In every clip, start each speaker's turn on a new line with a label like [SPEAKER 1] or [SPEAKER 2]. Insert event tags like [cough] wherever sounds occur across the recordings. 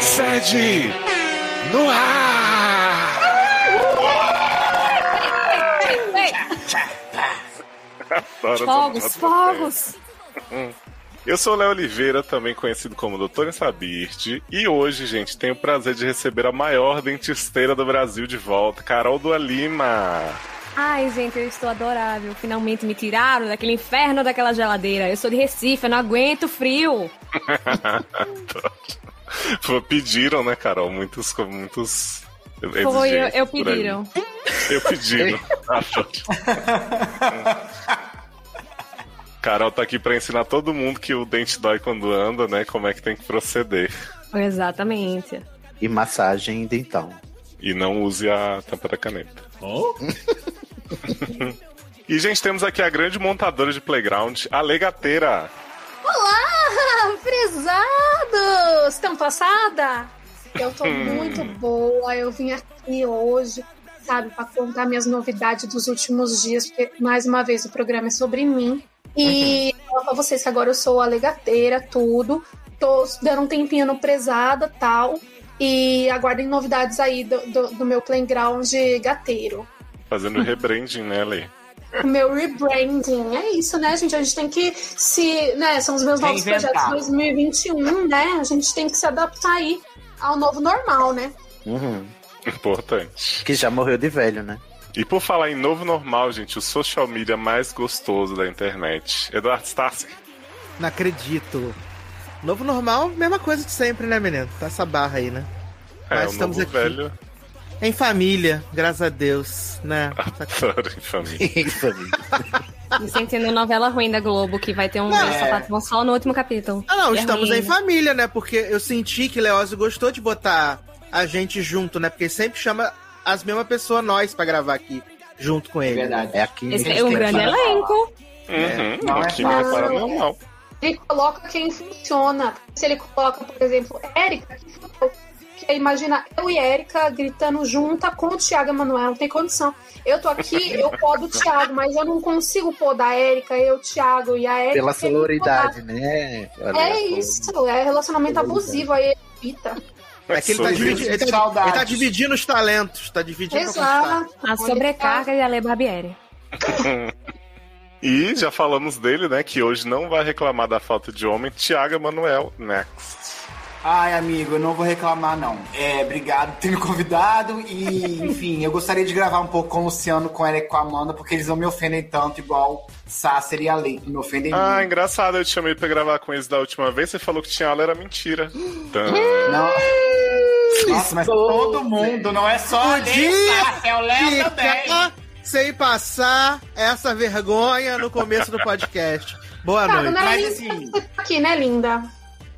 [SPEAKER 1] Sede no ar! Adoro essa
[SPEAKER 2] Fogos,
[SPEAKER 1] palavra.
[SPEAKER 2] fogos.
[SPEAKER 1] Eu sou o Léo Oliveira, também conhecido como Doutor em Sabirte, e hoje, gente, tenho o prazer de receber a maior dentisteira do Brasil de volta, Carol Dua Lima.
[SPEAKER 2] Ai, gente, eu estou adorável. Finalmente me tiraram daquele inferno daquela geladeira. Eu sou de Recife, eu não aguento frio.
[SPEAKER 1] Pô, Pediram, né, Carol? Muitos. muitos
[SPEAKER 2] Foi, eu,
[SPEAKER 1] exigências
[SPEAKER 2] eu
[SPEAKER 1] por aí.
[SPEAKER 2] pediram.
[SPEAKER 1] Eu pediram. Carol tá aqui pra ensinar todo mundo que o dente dói quando anda, né? Como é que tem que proceder.
[SPEAKER 2] Exatamente.
[SPEAKER 3] e massagem dental.
[SPEAKER 1] E não use a tampa da caneta.
[SPEAKER 4] Oh?
[SPEAKER 1] [laughs] E, gente, temos aqui a grande montadora de playground, a Legateira.
[SPEAKER 5] Olá, prezados! Estão passada? Eu tô muito boa, eu vim aqui hoje, sabe, pra contar minhas novidades dos últimos dias, porque mais uma vez o programa é sobre mim. E falar pra vocês que agora eu sou a legateira, tudo. Tô dando um tempinho no prezada tal. E aguardem novidades aí do, do, do meu playground gateiro.
[SPEAKER 1] Fazendo rebranding, né, Lê?
[SPEAKER 5] O meu rebranding. É isso, né, gente? A gente tem que se. Né, são os meus novos
[SPEAKER 6] Reinventar.
[SPEAKER 5] projetos 2021, né? A gente tem que se adaptar aí ao novo normal, né?
[SPEAKER 3] Uhum.
[SPEAKER 1] Importante.
[SPEAKER 3] Que já morreu de velho, né?
[SPEAKER 1] E por falar em novo normal, gente, o social media mais gostoso da internet. Eduardo Stassi.
[SPEAKER 7] Não acredito. Novo normal, mesma coisa de sempre, né, menino? Tá essa barra aí, né?
[SPEAKER 1] É,
[SPEAKER 7] Nós
[SPEAKER 1] o
[SPEAKER 7] estamos
[SPEAKER 1] novo
[SPEAKER 7] aqui.
[SPEAKER 1] velho.
[SPEAKER 7] Em família, graças a Deus, né?
[SPEAKER 1] [laughs] Adoro em família.
[SPEAKER 3] [laughs] Isso, amigo.
[SPEAKER 2] Me sentindo novela ruim da Globo, que vai ter um
[SPEAKER 7] Não,
[SPEAKER 2] é. sapatão só no último capítulo.
[SPEAKER 7] Ah, não,
[SPEAKER 2] É
[SPEAKER 7] estamos
[SPEAKER 2] ruim.
[SPEAKER 7] em família, né? Porque eu senti que Leózio gostou de botar a gente junto, né? Porque sempre chama as mesmas pessoas nós pra gravar aqui, junto com
[SPEAKER 6] É
[SPEAKER 7] ele.
[SPEAKER 6] verdade.
[SPEAKER 3] É aqui.
[SPEAKER 2] Esse
[SPEAKER 3] gente,
[SPEAKER 2] é um
[SPEAKER 3] tem
[SPEAKER 2] grande
[SPEAKER 3] que-
[SPEAKER 2] elenco.
[SPEAKER 1] Uhum,
[SPEAKER 6] não é
[SPEAKER 1] aqui não é
[SPEAKER 5] fácil.
[SPEAKER 1] paranormal.
[SPEAKER 5] Ele coloca quem funciona. Se ele coloca, por exemplo, Érica, que fudeu. que é, imagina eu e Érica gritando junta com o Thiago Emanuel, não tem condição. Eu
[SPEAKER 3] [laughs]
[SPEAKER 5] tô aqui, eu podo o Thiago, mas eu não consigo podar a Érica, eu, o Thiago e a Érica.
[SPEAKER 3] Pela
[SPEAKER 5] tem que podar.
[SPEAKER 3] sororidade, né? Olha,
[SPEAKER 5] É
[SPEAKER 3] pô.
[SPEAKER 5] isso, é relacionamento abusivo aí, evita.
[SPEAKER 7] É que ele tá,
[SPEAKER 1] Sobre
[SPEAKER 7] dividi-
[SPEAKER 1] isso.
[SPEAKER 7] ele tá-
[SPEAKER 6] Saudades.
[SPEAKER 7] ele tá dividindo os talentos, tá dividindo pra conquistar.
[SPEAKER 5] Exato.
[SPEAKER 2] A sobrecarga de Ale Barbieri.
[SPEAKER 1] E já falamos dele, né? Que hoje não vai reclamar da falta de homem. Tiago Emanuel, né? next.
[SPEAKER 6] Ai, amigo, eu não vou reclamar, não. É, obrigado por ter me convidado. E, enfim, eu gostaria de gravar um pouco com o Luciano, com o Eric, com a Amanda, porque eles não me ofendem tanto, igual Sasser e a Leite me ofendem
[SPEAKER 1] Ah,
[SPEAKER 6] muito.
[SPEAKER 1] engraçado, eu te chamei pra gravar com eles da última vez. Você falou que tinha aula, era mentira. Então, Tã.
[SPEAKER 6] Não. Nossa, mas todo mundo, não é só a Leite,
[SPEAKER 7] Podia
[SPEAKER 6] Sasser, é o Léo também.
[SPEAKER 7] Ficar sem passar essa vergonha no começo do podcast. Boa
[SPEAKER 5] Cara,
[SPEAKER 7] noite.
[SPEAKER 5] Tá, não era
[SPEAKER 6] Mas,
[SPEAKER 5] nem
[SPEAKER 6] assim-
[SPEAKER 5] pra você tá aqui, né, linda?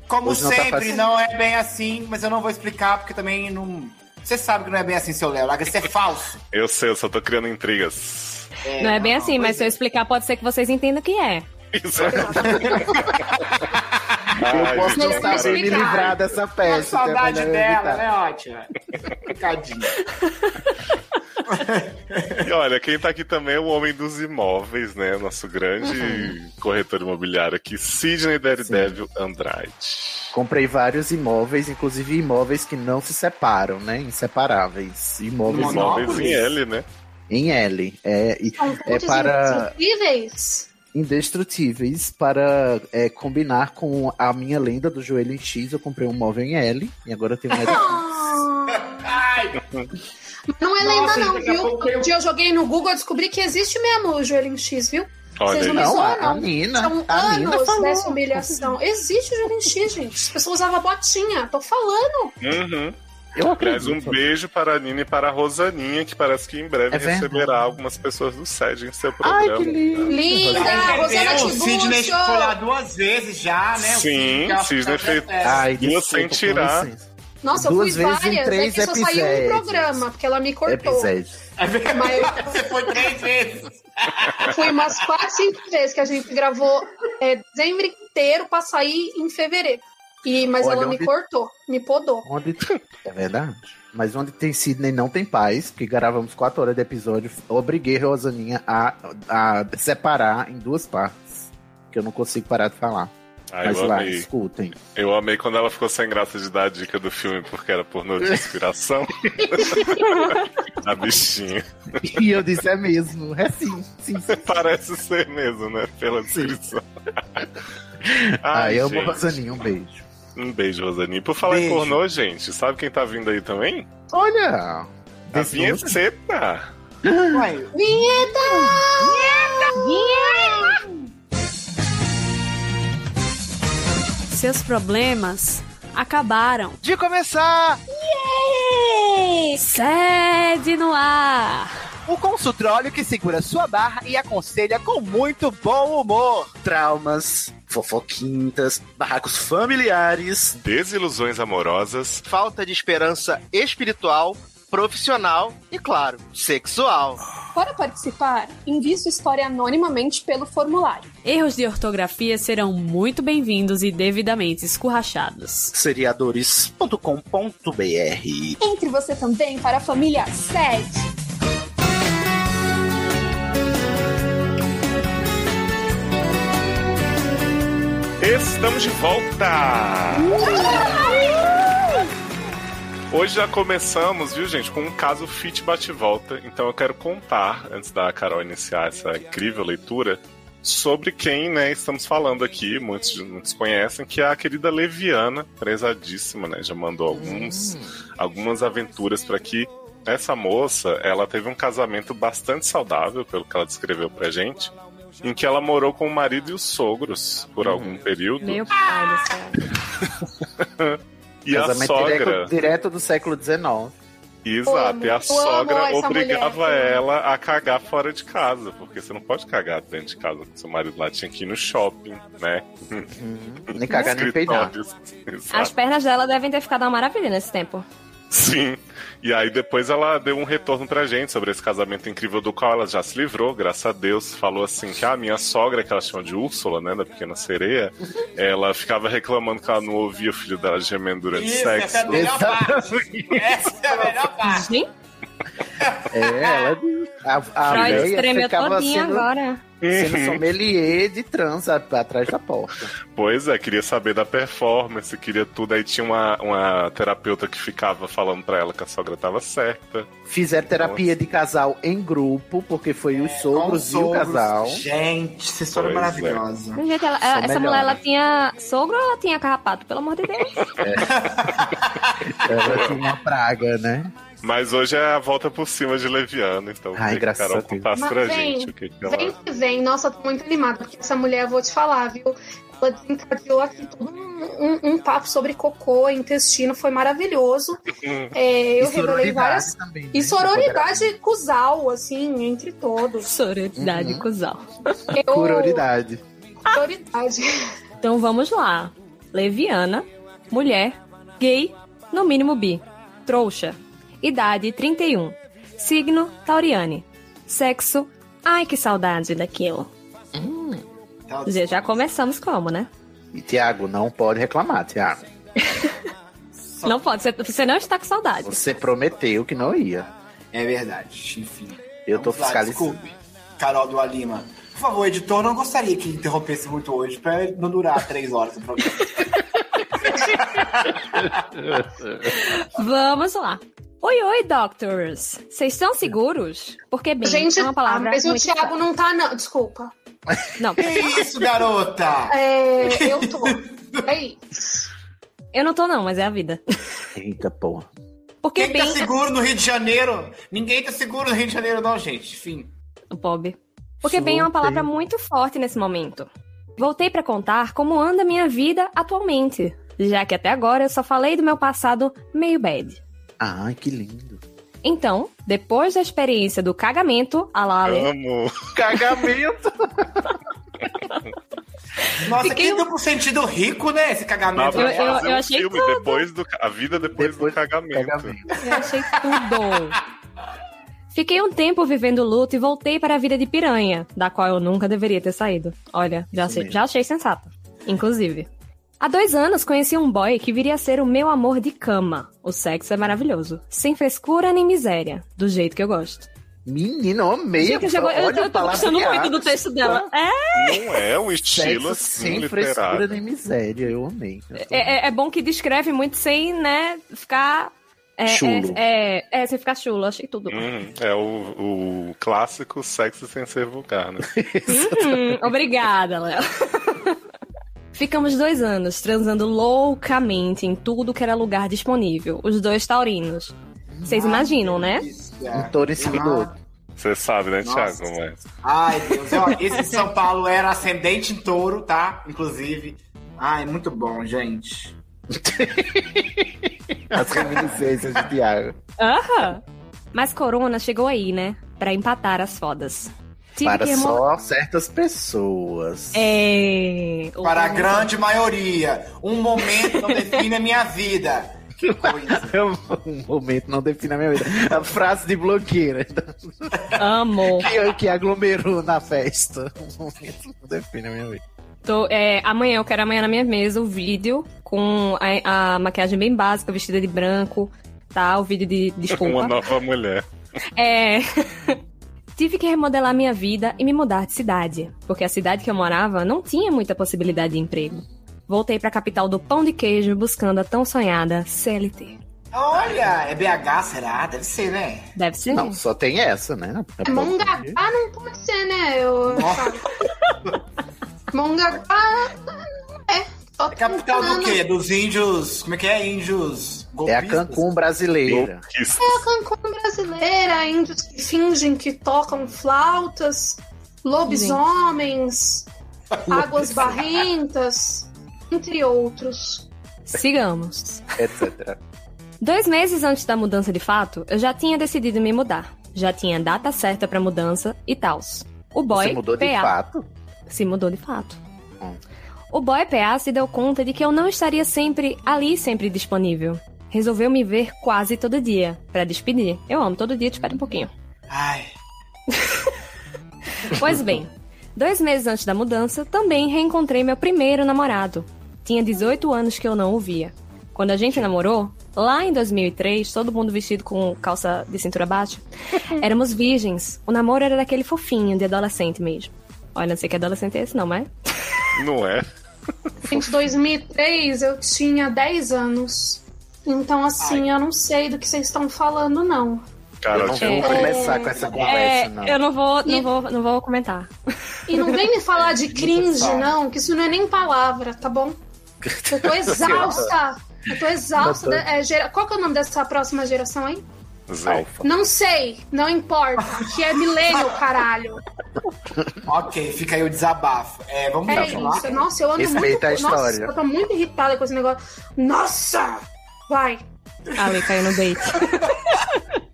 [SPEAKER 6] Como
[SPEAKER 3] Hoje não tá
[SPEAKER 6] sempre,
[SPEAKER 3] fácil.
[SPEAKER 6] não é bem assim, mas eu não vou explicar, porque também não. Você sabe que não é bem assim, seu Léo. Larga, Isso é falso.
[SPEAKER 1] Eu sei, eu só tô criando intrigas. [laughs]
[SPEAKER 2] não é bem
[SPEAKER 6] não,
[SPEAKER 2] assim,
[SPEAKER 6] pois
[SPEAKER 2] mas se eu explicar, pode ser que vocês entendam o que é.
[SPEAKER 1] Isso
[SPEAKER 3] [laughs]
[SPEAKER 1] é. Ai,
[SPEAKER 3] Eu posso
[SPEAKER 1] gente,
[SPEAKER 3] não
[SPEAKER 5] eu
[SPEAKER 1] cara,
[SPEAKER 3] saber me
[SPEAKER 5] explicar.
[SPEAKER 3] livrar dessa
[SPEAKER 6] É
[SPEAKER 3] peça.
[SPEAKER 6] saudade
[SPEAKER 3] então é melhor
[SPEAKER 6] dela,
[SPEAKER 3] evitar.
[SPEAKER 6] né, ótima? Picadinha.
[SPEAKER 1] E olha, quem tá aqui também é o homem dos imóveis, né? Nosso grande
[SPEAKER 3] Uhum.
[SPEAKER 1] corretor imobiliário aqui, Sidney Daredevil Andrade.
[SPEAKER 3] Comprei vários imóveis, inclusive imóveis que não se separam, né? Inseparáveis. Imóveis
[SPEAKER 6] Monó-
[SPEAKER 1] Imóveis em L, né?
[SPEAKER 3] em L. É, e
[SPEAKER 5] São
[SPEAKER 3] É
[SPEAKER 5] fontes
[SPEAKER 3] para-
[SPEAKER 5] imprescindíveis.
[SPEAKER 3] indestrutíveis para é, combinar com a minha lenda do joelho em X. Eu comprei um móvel em L e agora eu tenho um L.
[SPEAKER 5] Ah,
[SPEAKER 6] Ai,
[SPEAKER 5] Não é
[SPEAKER 6] Nossa,
[SPEAKER 5] lenda, não,
[SPEAKER 6] daqui a
[SPEAKER 5] viu?
[SPEAKER 6] pouco eu-
[SPEAKER 5] Um dia eu joguei no Google, eu descobri que existe mesmo o joelho em X, viu?
[SPEAKER 1] Olha
[SPEAKER 5] Vocês
[SPEAKER 1] aí.
[SPEAKER 5] não me
[SPEAKER 3] Não,
[SPEAKER 5] zoam,
[SPEAKER 3] a, a
[SPEAKER 5] não.
[SPEAKER 3] Nina.
[SPEAKER 5] São
[SPEAKER 3] a Nina
[SPEAKER 5] anos
[SPEAKER 3] tá,
[SPEAKER 5] né,
[SPEAKER 3] falou.
[SPEAKER 5] dessa humilhação. Existe o joelho em X, gente. As pessoas usavam botinha. Tô falando.
[SPEAKER 1] Uhum.
[SPEAKER 3] Eu
[SPEAKER 1] Aliás, um
[SPEAKER 3] acredito.
[SPEAKER 1] beijo para a Nina e para a Rosaninha, que parece que em breve
[SPEAKER 3] É verdade.
[SPEAKER 1] receberá algumas pessoas do SED em seu
[SPEAKER 3] Ai,
[SPEAKER 1] programa.
[SPEAKER 3] que lindo.
[SPEAKER 5] Linda, Rosana
[SPEAKER 6] o Sidney
[SPEAKER 5] Tiburcio.
[SPEAKER 6] né, foi lá duas vezes já, né? O
[SPEAKER 1] Sim, Sidney fez-
[SPEAKER 6] Ai,
[SPEAKER 3] Ai,
[SPEAKER 1] Duas
[SPEAKER 3] desculpa,
[SPEAKER 1] sem
[SPEAKER 3] com
[SPEAKER 1] tirar.
[SPEAKER 3] licença.
[SPEAKER 5] Nossa, eu fui
[SPEAKER 3] Duas vezes em
[SPEAKER 5] várias, é
[SPEAKER 3] três
[SPEAKER 5] que só saiu um
[SPEAKER 3] episódios.
[SPEAKER 5] programa, porque ela me cortou.
[SPEAKER 3] Episódio.
[SPEAKER 5] Mas eu
[SPEAKER 6] É Você foi três vezes.
[SPEAKER 5] Foi umas quatro, cinco vezes que a gente gravou é, dezembro inteiro pra sair em fevereiro. E, mas
[SPEAKER 3] Olha,
[SPEAKER 5] ela me
[SPEAKER 3] onde-
[SPEAKER 5] cortou, me podou.
[SPEAKER 3] Onde... É verdade. Mas onde tem Sidney não tem paz, que gravamos quatro horas de episódio. Obriguei a Rosaninha a, a separar em duas partes. Que eu não consigo parar de falar.
[SPEAKER 1] Ai,
[SPEAKER 3] Mas
[SPEAKER 1] eu
[SPEAKER 3] lá,
[SPEAKER 1] amei. [laughs]
[SPEAKER 3] escutem.
[SPEAKER 1] Eu amei quando ela ficou sem graça de dar a dica do filme porque era pornô de inspiração. a bichinha.
[SPEAKER 3] E eu disse, é mesmo. É sim, sim, sim.
[SPEAKER 1] Parece ser mesmo, né? Pela
[SPEAKER 3] Sim. [laughs]
[SPEAKER 1] descrição.
[SPEAKER 3] Ah, eu amo
[SPEAKER 1] gente.
[SPEAKER 3] Rosaninha, um beijo.
[SPEAKER 1] Um beijo, Rosaninha. Por falar em
[SPEAKER 6] Beijo.
[SPEAKER 1] pornô, gente, sabe quem tá vindo aí também?
[SPEAKER 3] Olha!
[SPEAKER 1] A
[SPEAKER 3] desse outro-
[SPEAKER 1] Vinheta.
[SPEAKER 6] Ué,
[SPEAKER 8] Vinheta!
[SPEAKER 4] Seus problemas acabaram.
[SPEAKER 7] [laughs] De começar
[SPEAKER 4] Sede no ar.
[SPEAKER 7] o consultório que segura sua barra e aconselha com muito bom humor. Traumas, fofoquintas, barracos familiares,
[SPEAKER 1] Desilusões amorosas.
[SPEAKER 7] falta de esperança espiritual, profissional e, claro, sexual.
[SPEAKER 8] Para participar, envie sua história anonimamente pelo formulário.
[SPEAKER 4] Erros de ortografia serão muito bem-vindos e devidamente escorrachados.
[SPEAKER 7] seriadores.com.br
[SPEAKER 8] Entre você também para a família Sede.
[SPEAKER 1] Estamos de volta! Hoje já começamos, viu, gente, com um caso fit bate-volta. Então eu quero contar, antes da Carol iniciar essa incrível leitura, sobre quem, né, estamos falando aqui, muitos, de- muitos conhecem, que é a querida Leviana, prezadíssima, né? Já mandou alguns, algumas aventuras para aqui. Essa moça, ela teve um casamento bastante saudável, pelo que ela descreveu pra gente, em que ela morou com o marido e os sogros por algum período.
[SPEAKER 2] Meu pai do céu.
[SPEAKER 1] E a
[SPEAKER 3] Casamento
[SPEAKER 1] sogra.
[SPEAKER 3] direto, direto do século XIX.
[SPEAKER 1] Exato, e
[SPEAKER 8] Eu
[SPEAKER 1] a
[SPEAKER 8] amo
[SPEAKER 1] sogra
[SPEAKER 8] essa
[SPEAKER 1] obrigava
[SPEAKER 8] mulher.
[SPEAKER 1] ela a cagar fora de casa, porque você não pode cagar dentro de casa, porque seu marido lá tinha que ir no shopping, né?
[SPEAKER 3] Nem cagar, nem peidar.
[SPEAKER 1] Escritórios.
[SPEAKER 2] As
[SPEAKER 1] Exato.
[SPEAKER 2] pernas dela devem ter ficado uma maravilha nesse tempo.
[SPEAKER 1] Sim. E aí depois ela deu um retorno pra gente sobre esse casamento incrível do qual ela já se livrou, graças a Deus. Falou assim que a minha sogra, que ela chama de Úrsula, né, da pequena
[SPEAKER 6] [laughs]
[SPEAKER 1] sereia, ela ficava reclamando que ela não ouvia o filho dela gemendo durante
[SPEAKER 6] Isso,
[SPEAKER 1] sexo.
[SPEAKER 6] essa é a melhor parte. Essa é a melhor parte.
[SPEAKER 2] Gente,
[SPEAKER 3] É, ela. é A, a
[SPEAKER 2] Freud
[SPEAKER 3] véia
[SPEAKER 2] espremeu
[SPEAKER 3] ficava assim,
[SPEAKER 2] todinha
[SPEAKER 3] sendo,
[SPEAKER 2] agora.
[SPEAKER 3] sendo sommelier de trans a- atrás da porta.
[SPEAKER 1] Pois é, queria saber da performance, queria tudo. Aí tinha uma, uma terapeuta que ficava falando pra ela que a sogra tava certa.
[SPEAKER 3] Fizeram terapia de casal em grupo, porque foi os
[SPEAKER 6] Com
[SPEAKER 3] sogros e o
[SPEAKER 6] sogros. [laughs]
[SPEAKER 3] casal.
[SPEAKER 6] Gente, essa história é
[SPEAKER 1] Pois é.
[SPEAKER 6] maravilhosa.
[SPEAKER 2] Mas, gente, ela- ela-
[SPEAKER 3] Sou
[SPEAKER 2] essa
[SPEAKER 3] melhor,
[SPEAKER 2] mulher, ela
[SPEAKER 3] né?
[SPEAKER 2] tinha sogro ou ela tinha carrapato? Pelo amor de Deus. [laughs]
[SPEAKER 3] Ela tinha
[SPEAKER 1] [laughs]
[SPEAKER 3] uma praga, né?
[SPEAKER 1] Mas hoje é a volta por cima de Leviano, então
[SPEAKER 3] Ai,
[SPEAKER 1] queria que
[SPEAKER 3] graças
[SPEAKER 1] Carol
[SPEAKER 3] a Deus.
[SPEAKER 1] contasse
[SPEAKER 8] Mas
[SPEAKER 1] pra
[SPEAKER 8] vem,
[SPEAKER 1] gente o que, que ela.
[SPEAKER 8] Vem que vem, nossa, tô muito animada, porque essa mulher, eu vou te falar, viu? Ela desencadeou aqui todo um, um- um papo sobre cocô, intestino, foi maravilhoso. É, eu
[SPEAKER 3] Uhum. E
[SPEAKER 8] revelei
[SPEAKER 3] sororidade
[SPEAKER 8] várias
[SPEAKER 3] também. né?
[SPEAKER 8] E sororidade cusal, assim, entre todos.
[SPEAKER 4] Sororidade
[SPEAKER 3] Uhum.
[SPEAKER 4] cuzal.
[SPEAKER 8] Eu,
[SPEAKER 3] Sororidade.
[SPEAKER 8] Sororidade.
[SPEAKER 2] Então vamos lá. Leviana, mulher, gay, no mínimo bi, trouxa, idade 31, signo Tauriane, sexo, ai que saudade daquilo.
[SPEAKER 6] Então,
[SPEAKER 2] Já já começamos como, né?
[SPEAKER 3] E Tiago, não pode reclamar, Tiago.
[SPEAKER 6] só-
[SPEAKER 2] Não pode, você- você não está com saudade.
[SPEAKER 3] Você prometeu que não ia.
[SPEAKER 6] É verdade, enfim.
[SPEAKER 3] Eu tô
[SPEAKER 6] Vamos lá,
[SPEAKER 3] fiscalizando.
[SPEAKER 6] Desculpe, Carol do Alima. Por favor, editor, não gostaria que interrompesse muito hoje pra não durar três horas o programa.
[SPEAKER 3] [laughs]
[SPEAKER 2] Vamos lá. Oi, oi, doctors. Vocês estão seguros? Porque bem,
[SPEAKER 8] Gente,
[SPEAKER 2] é uma palavra
[SPEAKER 8] ah, mas o
[SPEAKER 2] muito
[SPEAKER 8] Thiago não tá, não. Desculpa.
[SPEAKER 2] forte. Não,
[SPEAKER 6] Que isso, garota?
[SPEAKER 8] É, eu tô. Aí.
[SPEAKER 2] eu não tô não, mas é a vida.
[SPEAKER 3] Eita, porra.
[SPEAKER 2] Porque
[SPEAKER 6] Quem tá
[SPEAKER 2] bem,
[SPEAKER 6] seguro no Rio de Janeiro? Ninguém tá seguro no Rio de Janeiro, não, gente. Enfim.
[SPEAKER 2] o Bob. Porque bem é uma palavra muito forte nesse momento. Voltei pra contar como anda minha vida atualmente, já que até agora eu só falei do meu passado meio bad.
[SPEAKER 3] Ai, que lindo.
[SPEAKER 2] Então, depois da experiência do cagamento, a Lale,
[SPEAKER 1] Amo!
[SPEAKER 3] Cagamento.
[SPEAKER 6] Nossa,
[SPEAKER 2] Fiquei
[SPEAKER 6] que deu pro sentido rico, né? Esse
[SPEAKER 1] Dá
[SPEAKER 6] cagamento.
[SPEAKER 1] pra
[SPEAKER 2] Eu- eu-
[SPEAKER 1] fazer um
[SPEAKER 2] achei
[SPEAKER 1] filme depois do, ca- a vida depois,
[SPEAKER 3] Depois
[SPEAKER 1] do cagamento.
[SPEAKER 3] Cagamento.
[SPEAKER 2] eu achei tudo. Fiquei um tempo vivendo luto e voltei para a vida de piranha, da qual eu nunca deveria ter saído. Olha, já, achei,
[SPEAKER 3] mesmo.
[SPEAKER 2] já achei sensato, inclusive. Há dois anos conheci um boy que viria a ser o meu amor de cama. O sexo é maravilhoso, sem frescura nem miséria, do jeito que eu gosto.
[SPEAKER 3] Menina, eu amei.
[SPEAKER 2] Gente, eu, já go- eu,
[SPEAKER 3] Olha
[SPEAKER 2] eu
[SPEAKER 3] a
[SPEAKER 2] tô
[SPEAKER 3] palavra
[SPEAKER 2] gostando
[SPEAKER 3] que é
[SPEAKER 2] muito
[SPEAKER 3] abre
[SPEAKER 2] do
[SPEAKER 3] esse
[SPEAKER 2] texto dela. É,
[SPEAKER 1] Não é um estilo
[SPEAKER 3] Sexo
[SPEAKER 1] assim
[SPEAKER 3] sem frescura
[SPEAKER 1] literário.
[SPEAKER 3] nem miséria, eu amei. Eu tô-
[SPEAKER 2] é, é- é bom que descreve muito sem, né, ficar... É,
[SPEAKER 3] Chulo.
[SPEAKER 2] É, é, é, sem ficar chulo, achei tudo.
[SPEAKER 1] Uhum, é o, o clássico sexo sem ser vulgar, né?
[SPEAKER 2] Hum,
[SPEAKER 6] [laughs]
[SPEAKER 2] obrigada, Léo. Ficamos dois anos transando loucamente em tudo que era lugar disponível. Os dois taurinos. Vocês imaginam, né?
[SPEAKER 3] Um touro em cima do outro.
[SPEAKER 1] Você sabe, né,
[SPEAKER 6] Nossa.
[SPEAKER 1] Thiago? Mas...
[SPEAKER 6] Ah. Ai, Deus. Ó, esse São Paulo era ascendente em touro, tá? Inclusive. Ai, muito bom, gente.
[SPEAKER 3] As reminiscências de Tiago.
[SPEAKER 2] Aham. Mas Corona chegou aí, né? Pra empatar as fodas. Tive
[SPEAKER 3] Para
[SPEAKER 2] que remo-
[SPEAKER 3] só certas pessoas.
[SPEAKER 2] É...
[SPEAKER 6] Para a
[SPEAKER 2] o-
[SPEAKER 6] grande maioria. Um momento não define a minha vida. Que coisa.
[SPEAKER 3] Um momento não define a minha vida. A frase de blogueira
[SPEAKER 2] Amo.
[SPEAKER 3] que, um que aglomerou na festa. Um momento não define a minha vida.
[SPEAKER 2] Tô, é, amanhã, eu quero amanhã na minha mesa o vídeo com a, a maquiagem bem básica, vestida de branco, tá? O vídeo de
[SPEAKER 1] Uma
[SPEAKER 2] desculpa.
[SPEAKER 1] nova mulher.
[SPEAKER 2] É. [laughs] Tive que remodelar minha vida e me mudar de cidade, porque a cidade que eu morava não tinha muita possibilidade de emprego. Voltei pra capital do pão de queijo buscando a tão sonhada CLT.
[SPEAKER 6] Olha, é BH, será? Deve ser, né?
[SPEAKER 2] Deve ser.
[SPEAKER 3] Não, só tem essa, né? É
[SPEAKER 8] Mongaguá não pode ser, né? Eu... Mongaguá é. Só
[SPEAKER 6] É capital do
[SPEAKER 8] Cancún,
[SPEAKER 6] quê? Dos índios. Como é que é? Índios
[SPEAKER 3] É a
[SPEAKER 6] golpistas?
[SPEAKER 3] Cancún brasileira.
[SPEAKER 1] Louquice.
[SPEAKER 8] né? Cancún brasileira, índios que fingem que tocam flautas, lobisomens, águas barrentas, entre outros.
[SPEAKER 2] Sigamos.
[SPEAKER 3] etc.
[SPEAKER 2] Dois meses antes da mudança de fato, eu já tinha decidido me mudar. Já tinha a data certa pra mudança e tals. O boy
[SPEAKER 3] Você mudou de
[SPEAKER 2] PA,
[SPEAKER 3] fato?
[SPEAKER 2] se mudou de fato.
[SPEAKER 3] Hum.
[SPEAKER 2] O boy PA se deu conta de que eu não estaria sempre ali, sempre disponível. Resolveu me ver quase todo dia, pra despedir. Eu amo, todo dia te espera um pouquinho.
[SPEAKER 6] Ai,
[SPEAKER 2] [laughs] Pois bem, dois meses antes da mudança, também reencontrei meu primeiro namorado. Tinha 18 anos que eu não o via. Quando a gente namorou, lá em 2003, todo mundo vestido com calça de cintura [laughs] baixa, éramos virgens. O namoro era daquele fofinho, de adolescente mesmo. Olha, não sei que adolescente é esse não, mas...
[SPEAKER 1] Não é?
[SPEAKER 8] Em 2003 eu tinha 10 anos. Então, assim, eu não sei do que vocês estão falando, não.
[SPEAKER 1] Cara,
[SPEAKER 3] Eu
[SPEAKER 1] eu
[SPEAKER 3] não
[SPEAKER 1] tinha
[SPEAKER 3] vou
[SPEAKER 1] um
[SPEAKER 3] começar com essa conversa,
[SPEAKER 2] É,
[SPEAKER 3] não.
[SPEAKER 2] eu não vou, não
[SPEAKER 8] E-
[SPEAKER 2] vou, não vou comentar.
[SPEAKER 8] E não vem me falar de cringe,
[SPEAKER 6] Nossa.
[SPEAKER 8] não, que isso não é nem palavra, tá bom? Eu tô exausta. Eu tô exausta. da- é, gera- Qual que é o nome dessa próxima geração, hein?
[SPEAKER 1] Zé.
[SPEAKER 8] Não sei, não importa. Que é milênio, caralho.
[SPEAKER 6] ok, fica aí o desabafo. É, vamos
[SPEAKER 8] É
[SPEAKER 6] continuar?
[SPEAKER 8] isso. Nossa, eu ando
[SPEAKER 3] Respeita
[SPEAKER 8] muito.
[SPEAKER 3] a
[SPEAKER 8] Nossa,
[SPEAKER 3] história.
[SPEAKER 8] eu tô muito irritada com esse negócio. Nossa! Vai.
[SPEAKER 2] Ali caiu no bait.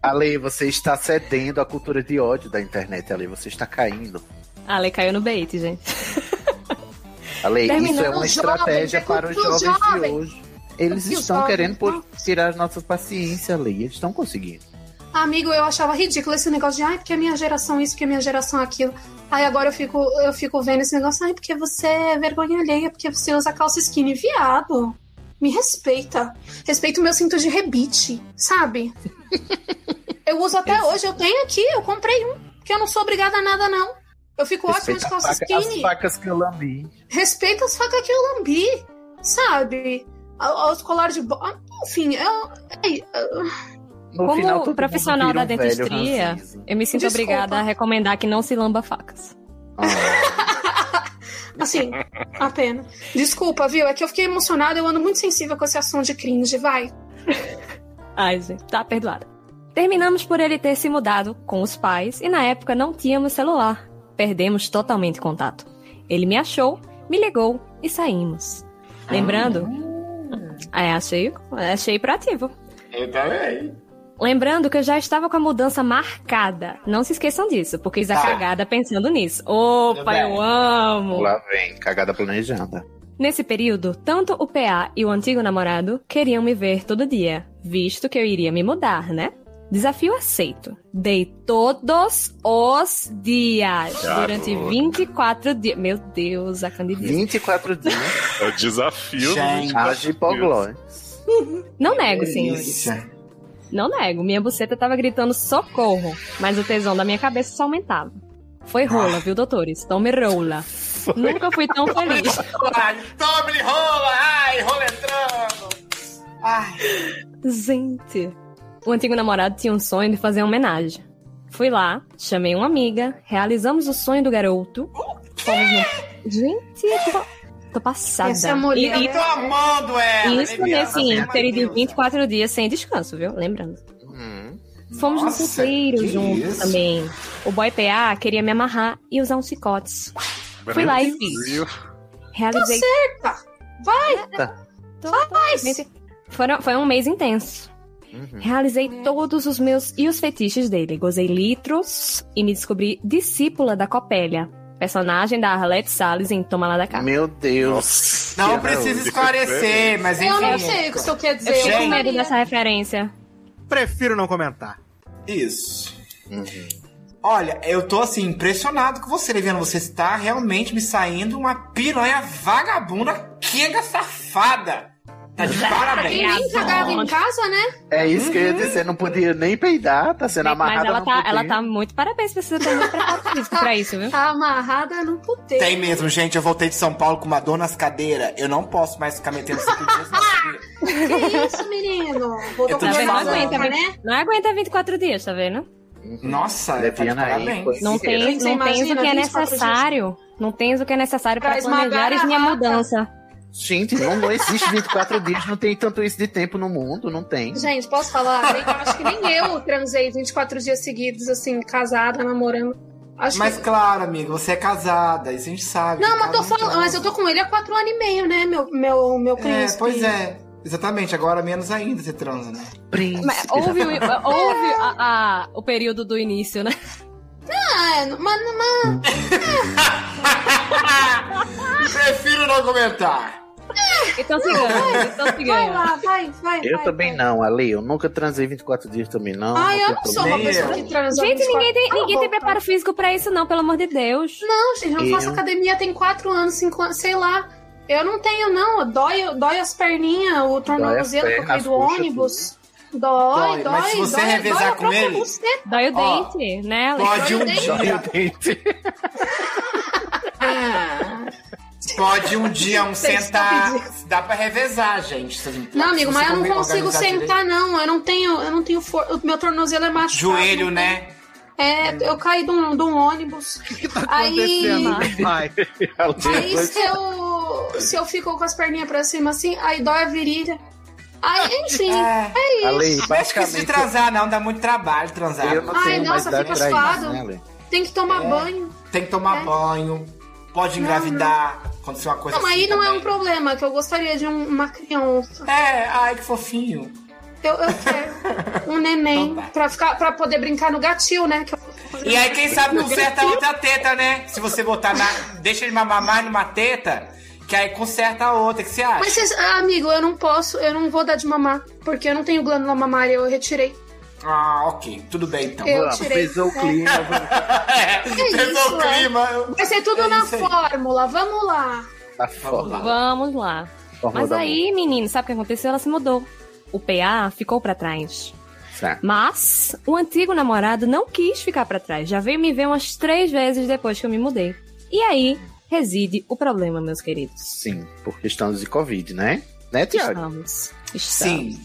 [SPEAKER 3] Ale, você está cedendo à cultura de ódio da internet, Ale. Você está caindo.
[SPEAKER 2] Ale caiu no bait, gente.
[SPEAKER 3] Ale, isso
[SPEAKER 8] Terminando
[SPEAKER 3] é uma
[SPEAKER 8] os jovens,
[SPEAKER 3] estratégia
[SPEAKER 8] é
[SPEAKER 3] para os
[SPEAKER 8] cultura
[SPEAKER 3] jovens de
[SPEAKER 8] jovem.
[SPEAKER 3] hoje. Eles
[SPEAKER 8] Cultura
[SPEAKER 3] estão
[SPEAKER 8] jovem,
[SPEAKER 3] querendo por-
[SPEAKER 8] nossa.
[SPEAKER 3] tirar a nossa paciência, Ale. Eles estão conseguindo.
[SPEAKER 8] Amigo, eu achava ridículo esse negócio de ai, porque a minha geração isso, porque a minha geração aquilo. Aí agora eu fico, eu fico vendo esse negócio, ai, porque você é vergonha alheia, porque você usa calça skinny. Viado, me respeita. Respeita o meu cinto de rebite,
[SPEAKER 3] [laughs]
[SPEAKER 8] sabe? eu uso até hoje, eu tenho aqui, eu comprei um, porque eu não sou obrigada a nada, não. Eu fico ótima de
[SPEAKER 3] Respeita a
[SPEAKER 8] calça
[SPEAKER 3] faca- as
[SPEAKER 8] skinny.
[SPEAKER 3] facas que eu lambi.
[SPEAKER 8] Respeita as facas que eu lambi, sabe? A- Os colares de. bo- ah, Enfim, eu, é-
[SPEAKER 3] No
[SPEAKER 2] Como
[SPEAKER 3] final, todo mundo
[SPEAKER 2] profissional
[SPEAKER 3] vira
[SPEAKER 2] da
[SPEAKER 3] um velho
[SPEAKER 2] dentistria-
[SPEAKER 3] ranzinza.
[SPEAKER 2] Eu me sinto
[SPEAKER 8] Desculpa.
[SPEAKER 2] obrigada a recomendar que não se lamba facas.
[SPEAKER 3] Ah,
[SPEAKER 8] Assim, a pena. Desculpa, viu? É que eu fiquei emocionada, eu ando muito sensível com esse assunto de cringe, vai.
[SPEAKER 2] Ai, gente, tá perdoada. Terminamos por ele ter se mudado com os pais e na época não tínhamos celular. Perdemos totalmente contato. Ele me achou, me ligou e saímos. Lembrando. É, achei, achei proativo.
[SPEAKER 6] Eu também.
[SPEAKER 2] Lembrando que eu já estava com a mudança marcada. Não se esqueçam disso, porque a
[SPEAKER 6] Tá.
[SPEAKER 2] cagada pensando nisso. Opa,
[SPEAKER 6] Tudo bem.
[SPEAKER 2] eu amo!
[SPEAKER 3] lá vem, cagada planejada.
[SPEAKER 2] Nesse período, tanto o PA e o antigo namorado queriam me ver todo dia, visto que eu iria me mudar, né? Desafio aceito. Dei todos os dias.
[SPEAKER 1] Garoto.
[SPEAKER 2] Durante 24 dias. Meu Deus, a Candidice.
[SPEAKER 3] 24 [laughs] dias,
[SPEAKER 1] É o desafio.
[SPEAKER 6] Gente.
[SPEAKER 1] dos 24
[SPEAKER 3] as
[SPEAKER 1] dias.
[SPEAKER 3] hipoglóis.
[SPEAKER 2] Não nego, senhores.
[SPEAKER 6] Delícia.
[SPEAKER 2] Não nego, minha buceta tava gritando socorro, mas o tesão da minha cabeça só aumentava. Foi rola, viu, doutores? Tome rola. Nunca fui tão feliz.
[SPEAKER 6] Tome rola! Ai, rola entrando! Ai,
[SPEAKER 2] Gente. O antigo namorado tinha um sonho de fazer uma homenagem. Fui lá, chamei uma amiga, realizamos o sonho do garoto. Fomos no... Gente, eu tô, tô passada.
[SPEAKER 8] Essa mulher
[SPEAKER 2] E-
[SPEAKER 6] eu tô amando ela!
[SPEAKER 2] e isso
[SPEAKER 6] Liliana,
[SPEAKER 2] nesse
[SPEAKER 6] pelo amor
[SPEAKER 2] ínterim de
[SPEAKER 6] Deus.
[SPEAKER 2] 24 dias sem descanso, viu? Lembrando.
[SPEAKER 3] Hum.
[SPEAKER 2] Fomos no
[SPEAKER 6] Nossa,
[SPEAKER 2] puteiro
[SPEAKER 6] que
[SPEAKER 2] juntos
[SPEAKER 6] isso?
[SPEAKER 2] também. O boy PA queria me amarrar e usar uns chicotes. Fui lá e fiz. Realizei
[SPEAKER 8] Tá
[SPEAKER 2] É. Gente, foram- foi um mês intenso.
[SPEAKER 3] Uhum.
[SPEAKER 2] Realizei todos os meus e os fetiches dele. Gozei litros e me descobri discípula da Copélia, personagem da Arlette Salles em Toma Lá da Cá.
[SPEAKER 3] Meu Deus.
[SPEAKER 1] Nossa.
[SPEAKER 6] Não
[SPEAKER 3] Que
[SPEAKER 6] precisa
[SPEAKER 1] não,
[SPEAKER 6] esclarecer, mas enfim.
[SPEAKER 8] Eu não sei o que isso quer dizer.
[SPEAKER 2] Eu fiquei com
[SPEAKER 6] Gente.
[SPEAKER 2] medo dessa referência.
[SPEAKER 7] Prefiro não comentar.
[SPEAKER 6] Isso. Olha, eu tô assim, impressionado com você, Leviano. Você está realmente me saindo uma piranha vagabunda, quenga safada.
[SPEAKER 2] [laughs]
[SPEAKER 6] Tá de
[SPEAKER 8] Quem
[SPEAKER 6] parabéns.
[SPEAKER 8] nem cagava
[SPEAKER 6] é,
[SPEAKER 8] em casa, né?
[SPEAKER 3] É isso que eu ia dizer, não podia nem peidar, tá sendo amarrada
[SPEAKER 2] Mas ela
[SPEAKER 3] no
[SPEAKER 2] tá,
[SPEAKER 3] puteiro.
[SPEAKER 2] ela tá muito parabéns, precisa ter muito preparo físico pra isso, viu?
[SPEAKER 8] Tá amarrada no puteiro.
[SPEAKER 6] é. Tem mesmo, gente. Eu voltei de São Paulo com uma dor nas cadeiras. Eu não posso mais ficar metendo cinco dias na
[SPEAKER 8] [laughs]
[SPEAKER 6] seguida.
[SPEAKER 8] Que isso, menino? Voltou
[SPEAKER 6] Eu tô
[SPEAKER 8] com
[SPEAKER 2] Tá vendo? Não
[SPEAKER 8] vergonha,
[SPEAKER 6] falando.
[SPEAKER 2] aguenta,
[SPEAKER 8] né?
[SPEAKER 2] não aguenta 24 dias, tá vendo?
[SPEAKER 6] Nossa, tá de
[SPEAKER 3] Leviana aí,
[SPEAKER 6] parabéns.
[SPEAKER 3] foi-
[SPEAKER 2] Não,
[SPEAKER 3] Sim,
[SPEAKER 2] tem,
[SPEAKER 8] você
[SPEAKER 2] não tens o
[SPEAKER 8] imagina
[SPEAKER 2] que é
[SPEAKER 8] 24 dias.
[SPEAKER 2] necessário. Não tens o que é necessário pra
[SPEAKER 8] Pra esmagar
[SPEAKER 2] planejares
[SPEAKER 8] a
[SPEAKER 2] minha
[SPEAKER 8] rata.
[SPEAKER 2] mudança.
[SPEAKER 3] Gente, não, não existe 24 dias, não tem tanto isso de tempo no mundo, não tem.
[SPEAKER 8] Gente, posso falar? Nem- acho que nem eu transei 24 dias seguidos, assim, casada, namorando. Acho
[SPEAKER 6] Mas
[SPEAKER 8] que...
[SPEAKER 6] claro, amiga, você é casada, isso a gente sabe.
[SPEAKER 8] Não, mas,
[SPEAKER 6] Cada
[SPEAKER 8] tô
[SPEAKER 6] um
[SPEAKER 8] falando,
[SPEAKER 6] tem um-
[SPEAKER 8] mas eu tô com ele há quatro anos e meio, né, meu, meu, meu
[SPEAKER 6] É,
[SPEAKER 8] príncipe?
[SPEAKER 6] pois é. Exatamente, agora menos ainda você transa, né?
[SPEAKER 2] [laughs]
[SPEAKER 3] Príncipe.
[SPEAKER 2] Mas Houve, o- houve a- a- o período do início, né?
[SPEAKER 8] Ah, mas, mas
[SPEAKER 6] Prefiro não comentar.
[SPEAKER 2] [laughs] Então sigamos, então
[SPEAKER 8] vai
[SPEAKER 2] sigamos.
[SPEAKER 8] lá, vai, vai.
[SPEAKER 3] Eu
[SPEAKER 8] vai,
[SPEAKER 3] também
[SPEAKER 8] vai.
[SPEAKER 3] não, Ale, eu nunca transei 24 dias também não.
[SPEAKER 8] Ai,
[SPEAKER 3] não tem
[SPEAKER 8] eu não sou uma
[SPEAKER 3] problema.
[SPEAKER 6] Nem
[SPEAKER 8] pessoa
[SPEAKER 6] eu.
[SPEAKER 8] que transa.
[SPEAKER 2] Gente,
[SPEAKER 8] 24.
[SPEAKER 2] ninguém tem,
[SPEAKER 8] Cala a
[SPEAKER 2] ninguém tem
[SPEAKER 8] boca.
[SPEAKER 2] preparo físico pra isso, Ah, não, pelo amor de Deus.
[SPEAKER 8] Não, gente, não faço
[SPEAKER 3] Eu-
[SPEAKER 8] academia tem quatro anos, cinco anos, sei lá. Eu não tenho, não. Dói, dói as perninhas, o tornozelo que eu
[SPEAKER 3] pernas,
[SPEAKER 8] caí do
[SPEAKER 3] puxa
[SPEAKER 8] ônibus. Dói, dói,
[SPEAKER 6] Dói, mas se você
[SPEAKER 8] dói,
[SPEAKER 6] revezar
[SPEAKER 8] dói a
[SPEAKER 6] com
[SPEAKER 8] própria
[SPEAKER 6] ele-
[SPEAKER 8] buceta.
[SPEAKER 2] Dói o
[SPEAKER 6] Ó,
[SPEAKER 2] dente, né? Alex?
[SPEAKER 6] Pode um
[SPEAKER 8] Olha o
[SPEAKER 3] Meu
[SPEAKER 6] dia.
[SPEAKER 3] dente.
[SPEAKER 6] Ah! Pode um dia
[SPEAKER 8] [laughs]
[SPEAKER 6] um
[SPEAKER 8] Vocês estão
[SPEAKER 6] sentar. Dá pra revezar, gente. Vocês
[SPEAKER 8] Não,
[SPEAKER 6] se
[SPEAKER 8] amigo, mas
[SPEAKER 6] você
[SPEAKER 8] eu não consigo
[SPEAKER 6] organizar
[SPEAKER 8] sentar, não. Eu não tenho, eu não tenho for... O meu tornozelo é machucado.
[SPEAKER 6] direito. Joelho, né?
[SPEAKER 8] É, eu caí de um, de
[SPEAKER 6] [laughs]
[SPEAKER 8] um ônibus.
[SPEAKER 7] O que tá
[SPEAKER 8] Aí-
[SPEAKER 7] acontecendo? Vai.
[SPEAKER 8] Aí se eu, se eu fico com as perninhas pra cima assim, aí dói a virilha. Aí, enfim,
[SPEAKER 6] É.
[SPEAKER 8] é isso.
[SPEAKER 3] Ale,
[SPEAKER 6] Não é difícil de
[SPEAKER 3] basicamente,
[SPEAKER 6] transar, não. Dá muito trabalho transar.
[SPEAKER 3] eu não
[SPEAKER 8] Ai,
[SPEAKER 3] tenho mais
[SPEAKER 8] nossa,
[SPEAKER 3] idade
[SPEAKER 8] fica
[SPEAKER 3] pra isso,
[SPEAKER 8] suado.
[SPEAKER 3] né, Ale?
[SPEAKER 8] Tem que tomar
[SPEAKER 6] É.
[SPEAKER 8] banho.
[SPEAKER 6] Tem que tomar
[SPEAKER 8] É.
[SPEAKER 6] banho. Pode engravidar. Acontecer uma coisa
[SPEAKER 8] Não,
[SPEAKER 6] assim
[SPEAKER 8] aí não é um
[SPEAKER 6] também.
[SPEAKER 8] problema, que eu gostaria de um- uma criança.
[SPEAKER 6] É, ai, que fofinho.
[SPEAKER 8] Eu, eu quero
[SPEAKER 6] [laughs]
[SPEAKER 8] um neném
[SPEAKER 6] Então tá.
[SPEAKER 8] pra, ficar, pra poder brincar no gatil, né? Que eu-
[SPEAKER 6] E aí, quem sabe conserta a outra teta, né? Se você botar na. Deixa ele mamar mais numa teta, que aí conserta a outra. O que você acha?
[SPEAKER 8] Mas, vocês, ah, amigo, eu não posso, eu não vou dar de mamar, porque eu não tenho glândula mamária, eu retirei.
[SPEAKER 6] Ah, ok. Tudo bem, [laughs] então.
[SPEAKER 8] Eu
[SPEAKER 3] Vamos,
[SPEAKER 8] tirei.
[SPEAKER 3] pesou o
[SPEAKER 8] É.
[SPEAKER 3] clima, vamos-
[SPEAKER 6] É,
[SPEAKER 8] isso,
[SPEAKER 6] pesou o
[SPEAKER 8] é.
[SPEAKER 6] clima.
[SPEAKER 8] Vai ser tudo
[SPEAKER 6] É
[SPEAKER 8] na
[SPEAKER 6] isso aí.
[SPEAKER 8] fórmula, vamos lá.
[SPEAKER 3] tá fora.
[SPEAKER 2] Vamos lá.
[SPEAKER 3] Forma
[SPEAKER 2] Mas
[SPEAKER 3] da
[SPEAKER 2] aí, menino, sabe o que aconteceu? Ela se mudou. O PA ficou pra trás.
[SPEAKER 3] moça.
[SPEAKER 2] Mas o antigo namorado não quis ficar pra trás. Já veio me ver umas três vezes depois que eu me mudei. E aí reside o problema, meus queridos.
[SPEAKER 3] Sim, porque estamos de Covid, né? Né, Tiago?
[SPEAKER 2] Estamos. Estamos.
[SPEAKER 6] Sim.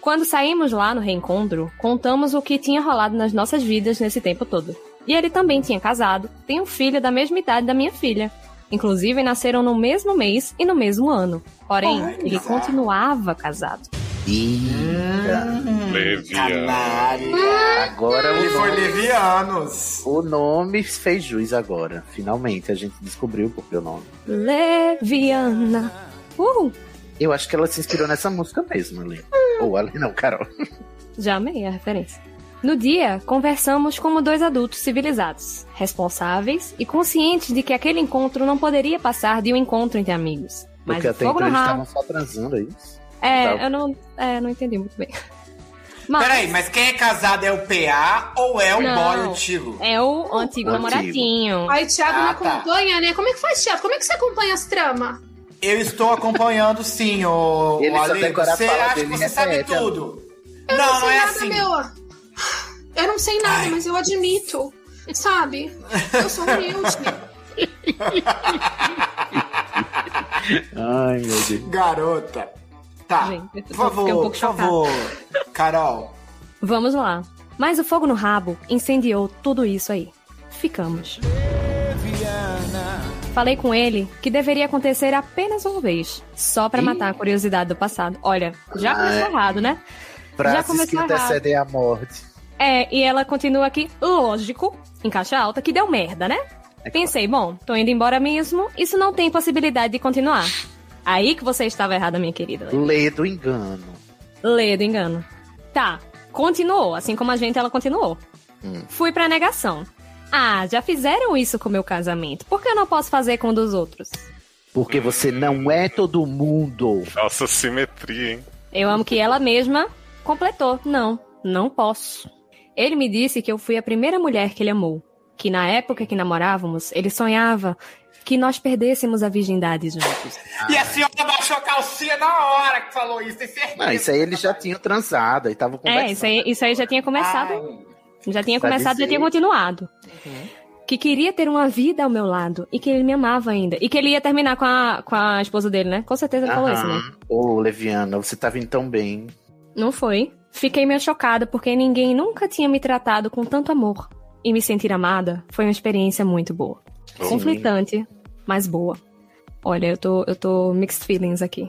[SPEAKER 2] Quando saímos lá no reencontro, contamos o que tinha rolado nas nossas vidas nesse tempo todo. E ele também tinha casado, tem um filho da mesma idade da minha filha. Inclusive, nasceram no mesmo mês e no mesmo ano. Porém,
[SPEAKER 6] Olha.
[SPEAKER 2] ele continuava casado.
[SPEAKER 3] Eita.
[SPEAKER 1] Leviana.
[SPEAKER 6] Canalha.
[SPEAKER 3] Agora
[SPEAKER 8] Ah.
[SPEAKER 6] Ele
[SPEAKER 3] o
[SPEAKER 6] foi
[SPEAKER 3] nome,
[SPEAKER 6] levianos.
[SPEAKER 3] o nome fez jus agora. Finalmente, a gente descobriu porque o nome.
[SPEAKER 2] Leviana. Uhul!
[SPEAKER 3] Eu acho que ela se inspirou nessa música mesmo, Ale.
[SPEAKER 2] Ah.
[SPEAKER 3] Ou Ale não, Carol.
[SPEAKER 2] Já amei a referência. No dia, conversamos como dois adultos civilizados, responsáveis e conscientes de que aquele encontro não poderia passar de um encontro entre amigos. Mas
[SPEAKER 3] Porque
[SPEAKER 2] o
[SPEAKER 3] até
[SPEAKER 2] fogo
[SPEAKER 3] então
[SPEAKER 2] no
[SPEAKER 3] eles
[SPEAKER 2] rabo
[SPEAKER 3] estavam só transando, é isso?
[SPEAKER 2] É,
[SPEAKER 3] Tá.
[SPEAKER 2] eu não, é, não entendi muito bem. Mas
[SPEAKER 6] Peraí, mas quem é casado é o PA ou é o
[SPEAKER 2] Não.
[SPEAKER 6] boy antigo?
[SPEAKER 2] é o antigo
[SPEAKER 3] O antigo.
[SPEAKER 2] namoradinho.
[SPEAKER 8] Aí Thiago
[SPEAKER 6] Ah,
[SPEAKER 8] não
[SPEAKER 6] tá.
[SPEAKER 8] acompanha, né? Como é que faz, Thiago? Como é que você acompanha as tramas?
[SPEAKER 6] Eu estou acompanhando sim, o,
[SPEAKER 3] Ele
[SPEAKER 6] o
[SPEAKER 3] só
[SPEAKER 6] Ale.
[SPEAKER 3] decora a
[SPEAKER 6] Você
[SPEAKER 3] fala
[SPEAKER 6] acha que
[SPEAKER 3] dele, né? É,
[SPEAKER 6] você sabe
[SPEAKER 3] repete,
[SPEAKER 6] tudo.
[SPEAKER 8] Eu não,
[SPEAKER 6] Não, não
[SPEAKER 8] sei
[SPEAKER 6] é
[SPEAKER 8] nada,
[SPEAKER 6] assim.
[SPEAKER 8] meu. Eu não sei nada, mas eu admito. Sabe? Eu sou humilde.
[SPEAKER 3] Ai, meu Deus.
[SPEAKER 6] Garota. Tá.
[SPEAKER 2] Gente, eu tô-
[SPEAKER 6] por
[SPEAKER 2] fiquei
[SPEAKER 6] favor,
[SPEAKER 2] um pouco
[SPEAKER 6] por favor. Carol.
[SPEAKER 2] Vamos lá. Mas o fogo no rabo incendiou tudo isso aí. Ficamos. Falei com ele que deveria acontecer apenas uma vez, só pra matar a curiosidade do passado. Olha, já começou errado, né? Já
[SPEAKER 3] Frases
[SPEAKER 2] começou
[SPEAKER 3] que
[SPEAKER 2] errado.
[SPEAKER 3] antecedem a morte.
[SPEAKER 2] É, e ela continua aqui, lógico, em caixa alta, que deu merda, né? Pensei, bom, tô indo embora mesmo, isso não tem possibilidade de continuar. Aí que você estava errada, minha querida.
[SPEAKER 3] Lê do engano.
[SPEAKER 2] Lê do engano. Tá, continuou. Assim como a gente, ela continuou. Fui pra negação. Ah, já fizeram isso com o meu casamento. Por que eu não posso fazer com o dos outros?
[SPEAKER 3] Porque você não é todo mundo.
[SPEAKER 1] Nossa simetria, hein?
[SPEAKER 2] Eu amo que ela mesma completou. Não, não posso. Ele me disse que eu fui a primeira mulher que ele amou. Que na época que namorávamos, ele sonhava que nós perdêssemos a virgindade juntos.
[SPEAKER 3] Ah.
[SPEAKER 6] E a senhora baixou a calcinha na hora que falou isso, tem certeza.
[SPEAKER 3] Não, Ah, isso aí eles já tinham transado e estavam conversando.
[SPEAKER 2] É, isso aí, isso aí já tinha começado
[SPEAKER 6] Ai,
[SPEAKER 2] Já tinha
[SPEAKER 3] Pra
[SPEAKER 2] começado,
[SPEAKER 3] dizer. Uhum.
[SPEAKER 2] já tinha continuado. Que queria ter uma vida ao meu lado e que ele me amava ainda. E que ele ia terminar com a, com a esposa dele, né? Com certeza ele falou isso, né?
[SPEAKER 3] Aham. Ô, Leviana, você tá vindo tão bem.
[SPEAKER 2] Não foi. Fiquei meio chocada porque ninguém nunca tinha me tratado com tanto amor. E me sentir amada foi uma experiência muito boa.
[SPEAKER 1] Sim.
[SPEAKER 2] Conflitante, mas boa. Olha, eu tô, eu tô mixed feelings aqui.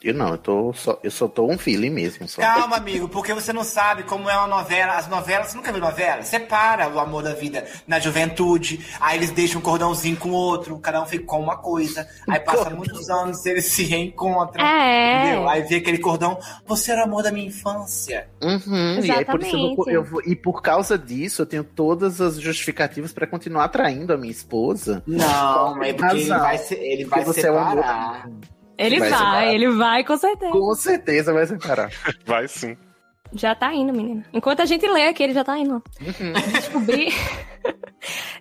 [SPEAKER 3] Eu não, eu, tô só, eu só tô um feeling mesmo. Só.
[SPEAKER 6] Calma, amigo, porque você não sabe como é uma novela. As novelas, você nunca viu novela? Separa o amor da vida na juventude, aí eles deixam um cordãozinho com o outro, cada um fica com uma coisa. Aí passa muitos anos, eles se reencontram.
[SPEAKER 2] É.
[SPEAKER 6] Entendeu? Aí vê aquele cordão, você era o amor da minha infância.
[SPEAKER 3] Uhum, e aí por isso eu não-
[SPEAKER 2] Exatamente.
[SPEAKER 3] eu vou- e por causa disso eu tenho todas as justificativas pra continuar atraindo a minha esposa. [laughs]
[SPEAKER 6] Não,
[SPEAKER 3] mas
[SPEAKER 6] mas
[SPEAKER 3] é porque ele
[SPEAKER 6] ele
[SPEAKER 3] vai
[SPEAKER 6] vai, ele
[SPEAKER 3] Porque
[SPEAKER 6] vai
[SPEAKER 3] você é um
[SPEAKER 6] separar.
[SPEAKER 3] amor.
[SPEAKER 2] Ele
[SPEAKER 3] Vai
[SPEAKER 2] vai,
[SPEAKER 3] separar.
[SPEAKER 2] ele vai, com certeza.
[SPEAKER 3] Com certeza vai separar.
[SPEAKER 1] Vai sim.
[SPEAKER 2] Já tá indo, menina. Enquanto a gente lê aqui, ele já tá indo.
[SPEAKER 3] Uhum.
[SPEAKER 2] [laughs] Descobri.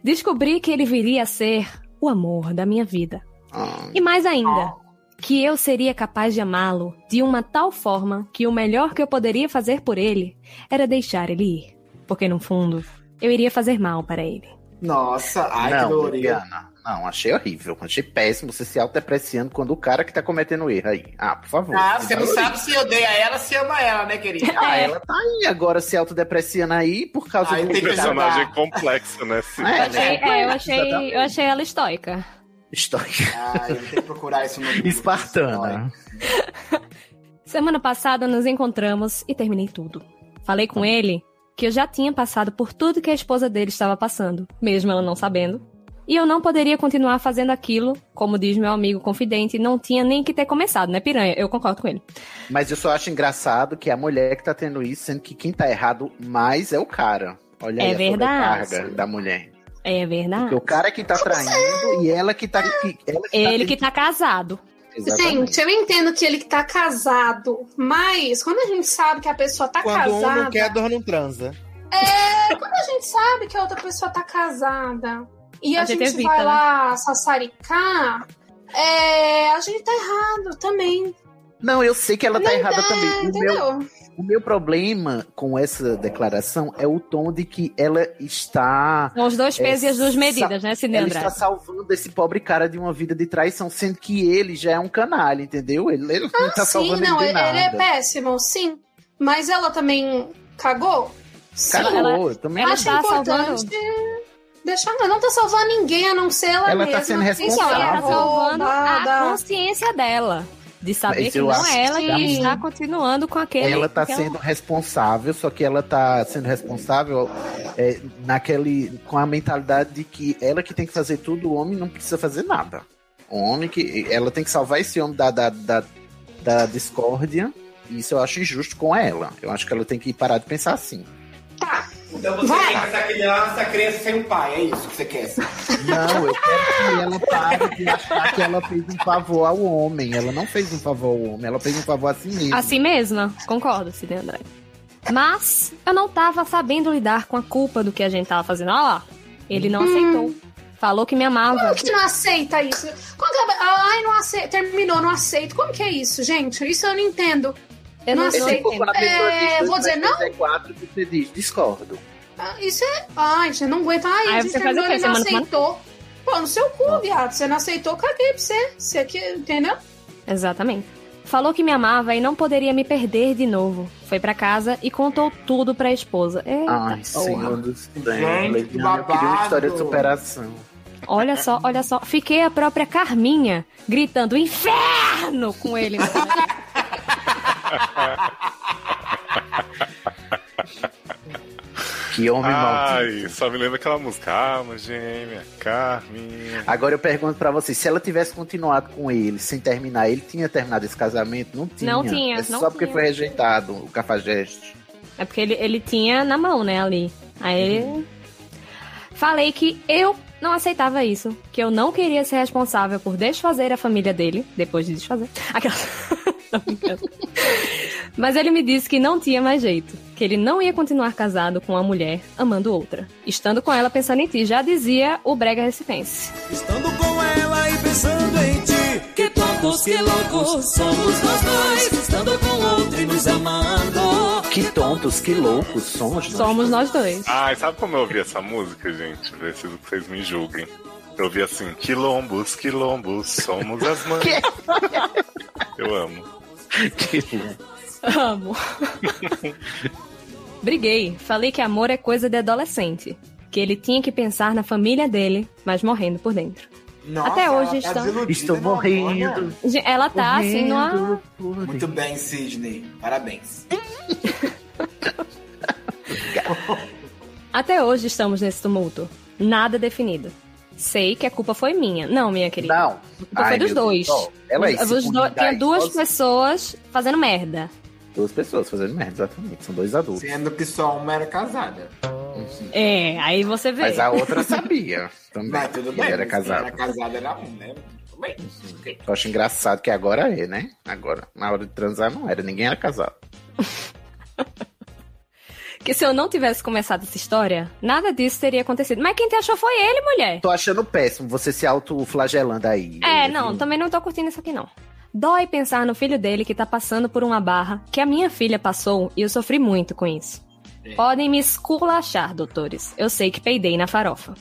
[SPEAKER 2] Descobri que ele viria a ser o amor da minha vida.
[SPEAKER 3] Ah,
[SPEAKER 2] E mais ainda, que eu seria capaz de amá-lo de uma tal forma que o melhor que eu poderia fazer por ele era deixar ele ir. Porque no fundo, eu iria fazer mal para ele.
[SPEAKER 6] Nossa, ai que
[SPEAKER 3] não,
[SPEAKER 6] doido.
[SPEAKER 3] Leviana, não, achei horrível. Achei péssimo você se autodepreciando quando o cara que tá cometendo erro aí. Ah, por favor.
[SPEAKER 6] Ah, você não
[SPEAKER 3] valoriza.
[SPEAKER 6] sabe se odeia ela, se ama ela, né,
[SPEAKER 3] [laughs]
[SPEAKER 6] querida?
[SPEAKER 3] Ah,
[SPEAKER 2] É.
[SPEAKER 3] ela tá aí agora se autodepreciando aí por causa
[SPEAKER 6] Aí
[SPEAKER 3] do
[SPEAKER 6] tem
[SPEAKER 1] Um
[SPEAKER 3] cara.
[SPEAKER 6] que
[SPEAKER 1] personagem complexo, né? Sim.
[SPEAKER 3] É,
[SPEAKER 2] Achei-
[SPEAKER 3] né?
[SPEAKER 2] é, eu, achei,
[SPEAKER 3] Exatamente.
[SPEAKER 2] eu achei ela estoica.
[SPEAKER 3] História
[SPEAKER 6] Ai, ah, eu tenho que procurar isso no Google.
[SPEAKER 3] espartana.
[SPEAKER 2] Semana passada nos encontramos e terminei tudo. Falei com ele que eu já tinha passado por tudo que a esposa dele estava passando, mesmo ela não sabendo. E eu não poderia continuar fazendo aquilo, como diz meu amigo confidente, não tinha nem que ter começado, né, piranha? Eu concordo com ele.
[SPEAKER 3] Mas eu só acho engraçado que é a mulher que tá tendo isso, sendo que quem tá errado mais é o cara. Olha
[SPEAKER 2] É
[SPEAKER 3] aí a
[SPEAKER 2] verdade.
[SPEAKER 3] sobrecarga da mulher.
[SPEAKER 2] É verdade.
[SPEAKER 3] Porque o cara que tá traindo e ela que tá. Que, ela que
[SPEAKER 2] Ele
[SPEAKER 3] tá
[SPEAKER 2] que tá casado.
[SPEAKER 3] Exatamente.
[SPEAKER 8] Gente, eu entendo que ele que tá casado, mas quando a gente sabe que a pessoa tá
[SPEAKER 7] Quando um
[SPEAKER 8] casada, é,
[SPEAKER 7] não quer, dois não transa.
[SPEAKER 8] quando a gente sabe que a outra pessoa tá casada e a,
[SPEAKER 2] A gente
[SPEAKER 8] gente,
[SPEAKER 2] evita,
[SPEAKER 8] vai
[SPEAKER 2] né?
[SPEAKER 8] lá sassaricar, é, a gente tá errado também. É,
[SPEAKER 3] Não, eu sei que ela tá errada também. O meu,
[SPEAKER 8] Entendeu?
[SPEAKER 3] o meu problema com essa declaração é o tom de que ela está.
[SPEAKER 2] São os dois pesos e as duas
[SPEAKER 3] Essa-
[SPEAKER 2] medidas, né, Cine
[SPEAKER 3] Ela está
[SPEAKER 2] Andrade?
[SPEAKER 3] salvando esse pobre cara de uma vida de traição, sendo que ele já é um canalha, entendeu? Ele, ele não tá
[SPEAKER 8] Ah, Sim,
[SPEAKER 3] salvando
[SPEAKER 8] não,
[SPEAKER 3] ele de
[SPEAKER 8] ele,
[SPEAKER 3] nada.
[SPEAKER 8] ele é péssimo, sim. Mas ela também cagou? Sim.
[SPEAKER 3] Cagou,
[SPEAKER 2] Ela-
[SPEAKER 3] eu também
[SPEAKER 2] ela
[SPEAKER 3] acho.
[SPEAKER 8] Acho
[SPEAKER 2] tá
[SPEAKER 8] importante deixar. Ela não tá salvando ninguém, a não ser ela,
[SPEAKER 3] Ela tá
[SPEAKER 8] mesma.
[SPEAKER 3] sendo
[SPEAKER 2] Então, ela tá
[SPEAKER 3] responsável.
[SPEAKER 2] salvando a
[SPEAKER 8] Roubada.
[SPEAKER 2] consciência dela. De saber
[SPEAKER 3] Mas
[SPEAKER 2] que
[SPEAKER 3] eu
[SPEAKER 2] não
[SPEAKER 3] acho
[SPEAKER 2] é ela que
[SPEAKER 8] que-
[SPEAKER 2] está continuando com aquele.
[SPEAKER 3] Ela tá
[SPEAKER 2] com aquela-
[SPEAKER 3] sendo responsável, só que ela tá sendo responsável é, naquele com a mentalidade de que ela que tem que fazer tudo, o homem não precisa fazer nada. O homem que ela tem que salvar esse homem da da, da, da discórdia. e Isso eu acho injusto com ela. Eu acho que ela tem que parar de pensar assim.
[SPEAKER 6] Então você
[SPEAKER 8] Vai.
[SPEAKER 6] quer que essa criança cresça sem um pai, é isso que você quer.
[SPEAKER 3] Não, eu quero que ela pare de achar que ela fez um favor ao homem. Ela não fez um favor ao homem, ela fez um favor a si mesma.
[SPEAKER 2] Assim mesma, concordo, Cine Andrade. Mas eu não tava sabendo lidar com a culpa do que a gente tava fazendo. Olha lá, ele não aceitou. Falou que me amava.
[SPEAKER 8] Como que não aceita isso? Como que a... Ai, não aceito. Terminou, não aceito. Como que é isso, gente? Isso eu não entendo.
[SPEAKER 2] Eu não,
[SPEAKER 8] Nossa,
[SPEAKER 2] sei.
[SPEAKER 8] tipo,
[SPEAKER 2] quem-
[SPEAKER 3] quando a pessoa
[SPEAKER 8] É,
[SPEAKER 3] diz
[SPEAKER 8] vou dizer não?
[SPEAKER 3] 234, você diz, discordo.
[SPEAKER 8] Ah, Isso é. Ai, você não aguenta.
[SPEAKER 2] Aí
[SPEAKER 8] Ai, a
[SPEAKER 2] Ah, você
[SPEAKER 8] gente
[SPEAKER 2] faz o
[SPEAKER 8] terminou,
[SPEAKER 2] quê?
[SPEAKER 8] ele
[SPEAKER 2] Você
[SPEAKER 8] não
[SPEAKER 2] manda tomar no
[SPEAKER 8] aceitou. Pô, no seu cu, viado. Você não aceitou, caguei pra você. Você que. Entendeu?
[SPEAKER 2] Exatamente. Falou que me amava e não poderia me perder de novo. Foi pra casa e contou tudo pra esposa. É, Eita,
[SPEAKER 3] Ai, senhor do céu.
[SPEAKER 6] Gente, que
[SPEAKER 3] Leviana, eu queria uma história de
[SPEAKER 6] babado.
[SPEAKER 3] superação.
[SPEAKER 2] Olha só, olha só. Fiquei a própria Carminha gritando inferno com ele.
[SPEAKER 3] Que homem maldito.
[SPEAKER 1] Ai, só me lembra aquela música. Alma gêmea, Carminha.
[SPEAKER 3] Agora eu pergunto pra vocês, se ela tivesse continuado com ele sem terminar, ele tinha terminado esse casamento? Não tinha.
[SPEAKER 2] Não tinha,
[SPEAKER 3] É
[SPEAKER 2] não
[SPEAKER 3] só porque
[SPEAKER 2] tinha.
[SPEAKER 3] foi rejeitado o cafajeste.
[SPEAKER 2] É porque ele, ele tinha na mão, né, ali. Aí. Falei que eu não aceitava isso. Que eu não queria ser responsável por desfazer a família dele. Depois de desfazer. [laughs] Aquela. Tô brincando. Mas ele me disse que não tinha mais jeito. Que ele não ia continuar casado com uma mulher amando outra. Estando com ela pensando em ti, já dizia o Brega Recipense.
[SPEAKER 9] Estando com ela e pensando em ti. Que tontos, que loucos somos nós dois. Estando com outro e nos amando.
[SPEAKER 3] Que tontos, que loucos
[SPEAKER 6] né?
[SPEAKER 3] somos nós.
[SPEAKER 2] Somos nós dois.
[SPEAKER 1] Ai, sabe como eu ouvi essa música, gente? Preciso que vocês me julguem. Eu ouvi assim, quilombos, quilombos, somos as mães. Eu amo.
[SPEAKER 2] Amo. [laughs] Briguei. Falei que amor é coisa de adolescente. Que ele tinha que pensar na família dele, mas morrendo por dentro.
[SPEAKER 6] Nossa,
[SPEAKER 2] Até hoje
[SPEAKER 6] ela tá
[SPEAKER 2] estão-
[SPEAKER 6] desiludida,
[SPEAKER 3] Estou
[SPEAKER 6] meu amor,
[SPEAKER 3] morrendo.
[SPEAKER 2] Ge- Ela tá assim numa.
[SPEAKER 3] morrendo por
[SPEAKER 6] Muito bem, Sidney. Parabéns.
[SPEAKER 2] Até hoje estamos nesse tumulto. Nada definido. Sei que a culpa foi minha. Não, minha querida.
[SPEAKER 3] Não.
[SPEAKER 2] Então foi dos
[SPEAKER 3] meu
[SPEAKER 2] dois.
[SPEAKER 3] Deus, ó, Ela é
[SPEAKER 2] Os- os dois- Tinha duas
[SPEAKER 3] pessoas.
[SPEAKER 2] pessoas fazendo merda.
[SPEAKER 3] Duas pessoas fazendo merda, exatamente. São dois adultos.
[SPEAKER 6] Sendo que só uma era casada.
[SPEAKER 2] É, aí você vê.
[SPEAKER 3] Mas
[SPEAKER 2] [laughs]
[SPEAKER 3] a outra sabia também.
[SPEAKER 6] Mas tudo bem.
[SPEAKER 3] E era
[SPEAKER 6] mas
[SPEAKER 3] casada.
[SPEAKER 6] Era casada, era um, né? Tudo bem. ok.
[SPEAKER 3] Eu acho engraçado que agora é, né? Agora, na hora de transar, não era. Ninguém era casado.
[SPEAKER 2] Que se eu não tivesse começado essa história, nada disso teria acontecido. Mas quem te achou foi ele, mulher.
[SPEAKER 3] Tô achando péssimo você se autoflagelando aí.
[SPEAKER 2] É, não, também não tô curtindo isso aqui, não. Dói pensar no filho dele que tá passando por uma barra que a minha filha passou e eu sofri muito com isso.
[SPEAKER 3] É.
[SPEAKER 2] Podem me esculachar, doutores. Eu sei que peidei na farofa.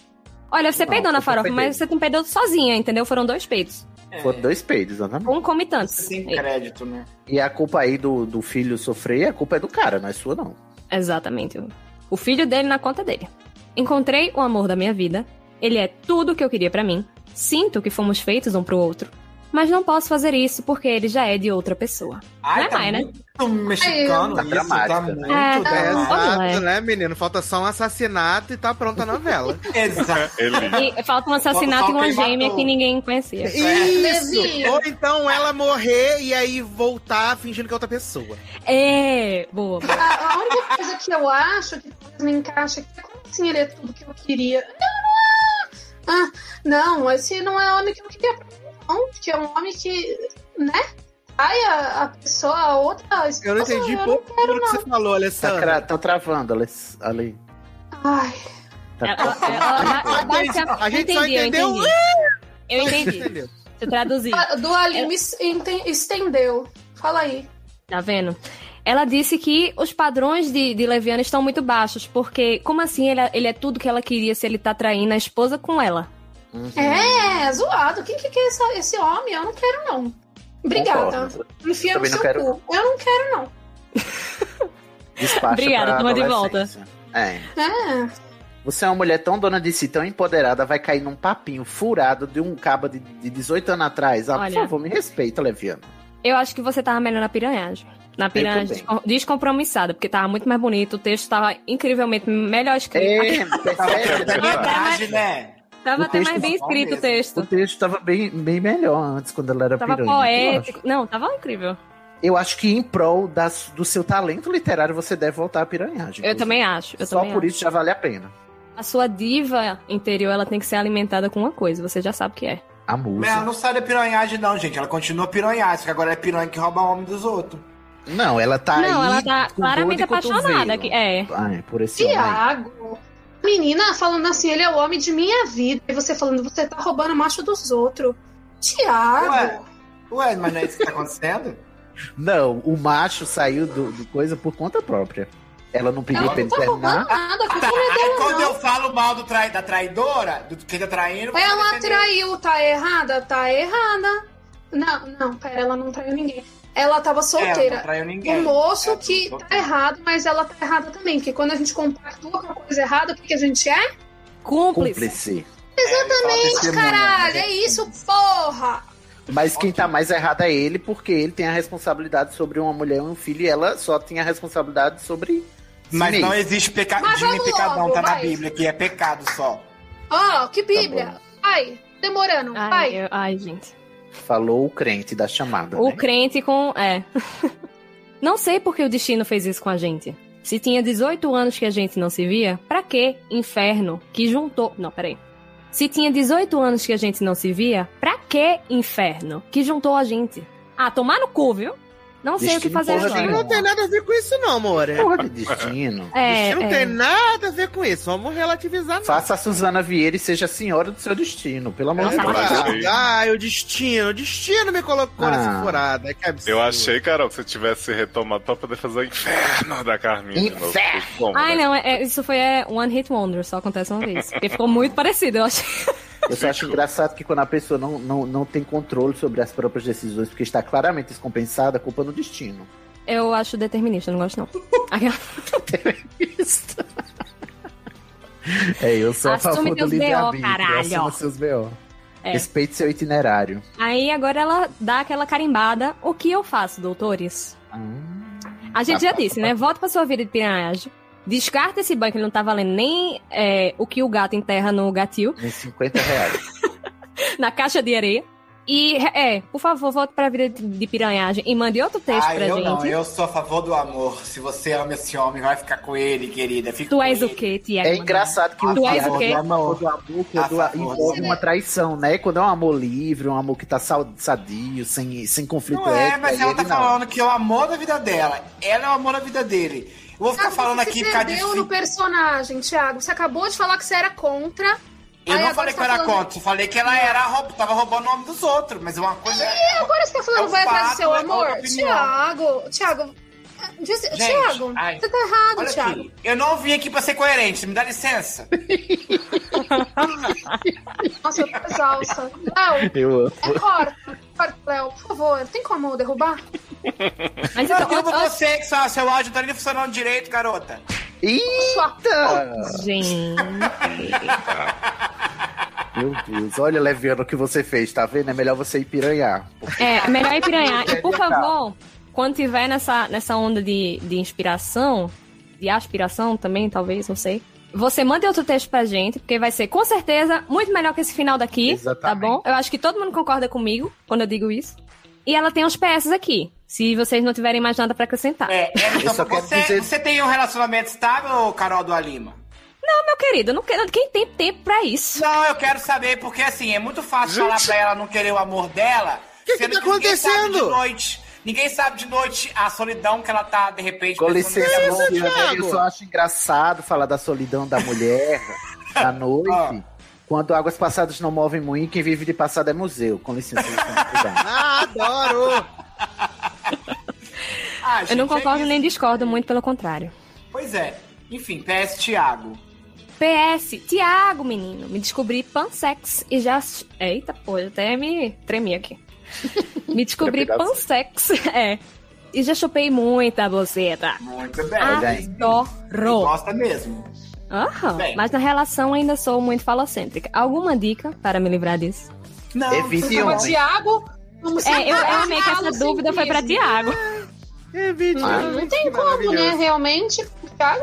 [SPEAKER 2] Olha, você
[SPEAKER 3] Não,
[SPEAKER 2] peidou na
[SPEAKER 3] você
[SPEAKER 2] farofa,
[SPEAKER 3] peidei.
[SPEAKER 2] mas você não peidou sozinha, entendeu? Foram dois Um peitos.
[SPEAKER 3] Foram dois peidos, exatamente.
[SPEAKER 2] Concomitantes.
[SPEAKER 6] É. Sem crédito, né?
[SPEAKER 3] E a culpa aí do, do filho sofrer, a culpa é do cara, não é sua, não.
[SPEAKER 2] Exatamente. O filho dele na conta dele. Encontrei o amor da minha vida. Ele é tudo o que eu queria pra mim. Sinto que fomos feitos um pro outro. Mas não posso fazer isso porque ele já é de outra pessoa.
[SPEAKER 6] Ai,
[SPEAKER 2] Não é
[SPEAKER 6] tá
[SPEAKER 2] mais, né?
[SPEAKER 6] muito mexicano
[SPEAKER 3] Tá
[SPEAKER 6] isso,
[SPEAKER 3] dramática,
[SPEAKER 6] tá
[SPEAKER 3] né?
[SPEAKER 6] muito
[SPEAKER 2] É, tá
[SPEAKER 6] dramático.
[SPEAKER 2] Olha.
[SPEAKER 7] Exato, né, menino? Falta só um assassinato e tá pronta a
[SPEAKER 8] [laughs]
[SPEAKER 7] novela.
[SPEAKER 6] Exato.
[SPEAKER 1] Ele.
[SPEAKER 2] E falta um assassinato e
[SPEAKER 6] Falta
[SPEAKER 2] uma
[SPEAKER 6] quem
[SPEAKER 2] gêmea
[SPEAKER 6] matou.
[SPEAKER 2] que ninguém conhecia.
[SPEAKER 7] Isso!
[SPEAKER 8] Levinho.
[SPEAKER 7] Ou então ela morrer e aí voltar fingindo que é outra pessoa.
[SPEAKER 2] É, boa. boa.
[SPEAKER 8] A, a única coisa que eu acho que não encaixa aqui é como assim ele é tudo que eu queria. Não, não é. Ah, não, esse não é homem que eu queria pra mim, não. Porque é um homem que, né? Ai, a, a pessoa, a outra. Esposa,
[SPEAKER 7] Eu não entendi pouco
[SPEAKER 8] quero,
[SPEAKER 7] do que você falou,
[SPEAKER 3] Tá,
[SPEAKER 7] Alessandra.
[SPEAKER 3] cra- tá travando, Alex. Ale.
[SPEAKER 8] Ai,
[SPEAKER 3] Tá
[SPEAKER 2] Ela- ela- ela- ela- basicamente-
[SPEAKER 7] A gente só
[SPEAKER 2] eu
[SPEAKER 7] entendeu.
[SPEAKER 2] entendi. Eu entendi.
[SPEAKER 7] Entendeu?
[SPEAKER 2] Eu traduzi.
[SPEAKER 8] a Dualim estendeu. Fala aí.
[SPEAKER 2] Tá vendo? Ela disse que os padrões de, de Leviana estão muito baixos, porque como assim ele, é- ele é tudo que ela queria se ele tá traindo a esposa com ela?
[SPEAKER 3] Uhum.
[SPEAKER 8] É, zoado. Quem que quer essa- esse homem? Eu não quero, não. Obrigada.
[SPEAKER 3] Concordo.
[SPEAKER 8] Enfia no
[SPEAKER 3] Também não
[SPEAKER 8] seu
[SPEAKER 3] quero.
[SPEAKER 8] cu. Eu não quero, não.
[SPEAKER 3] Despacha
[SPEAKER 2] Obrigada,
[SPEAKER 3] pra
[SPEAKER 2] toma de
[SPEAKER 3] adolescência. É.
[SPEAKER 8] É.
[SPEAKER 3] Você é uma mulher tão dona de si, tão empoderada, vai cair num papinho furado de um caba de, de 18 anos atrás. Ah,
[SPEAKER 2] Olha.
[SPEAKER 3] por favor, me respeita, Leviano.
[SPEAKER 2] Eu acho que você tava melhor na piranhagem. Na piranhagem
[SPEAKER 3] também.
[SPEAKER 2] descom- descompromissada, porque tava muito mais bonito, o texto tava incrivelmente melhor escrito.
[SPEAKER 3] É,
[SPEAKER 6] [laughs]
[SPEAKER 3] percebe?
[SPEAKER 6] É verdade, né?
[SPEAKER 2] tava
[SPEAKER 3] o
[SPEAKER 2] até
[SPEAKER 3] texto
[SPEAKER 2] mais bem
[SPEAKER 6] tá bom
[SPEAKER 2] escrito o
[SPEAKER 6] mesmo.
[SPEAKER 3] O
[SPEAKER 2] texto.
[SPEAKER 3] texto tava bem, bem melhor antes, quando ela era
[SPEAKER 2] Tava
[SPEAKER 3] piranha.
[SPEAKER 2] poético. Não, tava incrível.
[SPEAKER 3] Eu acho que em prol da su- do seu talento literário, você deve voltar à piranhagem.
[SPEAKER 2] Eu também acho. Eu
[SPEAKER 3] Só
[SPEAKER 2] também
[SPEAKER 3] por
[SPEAKER 2] acho.
[SPEAKER 3] isso já vale a pena.
[SPEAKER 2] A sua diva interior, ela tem que ser alimentada com uma coisa, você já sabe o que é.
[SPEAKER 3] A
[SPEAKER 6] Mas ela
[SPEAKER 3] música.
[SPEAKER 6] não sai da piranhagem, não, gente. Ela continua piranhagem, só que agora é piranha que rouba o homem dos outros.
[SPEAKER 3] Não, ela tá
[SPEAKER 2] não,
[SPEAKER 3] aí
[SPEAKER 2] ela tá
[SPEAKER 3] com
[SPEAKER 2] claramente
[SPEAKER 3] dor de
[SPEAKER 2] apaixonada
[SPEAKER 3] cotovelo.
[SPEAKER 2] aqui. É.
[SPEAKER 3] Ai, por esse homem aí.
[SPEAKER 8] Tiago. Menina falando assim, ele é o homem de minha vida. E você falando, você tá roubando o macho dos outros. Tiago.
[SPEAKER 6] Ué, ué, mas não é isso que tá acontecendo?
[SPEAKER 3] Não, o macho saiu do, do coisa por conta própria. Ela não pediu
[SPEAKER 8] Ela
[SPEAKER 3] pra
[SPEAKER 8] não
[SPEAKER 3] ele
[SPEAKER 8] tá roubando
[SPEAKER 3] terminar.
[SPEAKER 8] nada, a
[SPEAKER 6] Tá,
[SPEAKER 8] culpa não é dela,
[SPEAKER 6] quando
[SPEAKER 8] não.
[SPEAKER 6] eu falo mal do trai, da traidora, do que tá traindo. você
[SPEAKER 8] Ela
[SPEAKER 6] defende-
[SPEAKER 8] traiu, tá errada? Tá errada. Não, não, pera, ela não traiu ninguém. Ela
[SPEAKER 6] É, Ela
[SPEAKER 8] tava
[SPEAKER 6] não
[SPEAKER 8] solteira.
[SPEAKER 6] traiu
[SPEAKER 8] O
[SPEAKER 6] ninguém.
[SPEAKER 8] moço
[SPEAKER 6] Ela
[SPEAKER 8] que
[SPEAKER 6] tava
[SPEAKER 8] tá errado, mas ela tá errada também. Porque quando a gente compactua com a coisa errada, o que, que a gente é?
[SPEAKER 4] Cúmplice.
[SPEAKER 3] Cúmplice.
[SPEAKER 8] Exatamente,
[SPEAKER 6] testemunha,
[SPEAKER 8] caralho.
[SPEAKER 6] né?
[SPEAKER 8] É isso, porra!
[SPEAKER 3] Mas quem tá mais errado é ele, porque ele tem a responsabilidade sobre uma mulher e um filho, e ela só tem a responsabilidade sobre. si
[SPEAKER 6] Mas
[SPEAKER 3] mesma.
[SPEAKER 6] não é existe peca...
[SPEAKER 8] Mas
[SPEAKER 6] Dime
[SPEAKER 8] vamos
[SPEAKER 6] pecadão,
[SPEAKER 8] logo,
[SPEAKER 6] tá na
[SPEAKER 8] vai.
[SPEAKER 6] Bíblia, que é pecado só.
[SPEAKER 8] Ó, que
[SPEAKER 6] Tá
[SPEAKER 3] tá
[SPEAKER 8] bíblia! Ai, demorando,
[SPEAKER 2] Ai,
[SPEAKER 8] vai.
[SPEAKER 2] eu- ai, gente.
[SPEAKER 3] Falou o crente da chamada.
[SPEAKER 2] O
[SPEAKER 3] né?
[SPEAKER 2] crente com. É. [laughs] não sei por que o destino fez isso com a gente. Se tinha 18 anos que a gente não se via, pra que inferno que juntou. Não, peraí. Se tinha 18 anos que a gente não se via, pra que inferno que juntou a gente? Ah, tomar no cu, viu? Não sei o que
[SPEAKER 3] Destino
[SPEAKER 2] fazer
[SPEAKER 3] porra
[SPEAKER 2] agora.
[SPEAKER 3] nenhuma.
[SPEAKER 7] Não tem nada a ver com isso, não, amor.
[SPEAKER 3] Porra de destino.
[SPEAKER 2] É,
[SPEAKER 7] não
[SPEAKER 2] é.
[SPEAKER 7] tem nada a ver com isso. Vamos relativizar, não.
[SPEAKER 3] Faça a Suzana Vieira e seja a senhora do seu destino, pelo amor de
[SPEAKER 2] Nossa,
[SPEAKER 3] Deus.
[SPEAKER 1] mas-
[SPEAKER 7] Ai, o destino, o destino me colocou
[SPEAKER 3] Ah.
[SPEAKER 7] nessa furada. Que absurdo.
[SPEAKER 1] Eu achei, Carol, que você tivesse retomado pra poder fazer o inferno da Carminha de novo. Foi Bom,
[SPEAKER 2] Ai,
[SPEAKER 1] né?
[SPEAKER 2] não, é- é- isso foi é, One Hit Wonder, só acontece uma vez. Porque ficou muito parecido, eu achei.
[SPEAKER 3] Eu só acho engraçado que quando a pessoa não, não, não tem controle sobre as próprias decisões, porque está claramente descompensada, a culpa é no destino.
[SPEAKER 2] Eu acho determinista, não gosto não. Aquela-
[SPEAKER 3] É, eu sou a
[SPEAKER 2] Assume
[SPEAKER 3] favor do
[SPEAKER 2] teus B.O.,
[SPEAKER 3] livre-arbítrio.
[SPEAKER 2] caralho.
[SPEAKER 3] Assuma seus B.O.
[SPEAKER 2] É.
[SPEAKER 3] Respeite seu itinerário.
[SPEAKER 2] Aí agora ela dá aquela carimbada. O que eu faço, doutores?
[SPEAKER 3] Hum.
[SPEAKER 2] A gente já disse, né? Volta pra sua vida de piranhagem. Descarta esse banco, ele não tá valendo nem é, o que o gato enterra no gatil,
[SPEAKER 3] Em 50 reais.
[SPEAKER 2] na caixa de areia. E, é, por favor, volte pra vida de de piranhagem e mande outro texto
[SPEAKER 6] Ah,
[SPEAKER 2] pra
[SPEAKER 6] eu
[SPEAKER 2] gente.
[SPEAKER 6] não, eu sou a favor do amor. Se você ama esse homem, vai ficar com ele, querida. Fica
[SPEAKER 2] Tu
[SPEAKER 6] com
[SPEAKER 2] és o
[SPEAKER 6] ele.
[SPEAKER 2] quê, Tiago?
[SPEAKER 3] É engraçado que o
[SPEAKER 2] Tu
[SPEAKER 6] A
[SPEAKER 2] és
[SPEAKER 3] diabo
[SPEAKER 2] o
[SPEAKER 6] favor
[SPEAKER 2] quê?
[SPEAKER 6] do
[SPEAKER 3] amor
[SPEAKER 6] amor.
[SPEAKER 3] do amor quando
[SPEAKER 6] A favor.
[SPEAKER 3] envolve uma traição, né? Quando é um amor livre, um amor que tá sa- sadio, sem, sem conflito
[SPEAKER 6] Não é,
[SPEAKER 3] ético,
[SPEAKER 6] mas
[SPEAKER 3] aí
[SPEAKER 6] ela
[SPEAKER 3] ele
[SPEAKER 6] tá
[SPEAKER 3] não.
[SPEAKER 6] falando que é o amor da vida dela. Ela é o amor da vida dele. Eu vou ficar
[SPEAKER 8] Thiago,
[SPEAKER 6] falando
[SPEAKER 8] Ah, você
[SPEAKER 6] aqui
[SPEAKER 8] se
[SPEAKER 6] ficar
[SPEAKER 8] perdeu no personagem, Thiago. Você acabou de falar que você era contra.
[SPEAKER 6] Eu
[SPEAKER 8] Aí
[SPEAKER 6] não
[SPEAKER 8] agora
[SPEAKER 6] falei
[SPEAKER 8] você
[SPEAKER 6] que eu
[SPEAKER 8] tá
[SPEAKER 6] era
[SPEAKER 8] falando-
[SPEAKER 6] contra, eu falei que ela era roupa, tava roubando o nome dos outros, mas uma coisa é.
[SPEAKER 8] E agora você tá falando
[SPEAKER 6] É um
[SPEAKER 8] vai atrás do
[SPEAKER 6] fato,
[SPEAKER 8] seu
[SPEAKER 6] é outra
[SPEAKER 8] amor?
[SPEAKER 6] opinião.
[SPEAKER 8] Tiago, Tiago. diz-
[SPEAKER 6] Gente,
[SPEAKER 8] Tiago,
[SPEAKER 6] ai.
[SPEAKER 8] você tá errado,
[SPEAKER 6] Olha
[SPEAKER 8] Tiago.
[SPEAKER 6] aqui, eu não vim aqui pra ser coerente, me dá licença.
[SPEAKER 8] Nossa, eu tô exausta.
[SPEAKER 6] [laughs]
[SPEAKER 8] Léo,
[SPEAKER 3] Eu
[SPEAKER 8] é corta. Corta, Léo, por favor. Tem como eu derrubar?
[SPEAKER 2] Mas
[SPEAKER 6] [laughs] Eu
[SPEAKER 2] então,
[SPEAKER 6] derrubo
[SPEAKER 2] ó- ó-
[SPEAKER 6] você, que só seu áudio não tá nem funcionando direito, garota.
[SPEAKER 3] Eita!
[SPEAKER 2] Gente.
[SPEAKER 3] Meu Deus, olha, Leviano, o que você fez, tá vendo? É melhor você ir piranhar.
[SPEAKER 2] É, melhor ir piranhar. E por favor, quando tiver nessa, nessa onda de, de inspiração, de aspiração também, talvez, não sei. Você manda outro texto pra gente, porque vai ser com certeza muito melhor que esse final daqui, tá
[SPEAKER 3] Exatamente.
[SPEAKER 2] bom? Eu acho que todo mundo concorda comigo quando eu digo isso. E ela tem uns PS aqui, se vocês não tiverem mais nada pra acrescentar.
[SPEAKER 6] É, é, então,
[SPEAKER 3] só quero
[SPEAKER 6] você,
[SPEAKER 3] dizer-
[SPEAKER 6] você tem um relacionamento estável, Carol do Alima?
[SPEAKER 2] Meu querido, eu não quero, quem tem tempo pra isso?
[SPEAKER 6] Não, eu quero saber, porque assim, é muito fácil
[SPEAKER 1] Gente.
[SPEAKER 6] falar pra ela não querer o amor dela.
[SPEAKER 7] Que que
[SPEAKER 6] sendo
[SPEAKER 7] tá
[SPEAKER 6] ninguém sabe
[SPEAKER 7] acontecendo?
[SPEAKER 6] de noite. Ninguém sabe de noite a solidão que ela tá, de repente.
[SPEAKER 3] Com
[SPEAKER 6] pensando
[SPEAKER 3] licença,
[SPEAKER 6] nela.
[SPEAKER 3] Luciana, eu
[SPEAKER 7] Thiago?
[SPEAKER 3] só acho engraçado falar da solidão da mulher à noite, quando águas passadas não movem moinho, quem vive de passado é museu. Com licença, Luciana, cuidado.
[SPEAKER 7] Ah, adoro!
[SPEAKER 6] Ah,
[SPEAKER 2] Eu
[SPEAKER 6] gente,
[SPEAKER 2] não
[SPEAKER 6] é
[SPEAKER 2] concordo
[SPEAKER 6] isso.
[SPEAKER 2] nem discordo, muito pelo contrário.
[SPEAKER 6] Pois é. Enfim, PS Thiago.
[SPEAKER 2] PS, Tiago, menino, me descobri pansex e já. Eita, pô, eu até me tremi aqui. Me descobri
[SPEAKER 3] Trepidação.
[SPEAKER 2] pansex, [laughs] é. E já chupei muita boceta.
[SPEAKER 6] Muito bem.
[SPEAKER 3] É,
[SPEAKER 2] Ah,
[SPEAKER 3] Olha aí.
[SPEAKER 6] Ele
[SPEAKER 2] Adoro!
[SPEAKER 6] Gosta mesmo.
[SPEAKER 2] Aham,
[SPEAKER 6] Bem.
[SPEAKER 2] mas na relação ainda sou muito falocêntrica. Alguma dica para me livrar disso?
[SPEAKER 6] Não, tá
[SPEAKER 3] Evite
[SPEAKER 8] Você chama
[SPEAKER 3] homem.
[SPEAKER 8] Thiago. Vamos
[SPEAKER 2] É, eu, eu
[SPEAKER 8] separar
[SPEAKER 2] amei que essa
[SPEAKER 8] Carlos
[SPEAKER 2] dúvida foi pra
[SPEAKER 8] Simplício.
[SPEAKER 2] Tiago.
[SPEAKER 7] É vídeo.
[SPEAKER 8] Não, não tem como, né? Realmente, o Thiago.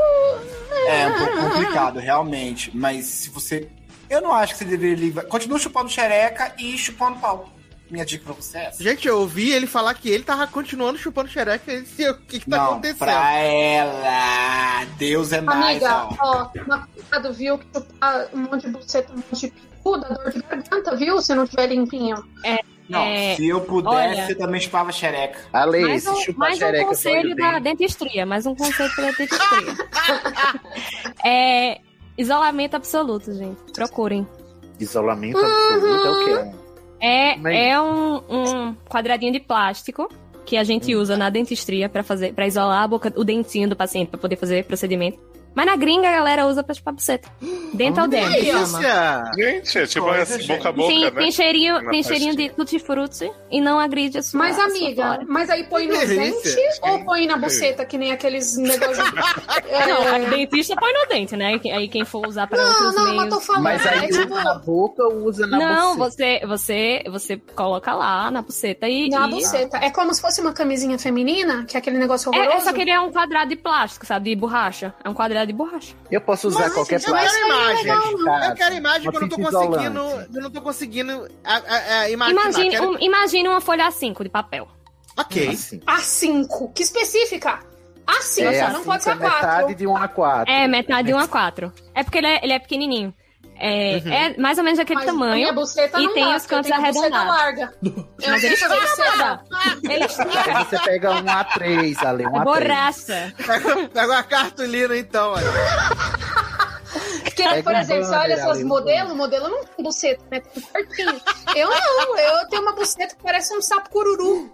[SPEAKER 3] né?
[SPEAKER 6] É um pouco complicado, realmente. Mas se você. Eu não acho que você deveria livrar. Continua chupando xereca e chupando pau. Minha dica pra você é essa.
[SPEAKER 7] Gente, eu ouvi ele falar que ele tava continuando chupando xereca. e disse, O que que tá
[SPEAKER 6] não,
[SPEAKER 7] acontecendo?
[SPEAKER 6] pra ela. Deus é mais.
[SPEAKER 8] Amiga,
[SPEAKER 6] ó.
[SPEAKER 8] ó, mas cuidado, viu? Que chupar um monte de buceta, um monte de picu, dá dor de garganta, viu? Se não tiver limpinho.
[SPEAKER 6] Não,
[SPEAKER 2] É,
[SPEAKER 6] se eu pudesse,
[SPEAKER 2] olha.
[SPEAKER 6] eu também chupava xereca.
[SPEAKER 3] Ale,
[SPEAKER 2] Mais
[SPEAKER 3] se
[SPEAKER 2] um,
[SPEAKER 3] chupar
[SPEAKER 2] mais um
[SPEAKER 3] xereca foi
[SPEAKER 2] conselho da dentistria, mais um conselho da
[SPEAKER 3] [laughs]
[SPEAKER 2] dentistria. é, isolamento absoluto, gente. Procurem.
[SPEAKER 3] Isolamento absoluto é o quê?
[SPEAKER 2] É,
[SPEAKER 3] Bem.
[SPEAKER 2] é um, um quadradinho de plástico que a gente usa na dentistria pra fazer, para isolar a boca, o dentinho do paciente pra poder fazer procedimento. Mas na gringa a galera usa pra chupar buceta. Dental dam, que chama.
[SPEAKER 7] Delícia!
[SPEAKER 1] Gente, é tipo
[SPEAKER 6] Coisa,
[SPEAKER 1] assim, boca a
[SPEAKER 6] gente.
[SPEAKER 1] boca,
[SPEAKER 2] tem,
[SPEAKER 1] né?
[SPEAKER 2] tem cheirinho,
[SPEAKER 1] Na
[SPEAKER 2] tem cheirinho de tutti-frutti e não agride a sua
[SPEAKER 8] Mas,
[SPEAKER 2] a sua
[SPEAKER 8] amiga,
[SPEAKER 2] flora.
[SPEAKER 8] mas aí põe no
[SPEAKER 7] Que
[SPEAKER 8] dente
[SPEAKER 7] delícia.
[SPEAKER 8] ou põe na buceta, que nem aqueles negócios. É,
[SPEAKER 2] Não, a dentista põe no dente, né? Aí quem for usar pra
[SPEAKER 8] não,
[SPEAKER 2] outros
[SPEAKER 8] não, mas
[SPEAKER 2] meios...
[SPEAKER 8] tô falando.
[SPEAKER 3] Mas
[SPEAKER 8] é
[SPEAKER 3] aí
[SPEAKER 8] tipo.
[SPEAKER 3] usa na boca ou usa na
[SPEAKER 2] Não,
[SPEAKER 3] buceta?
[SPEAKER 2] você, você, você coloca lá na buceta e...
[SPEAKER 8] Na
[SPEAKER 2] e-
[SPEAKER 8] buceta. É como se fosse uma camisinha feminina, que é aquele negócio
[SPEAKER 2] É,
[SPEAKER 8] horroroso.
[SPEAKER 2] é só que ele é um quadrado de plástico, sabe? De borracha. É um quadrado de borracha.
[SPEAKER 3] Eu posso usar
[SPEAKER 7] Mas,
[SPEAKER 3] qualquer
[SPEAKER 7] gente, eu quero
[SPEAKER 3] plástico.
[SPEAKER 7] imagem.
[SPEAKER 8] legal, não.
[SPEAKER 3] cara.
[SPEAKER 7] Eu quero imagem
[SPEAKER 3] Uma
[SPEAKER 7] que eu não tô
[SPEAKER 3] fita
[SPEAKER 7] conseguindo.
[SPEAKER 3] isolante.
[SPEAKER 7] Eu não tô conseguindo a, a, a imaginar.
[SPEAKER 2] Imagine,
[SPEAKER 7] Quero-
[SPEAKER 2] um- imagine uma folha A5 de papel.
[SPEAKER 7] Ok.
[SPEAKER 3] Assim.
[SPEAKER 8] A5. Que específica? A5,
[SPEAKER 3] É,
[SPEAKER 8] não
[SPEAKER 3] assim,
[SPEAKER 8] pode
[SPEAKER 3] que é
[SPEAKER 8] ser
[SPEAKER 3] metade
[SPEAKER 8] 4.
[SPEAKER 3] de um A4.
[SPEAKER 2] É, metade de 1 a 4. É porque ele é, ele é pequenininho. É, é mais ou menos daquele
[SPEAKER 8] A minha
[SPEAKER 2] tamanho.
[SPEAKER 8] buceta
[SPEAKER 2] E
[SPEAKER 8] não
[SPEAKER 2] tem
[SPEAKER 8] dá,
[SPEAKER 2] os
[SPEAKER 8] porque eu
[SPEAKER 2] cantos
[SPEAKER 8] tenho a buceta
[SPEAKER 2] arredondados.
[SPEAKER 3] [laughs]
[SPEAKER 8] larga. Eu
[SPEAKER 2] Mas ele
[SPEAKER 8] tenho a buceta.
[SPEAKER 2] escapa. é Ele escapa.
[SPEAKER 3] Aí você pega um A3 ali, um
[SPEAKER 2] É
[SPEAKER 3] A3.
[SPEAKER 2] borracha.
[SPEAKER 7] Pega, [laughs] pega uma cartolina então, olha.
[SPEAKER 8] Porque,
[SPEAKER 3] Pega
[SPEAKER 8] por
[SPEAKER 3] um
[SPEAKER 8] exemplo, você olha
[SPEAKER 3] banner
[SPEAKER 8] essas
[SPEAKER 3] ali, um
[SPEAKER 8] modelos, o modelo não tem buceta, né? Tem um corpinho. Eu não, eu tenho uma buceta que parece um sapo cururu.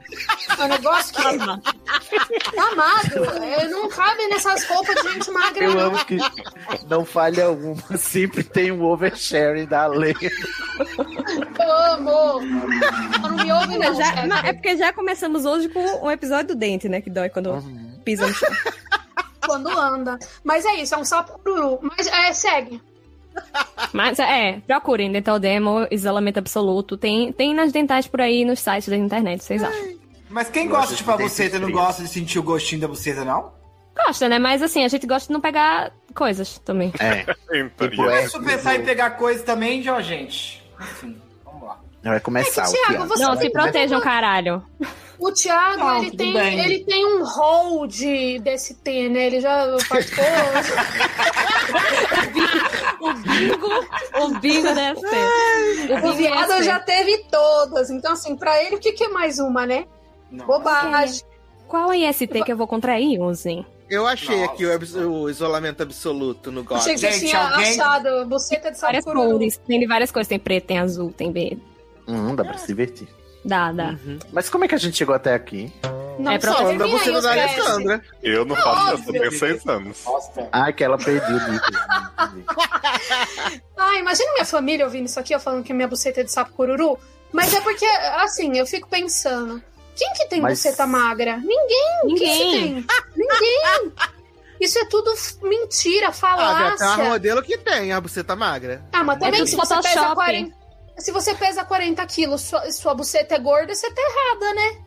[SPEAKER 8] É um negócio que tá magro. Eu não cabe nessas roupas de gente magra.
[SPEAKER 3] Eu
[SPEAKER 8] não.
[SPEAKER 3] amo que não falha uma, sempre tem um oversharing da lei.
[SPEAKER 8] Eu amo. Não me ouve, não.
[SPEAKER 2] Já-
[SPEAKER 8] Zeca.
[SPEAKER 2] não, é porque já começamos hoje com um episódio do dente, né? Que dói quando pisa no chão.
[SPEAKER 8] Quando anda. Mas é isso, é um sapo cururu. Mas é, segue.
[SPEAKER 2] Mas é, procurem Dental Demo, isolamento absoluto. Tem, tem nas dentais por aí, nos sites da internet, vocês acham.
[SPEAKER 6] Mas quem gosta de chupar buceta e não gosta de sentir o gostinho da buceta, não?
[SPEAKER 2] Gosta, né? Mas assim, a gente gosta de não pegar coisas também.
[SPEAKER 3] É,
[SPEAKER 1] Então,
[SPEAKER 3] tipo,
[SPEAKER 1] e-
[SPEAKER 3] é,
[SPEAKER 6] Mas se eu pensar em pegar coisa também, ó, gente. Enfim, vamos lá.
[SPEAKER 3] não vai começar.
[SPEAKER 8] É que, Thiago,
[SPEAKER 3] o
[SPEAKER 8] você-
[SPEAKER 2] Não, se protejam, caralho.
[SPEAKER 8] O Thiago,
[SPEAKER 6] Não,
[SPEAKER 8] ele,
[SPEAKER 6] Tá, tudo
[SPEAKER 8] tem,
[SPEAKER 6] bem.
[SPEAKER 8] ele tem um hold desse T, né? Ele já
[SPEAKER 6] [laughs]
[SPEAKER 8] participou.
[SPEAKER 2] O bingo, [laughs] o bingo deve ser. O
[SPEAKER 8] O
[SPEAKER 2] bingo é assim. deve
[SPEAKER 8] viado
[SPEAKER 2] ser.
[SPEAKER 8] assim, já teve todas. Então, assim, pra ele, o que, que é mais uma, né?
[SPEAKER 6] Não.
[SPEAKER 8] Bobagem.
[SPEAKER 2] Qual é IST que eu vou contrair, Onzinho?
[SPEAKER 7] Eu achei
[SPEAKER 6] Nossa.
[SPEAKER 7] aqui o, abs- o isolamento absoluto no
[SPEAKER 8] Achei que
[SPEAKER 7] GOT.
[SPEAKER 8] você
[SPEAKER 6] Gente,
[SPEAKER 8] tinha
[SPEAKER 6] alguém-
[SPEAKER 8] achado buceta de
[SPEAKER 2] Várias
[SPEAKER 8] sapuru.
[SPEAKER 2] cores. Tem de várias cores. Tem preto, tem azul, tem verde.
[SPEAKER 3] Hum, dá pra se divertir.
[SPEAKER 2] Dá, dá.
[SPEAKER 3] Mas como é que a gente chegou até aqui?
[SPEAKER 8] Não,
[SPEAKER 2] É
[SPEAKER 8] só
[SPEAKER 2] pra-
[SPEAKER 7] Tá Falando da
[SPEAKER 8] teve aí
[SPEAKER 7] buceta
[SPEAKER 8] os
[SPEAKER 7] da
[SPEAKER 8] testes.
[SPEAKER 7] Alessandra.
[SPEAKER 1] Eu não faço isso, eu
[SPEAKER 8] óbvio.
[SPEAKER 1] tenho seis anos.
[SPEAKER 6] Bosta.
[SPEAKER 3] Ah, que ela perdeu o dito.
[SPEAKER 8] Ah, imagina minha família ouvindo isso aqui, eu falando que minha buceta é de sapo cururu. Mas é porque, assim, eu fico pensando. Quem que tem
[SPEAKER 3] Mas-
[SPEAKER 8] buceta magra? Ninguém,
[SPEAKER 3] Uhum.
[SPEAKER 8] Quem que
[SPEAKER 2] Ninguém.
[SPEAKER 8] tem? Ninguém. Isso é tudo f- mentira,
[SPEAKER 7] Ah, tem uma
[SPEAKER 6] tá
[SPEAKER 8] falácia.
[SPEAKER 7] modelo que tem a buceta magra. [laughs]
[SPEAKER 8] Ah, mas também
[SPEAKER 2] É tudo
[SPEAKER 8] se você pesa
[SPEAKER 2] Photoshop.
[SPEAKER 8] 40... Se você pesa 40 quilos sua, sua buceta é gorda, você tá errada, né?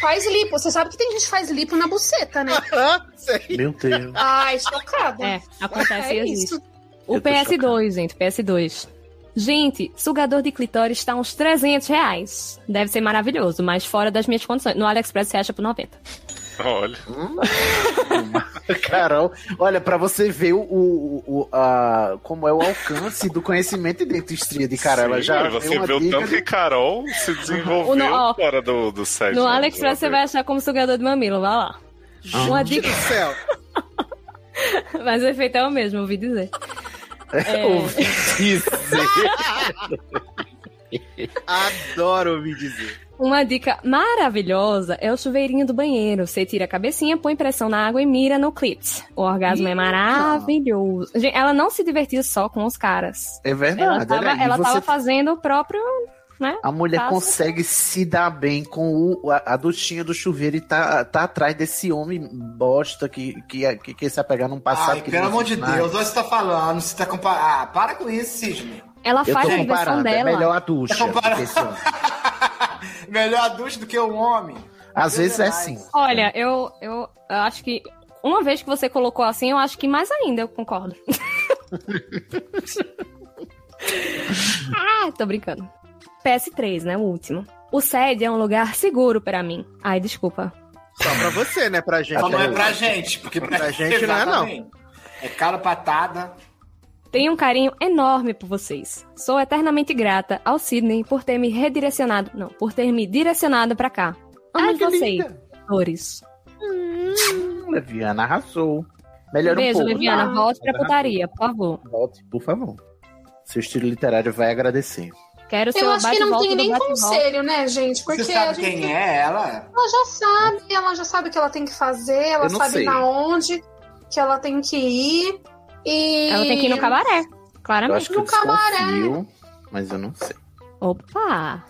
[SPEAKER 8] faz lipo. Você sabe que tem gente que faz lipo na buceta, né?
[SPEAKER 7] Hã?
[SPEAKER 3] [laughs]
[SPEAKER 7] Sei.
[SPEAKER 3] Meu Deus.
[SPEAKER 8] Ai, chocada.
[SPEAKER 2] É, acontece e
[SPEAKER 8] É
[SPEAKER 2] existe.
[SPEAKER 8] isso.
[SPEAKER 2] O
[SPEAKER 3] Eu tô
[SPEAKER 2] PS2, gente, PS2. Gente, sugador de clitóris tá uns 300 reais. Deve ser maravilhoso, mas fora das minhas condições. No AliExpress você acha por 90.
[SPEAKER 1] Olha.
[SPEAKER 3] Carol, olha, pra você ver o, o, o- a- como é o alcance do conhecimento e dentistria de Carol. Ela
[SPEAKER 1] Sim,
[SPEAKER 3] já
[SPEAKER 1] você
[SPEAKER 3] deu uma
[SPEAKER 1] vê o
[SPEAKER 3] dica
[SPEAKER 1] tanto
[SPEAKER 3] de-
[SPEAKER 1] que Carol se desenvolveu
[SPEAKER 2] O no- ó,
[SPEAKER 1] fora do, do set.
[SPEAKER 2] No
[SPEAKER 3] é
[SPEAKER 1] né,
[SPEAKER 2] AliExpress
[SPEAKER 1] de
[SPEAKER 2] você
[SPEAKER 1] uma
[SPEAKER 2] vai achar como sugador de mamilo, vai lá. [laughs] Uma
[SPEAKER 7] Gente
[SPEAKER 2] dica.
[SPEAKER 7] do céu.
[SPEAKER 2] Mas o efeito é o mesmo, ouvi dizer. É.
[SPEAKER 3] Ouvi dizer.
[SPEAKER 7] Adoro ouvir dizer.
[SPEAKER 2] Uma dica maravilhosa é o chuveirinho do banheiro. Você tira a cabecinha, põe pressão na água e mira no clips. O orgasmo é maravilhoso. Gente, ela não se divertiu só com os caras.
[SPEAKER 3] [laughs] É
[SPEAKER 2] Ela,
[SPEAKER 3] verdade.
[SPEAKER 2] tava,
[SPEAKER 3] olha aí,
[SPEAKER 2] ela
[SPEAKER 3] você-
[SPEAKER 2] tava fazendo o próprio.
[SPEAKER 3] A mulher
[SPEAKER 2] Passa.
[SPEAKER 3] consegue
[SPEAKER 2] assim.
[SPEAKER 3] se dar bem com o, a, a duchinha do chuveiro e tá, tá atrás desse homem bosta que, que, que, que se apegar num passado.
[SPEAKER 6] Ai,
[SPEAKER 3] Ah, que é
[SPEAKER 6] pelo
[SPEAKER 3] não
[SPEAKER 6] amor de
[SPEAKER 3] existe mais.
[SPEAKER 6] Deus, olha o que você tá falando. Você tá comparando. Ah, para com isso, Cisne.
[SPEAKER 2] Ela
[SPEAKER 3] Eu
[SPEAKER 2] faz
[SPEAKER 3] tô
[SPEAKER 2] a versão
[SPEAKER 3] comparando,
[SPEAKER 2] dela.
[SPEAKER 3] é melhor a ducha.
[SPEAKER 6] Tá comparando.
[SPEAKER 3] do que esse homem.
[SPEAKER 6] Melhor a ducha do que um homem.
[SPEAKER 3] Às
[SPEAKER 6] Deus
[SPEAKER 3] vezes é
[SPEAKER 6] mais.
[SPEAKER 3] sim.
[SPEAKER 2] Olha, eu, eu acho que. Uma vez que você colocou assim, eu acho que mais ainda, eu
[SPEAKER 3] [laughs]
[SPEAKER 2] concordo. ah, tô brincando. PS3, né? O último. O SED é um lugar seguro para mim. Ai, desculpa.
[SPEAKER 7] Só pra você, né? Pra gente.
[SPEAKER 6] Só não é
[SPEAKER 3] eu.
[SPEAKER 6] pra gente, porque pra, [laughs]
[SPEAKER 7] Pra gente não é, não.
[SPEAKER 6] Exatamente. É cara patada.
[SPEAKER 2] Tenho um carinho enorme por vocês. Sou eternamente grata ao Sidney por ter me redirecionado. Não, por ter me direcionado pra cá. Amo vocês, Dores.
[SPEAKER 3] Leviana arrasou. Melhor
[SPEAKER 2] Beijo,
[SPEAKER 3] um pouco. Ah,
[SPEAKER 2] Leviana.
[SPEAKER 8] Ah,
[SPEAKER 3] tá?
[SPEAKER 2] Volte pra putaria, por favor.
[SPEAKER 3] Volte, por favor. Seu estilo literário vai agradecer.
[SPEAKER 2] Quero ser
[SPEAKER 8] Eu
[SPEAKER 2] o
[SPEAKER 8] acho que
[SPEAKER 2] bate-volta
[SPEAKER 8] não tem
[SPEAKER 2] do
[SPEAKER 8] nem
[SPEAKER 2] bate-volta.
[SPEAKER 8] conselho, né, gente? Porque
[SPEAKER 6] Você
[SPEAKER 8] a
[SPEAKER 6] sabe
[SPEAKER 8] gente
[SPEAKER 6] quem é ela?
[SPEAKER 8] Ela já sabe, ela já sabe o que ela tem que fazer, ela
[SPEAKER 3] Eu não
[SPEAKER 8] sabe
[SPEAKER 3] sei.
[SPEAKER 8] na onde que ela tem que ir. E
[SPEAKER 2] Ela tem que ir no cabaré,
[SPEAKER 3] Eu
[SPEAKER 2] claramente.
[SPEAKER 3] acho que eu
[SPEAKER 8] no cabaré.
[SPEAKER 3] desconfio, mas eu não sei.
[SPEAKER 2] Opa!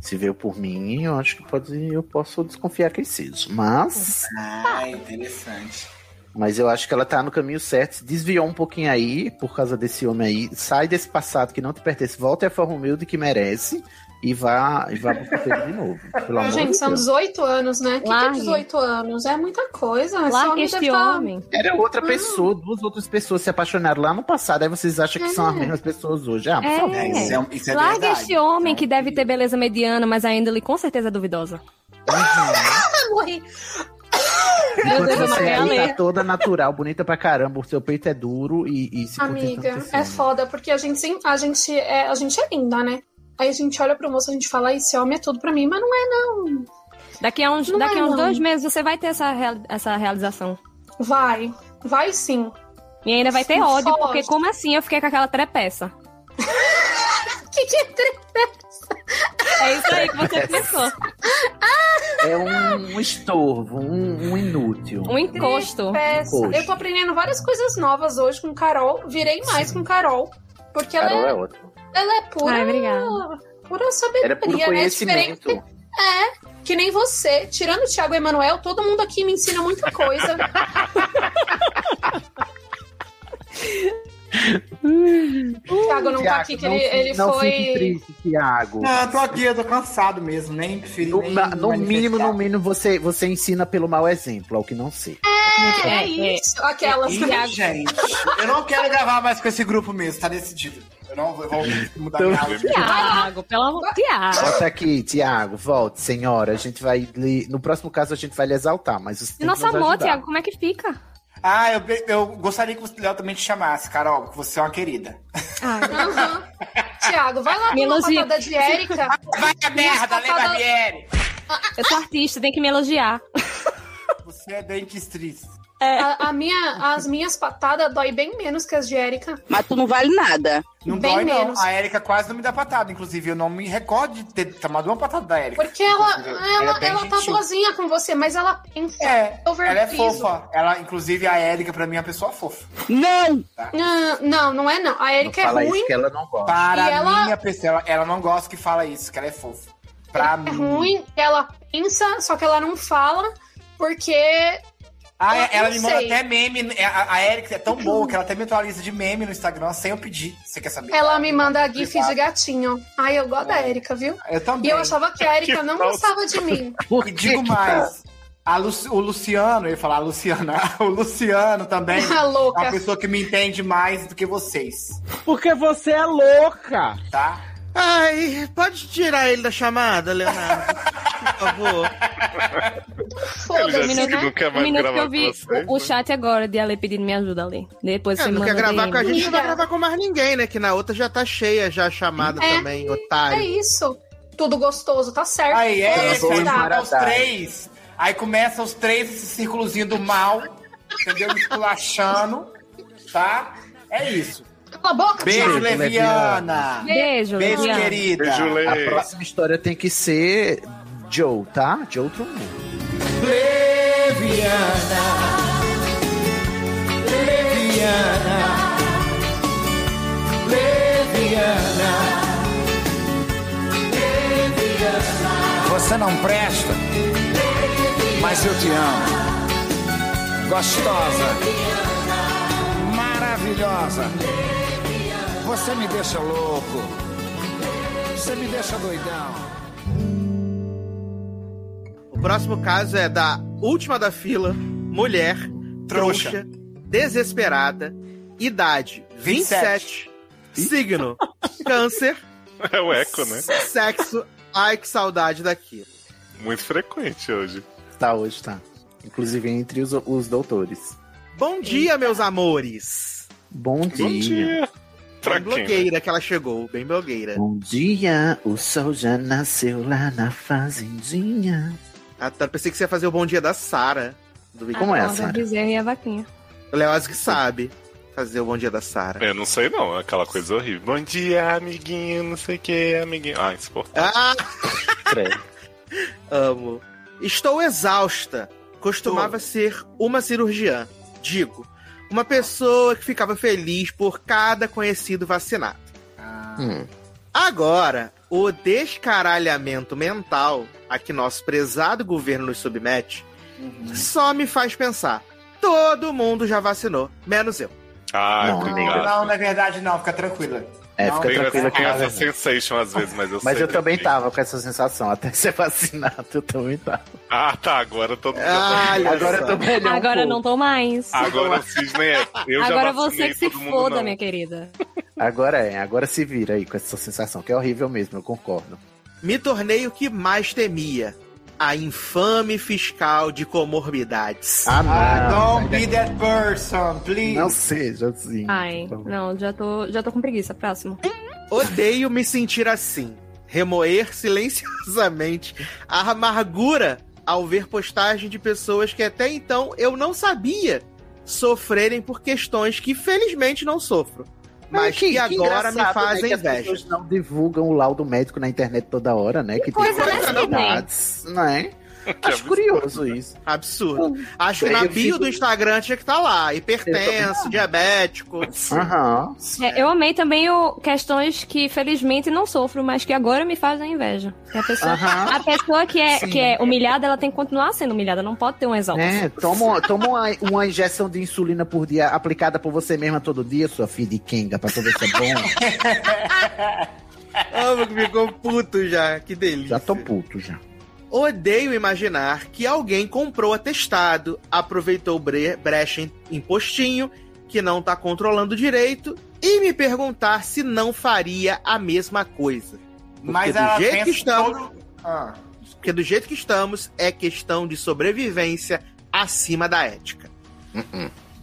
[SPEAKER 3] Se veio por mim, eu acho que pode, eu posso desconfiar que é Ciso. Mas,
[SPEAKER 6] Ah, interessante.
[SPEAKER 3] mas eu acho que ela tá no caminho certo. Se desviou um pouquinho aí, por causa desse homem aí. Sai desse passado que não te pertence. Volta a forma humilde que merece. E vá, e vá pro futuro de novo.
[SPEAKER 8] [laughs]
[SPEAKER 3] Pelo amor
[SPEAKER 8] Gente,
[SPEAKER 3] de
[SPEAKER 8] são
[SPEAKER 3] Deus.
[SPEAKER 8] 18 anos, né? O que, que é
[SPEAKER 2] Largue.
[SPEAKER 8] 18 anos? É muita coisa. Esse
[SPEAKER 2] Larga
[SPEAKER 8] homem
[SPEAKER 2] este
[SPEAKER 8] deve tá-
[SPEAKER 2] homem.
[SPEAKER 3] Era outra pessoa, duas outras pessoas se apaixonaram lá no passado. Aí vocês acham que são as
[SPEAKER 8] É.
[SPEAKER 3] mesmas pessoas hoje. Ah, por
[SPEAKER 2] É.
[SPEAKER 3] favor.
[SPEAKER 6] É, isso é, isso é
[SPEAKER 2] Larga
[SPEAKER 6] verdade.
[SPEAKER 2] este homem
[SPEAKER 3] É.
[SPEAKER 2] que deve ter beleza mediana, mas a índole com certeza é duvidosa.
[SPEAKER 8] Ah, morri.
[SPEAKER 2] Meu
[SPEAKER 3] Enquanto
[SPEAKER 2] Deus, eu
[SPEAKER 3] você
[SPEAKER 2] matei a
[SPEAKER 3] aí
[SPEAKER 2] lei.
[SPEAKER 3] tá toda natural, bonita pra caramba, o seu peito é duro e, e se assim,
[SPEAKER 8] Amiga,
[SPEAKER 3] contenta com
[SPEAKER 8] é
[SPEAKER 3] esse homem.
[SPEAKER 8] foda, porque a gente, sem- a, gente é, a gente é linda, né? Aí a gente olha pro moço, a gente fala, esse homem é tudo pra mim, mas não é, não.
[SPEAKER 2] Daqui a uns,
[SPEAKER 8] Não
[SPEAKER 2] daqui a
[SPEAKER 8] é,
[SPEAKER 2] uns
[SPEAKER 8] não.
[SPEAKER 2] dois meses você vai ter essa, real- essa realização.
[SPEAKER 8] Vai, vai sim.
[SPEAKER 2] E ainda vai ter
[SPEAKER 8] Sim,
[SPEAKER 2] ódio,
[SPEAKER 8] forte.
[SPEAKER 2] porque como assim eu fiquei com aquela trepeça?
[SPEAKER 8] Que que é tre-
[SPEAKER 2] É isso aí que você pensou.
[SPEAKER 3] É um, um estorvo, um, um inútil.
[SPEAKER 2] Um encosto.
[SPEAKER 8] peça?
[SPEAKER 3] Coxa.
[SPEAKER 8] Eu tô aprendendo várias coisas novas hoje com Carol, virei mais com Carol. Porque ela é
[SPEAKER 3] Carol é outra.
[SPEAKER 8] Ela é pura.
[SPEAKER 2] Ai, obrigada.
[SPEAKER 8] Pura
[SPEAKER 3] Era puro
[SPEAKER 8] sabedoria, né? É diferente.
[SPEAKER 3] conhecimento.
[SPEAKER 8] É, Que nem você. Tirando o Thiago Emanuel, todo mundo aqui me ensina muita coisa. O Thiago não tá aqui, que
[SPEAKER 3] não
[SPEAKER 8] ele,
[SPEAKER 3] fi-
[SPEAKER 8] ele
[SPEAKER 3] não
[SPEAKER 8] foi.
[SPEAKER 3] fique triste, Tiago.
[SPEAKER 6] Não, eu tô aqui, eu tô cansado mesmo, nem prefiro.
[SPEAKER 3] No,
[SPEAKER 6] nem
[SPEAKER 3] na- no
[SPEAKER 6] manifestar.
[SPEAKER 3] mínimo, no mínimo, você, você ensina pelo mau exemplo, ao que não sei.
[SPEAKER 8] É, isso. Aquelas.
[SPEAKER 6] Ih, gente, eu não quero gravar mais com esse grupo mesmo, tá decidido. Eu não vou, eu vou mudar minha aula.
[SPEAKER 2] Tiago, pelo amor Tiago.
[SPEAKER 3] Volta aqui, Tiago, volte, senhora. A gente vai lhe... No próximo caso, a gente vai lhe exaltar, mas você tem
[SPEAKER 2] E
[SPEAKER 3] que
[SPEAKER 2] nosso
[SPEAKER 3] nos
[SPEAKER 2] amor,
[SPEAKER 3] ajudar.
[SPEAKER 2] Tiago, como é que fica?
[SPEAKER 6] Ah, eu, eu gostaria que o Léo também te chamasse, Carol, porque você é uma querida.
[SPEAKER 8] Aham. Tiago, vai lá
[SPEAKER 2] Me
[SPEAKER 8] tomar uma
[SPEAKER 2] elogia.
[SPEAKER 8] patada de Érica.
[SPEAKER 6] Vai a merda, Lê
[SPEAKER 8] Escapada-
[SPEAKER 6] Barbieri!
[SPEAKER 2] Eu sou artista, tem que me elogiar. Um
[SPEAKER 6] Você é bem que triste.
[SPEAKER 8] A, a minha, as minhas patadas dói bem menos que as de Érica.
[SPEAKER 10] Mas tu não vale nada.
[SPEAKER 6] Não
[SPEAKER 8] Bem
[SPEAKER 6] dói,
[SPEAKER 8] menos.
[SPEAKER 6] não. A Érica quase não me dá patada, inclusive. Eu não me recordo de ter tomado uma patada da Érica.
[SPEAKER 8] Porque ela,
[SPEAKER 6] Inclusive,
[SPEAKER 8] ela,
[SPEAKER 6] é bem
[SPEAKER 8] ela tá
[SPEAKER 6] gentil.
[SPEAKER 8] boazinha com você, mas ela pensa.
[SPEAKER 6] É, ela é
[SPEAKER 8] Overpiso.
[SPEAKER 6] fofa. Ela, inclusive, a Érica, pra mim, é uma pessoa fofa.
[SPEAKER 10] Não!
[SPEAKER 8] Ah, Não, não é não. A
[SPEAKER 3] Não
[SPEAKER 8] Erika é
[SPEAKER 3] fala
[SPEAKER 8] ruim,
[SPEAKER 3] isso que ela não gosta.
[SPEAKER 6] Para
[SPEAKER 8] E ela-
[SPEAKER 6] minha pessoa, ela, ela não gosta que fala isso, que ela é fofa. Pra
[SPEAKER 8] é
[SPEAKER 6] mim.
[SPEAKER 8] ruim, ela pensa, só que ela não fala, porque
[SPEAKER 6] Ah, é-
[SPEAKER 8] Eu
[SPEAKER 6] ela
[SPEAKER 8] não
[SPEAKER 6] me manda
[SPEAKER 8] sei.
[SPEAKER 6] até meme. é, A, a Erika é tão boa que ela até me atualiza de meme no Instagram sem eu pedir. Você quer saber?
[SPEAKER 8] ela me manda gif
[SPEAKER 6] Obrigado.
[SPEAKER 8] de gatinho. Ai, eu gosto da Erika, viu?
[SPEAKER 6] Eu
[SPEAKER 8] E
[SPEAKER 6] também.
[SPEAKER 8] eu achava que a Erika
[SPEAKER 1] [laughs] Que
[SPEAKER 8] não
[SPEAKER 1] falso.
[SPEAKER 8] gostava de mim. [laughs]
[SPEAKER 3] Por
[SPEAKER 6] E
[SPEAKER 3] que
[SPEAKER 6] digo
[SPEAKER 3] que tá?
[SPEAKER 6] mais. a Lu- o Luciano, eu ia falar a Luciana. [laughs] O Luciano também.
[SPEAKER 8] A
[SPEAKER 6] É uma
[SPEAKER 8] Ah, louca.
[SPEAKER 6] pessoa que me entende mais do que vocês,
[SPEAKER 7] Porque você é louca!
[SPEAKER 6] tá?
[SPEAKER 7] Ai, pode tirar ele da chamada, Leonardo? Por favor.
[SPEAKER 1] Ele já
[SPEAKER 8] Foda-se,
[SPEAKER 1] disse que
[SPEAKER 8] né?
[SPEAKER 1] não quer
[SPEAKER 2] Um
[SPEAKER 1] mais
[SPEAKER 2] minuto que
[SPEAKER 1] gravar
[SPEAKER 2] eu vi
[SPEAKER 1] com vocês. né?
[SPEAKER 2] o, o chat agora de Ale pedindo minha ajuda, Ale. Depois
[SPEAKER 7] É,
[SPEAKER 2] você
[SPEAKER 7] não
[SPEAKER 2] manda um
[SPEAKER 7] quer gravar
[SPEAKER 2] DM.
[SPEAKER 7] com a gente, não vai
[SPEAKER 8] Amiga.
[SPEAKER 7] gravar com mais ninguém, né? Que na outra já tá cheia já a chamada
[SPEAKER 8] É.
[SPEAKER 7] também,
[SPEAKER 8] É
[SPEAKER 7] otário.
[SPEAKER 8] isso. Tudo gostoso, tá certo.
[SPEAKER 6] Aí é,
[SPEAKER 8] Foda-se,
[SPEAKER 6] esse,
[SPEAKER 3] sou
[SPEAKER 6] aí
[SPEAKER 8] tá.
[SPEAKER 6] mata os
[SPEAKER 3] Maradá.
[SPEAKER 6] três. Aí começa os três, esse círculozinho do mal, entendeu? Me [laughs] Esculachando, tá? É isso.
[SPEAKER 8] Cala a boca,
[SPEAKER 6] Beijo,
[SPEAKER 8] Thiago.
[SPEAKER 6] Leviana.
[SPEAKER 2] Beijo,
[SPEAKER 6] Beijo,
[SPEAKER 2] Leandro.
[SPEAKER 6] querida.
[SPEAKER 1] Beijo, Lê.
[SPEAKER 3] A próxima história tem que ser Joe, tá? De outro mundo.
[SPEAKER 6] Leviana. Leviana. Leviana. Leviana. Você não presta, mas eu te amo. Gostosa. Maravilhosa. Você me deixa louco. Você me deixa doidão.
[SPEAKER 7] O próximo caso é da última da fila, mulher,
[SPEAKER 6] Trouxa.
[SPEAKER 7] trouxa, desesperada, idade 27, [laughs] signo câncer,
[SPEAKER 1] É o eco, né?
[SPEAKER 7] sexo, ai que saudade daqui.
[SPEAKER 1] Muito frequente hoje.
[SPEAKER 3] Tá, hoje tá. Inclusive entre os, os doutores.
[SPEAKER 7] Bom dia, meus amores.
[SPEAKER 3] Bom dia.
[SPEAKER 1] Bom dia. Pra
[SPEAKER 7] Bem
[SPEAKER 1] quem? né?
[SPEAKER 7] blogueira que ela chegou, bem blogueira.
[SPEAKER 3] Bom dia, o sol já nasceu lá na fazendinha.
[SPEAKER 7] Ah, tá, pensei que você ia fazer o bom dia da Sara. Do Big
[SPEAKER 3] Como é,
[SPEAKER 2] Acorda,
[SPEAKER 3] Sara?
[SPEAKER 2] Bezerra e a vaquinha.
[SPEAKER 7] Léo acho que sabe. fazer o Bom Dia da Sara.
[SPEAKER 1] Eu não sei não, é aquela coisa horrível. Bom dia, amiguinho, não sei o que, amiguinho. Ah, insuportável.
[SPEAKER 7] Ah,
[SPEAKER 3] Credo.
[SPEAKER 7] amo. Estou exausta. Costumava ser uma cirurgiã. Digo, uma pessoa que ficava feliz por cada conhecido vacinado.
[SPEAKER 3] Hum.
[SPEAKER 7] Agora, o descaralhamento mental a que nosso prezado governo nos submete só me faz pensar. Todo mundo já vacinou, menos eu.
[SPEAKER 1] Ah,
[SPEAKER 3] Não,
[SPEAKER 1] obrigado.
[SPEAKER 6] Não, na verdade não, fica tranquila.
[SPEAKER 3] É,
[SPEAKER 6] Não,
[SPEAKER 3] fica
[SPEAKER 1] Tem
[SPEAKER 6] obrigado.
[SPEAKER 3] tranquila que
[SPEAKER 1] tem
[SPEAKER 3] não
[SPEAKER 1] essa
[SPEAKER 3] vai ver.
[SPEAKER 1] sensation às vezes, mas eu
[SPEAKER 3] Mas
[SPEAKER 1] sei
[SPEAKER 3] eu também
[SPEAKER 1] que-
[SPEAKER 3] tava com essa sensação, até [laughs] ser vacinado, eu também tava.
[SPEAKER 1] Ah, tá, agora todo mundo...
[SPEAKER 7] Ah, olha
[SPEAKER 3] Agora
[SPEAKER 7] só.
[SPEAKER 3] eu tô
[SPEAKER 1] é
[SPEAKER 3] melhor. um
[SPEAKER 2] Agora
[SPEAKER 3] pouco.
[SPEAKER 2] não tô mais.
[SPEAKER 1] Agora o Sidney é... Ah, Eu já
[SPEAKER 2] Agora
[SPEAKER 1] vacinei,
[SPEAKER 2] você que se
[SPEAKER 1] todo mundo
[SPEAKER 2] foda,
[SPEAKER 1] não.
[SPEAKER 2] minha querida.
[SPEAKER 3] Agora é, agora se vira aí com essa sensação, que é horrível mesmo, eu concordo.
[SPEAKER 7] Me tornei o que mais temia. A infame fiscal de comorbidades.
[SPEAKER 3] Ah, não.
[SPEAKER 6] Ah, don't be that person, please.
[SPEAKER 3] Não seja assim.
[SPEAKER 2] Ai,
[SPEAKER 1] Então.
[SPEAKER 2] não, já tô, já tô com preguiça. Próximo.
[SPEAKER 7] Odeio me sentir assim. Remoer silenciosamente a amargura ao ver postagem de pessoas que até então eu não sabia sofrerem por questões que felizmente não sofro. Mas que, agora me
[SPEAKER 3] engraçado,
[SPEAKER 7] fazem
[SPEAKER 3] né, que As
[SPEAKER 7] inveja.
[SPEAKER 3] pessoas não divulgam o laudo médico na internet toda hora, né? Que,
[SPEAKER 2] coisa, né,
[SPEAKER 3] tem novidades, né? Acho curioso isso.
[SPEAKER 7] Absurdo.
[SPEAKER 3] Hum.
[SPEAKER 7] Acho que
[SPEAKER 3] Eu
[SPEAKER 7] na
[SPEAKER 3] fico-
[SPEAKER 7] bio do Instagram tinha que estar lá.
[SPEAKER 3] [laughs]
[SPEAKER 7] Hipertenso, diabético.
[SPEAKER 3] Aham.
[SPEAKER 2] É, eu amei também o, questões que felizmente não sofro, mas que agora me fazem inveja. Que a pessoa,
[SPEAKER 3] Aham.
[SPEAKER 2] a pessoa que, é,
[SPEAKER 3] Sim.
[SPEAKER 2] que é humilhada, ela tem que continuar sendo humilhada, não pode ter um exalto.
[SPEAKER 3] É, toma, toma uma, uma injeção de insulina por dia aplicada por você mesma todo dia, sua filha de Kenga, pra saber se é bom.
[SPEAKER 7] Amo que ficou puto já. Que delícia.
[SPEAKER 3] já tô puto já.
[SPEAKER 7] Odeio imaginar que alguém comprou atestado, aproveitou bre- brecha em, em postinho, que não tá controlando direito, e me perguntar se não faria a mesma coisa.
[SPEAKER 6] Mas
[SPEAKER 7] Porque do
[SPEAKER 6] ela
[SPEAKER 7] jeito
[SPEAKER 6] pensa
[SPEAKER 7] que estamos-
[SPEAKER 6] todo- Ah,
[SPEAKER 7] Porque do jeito que estamos, é questão de sobrevivência acima da ética.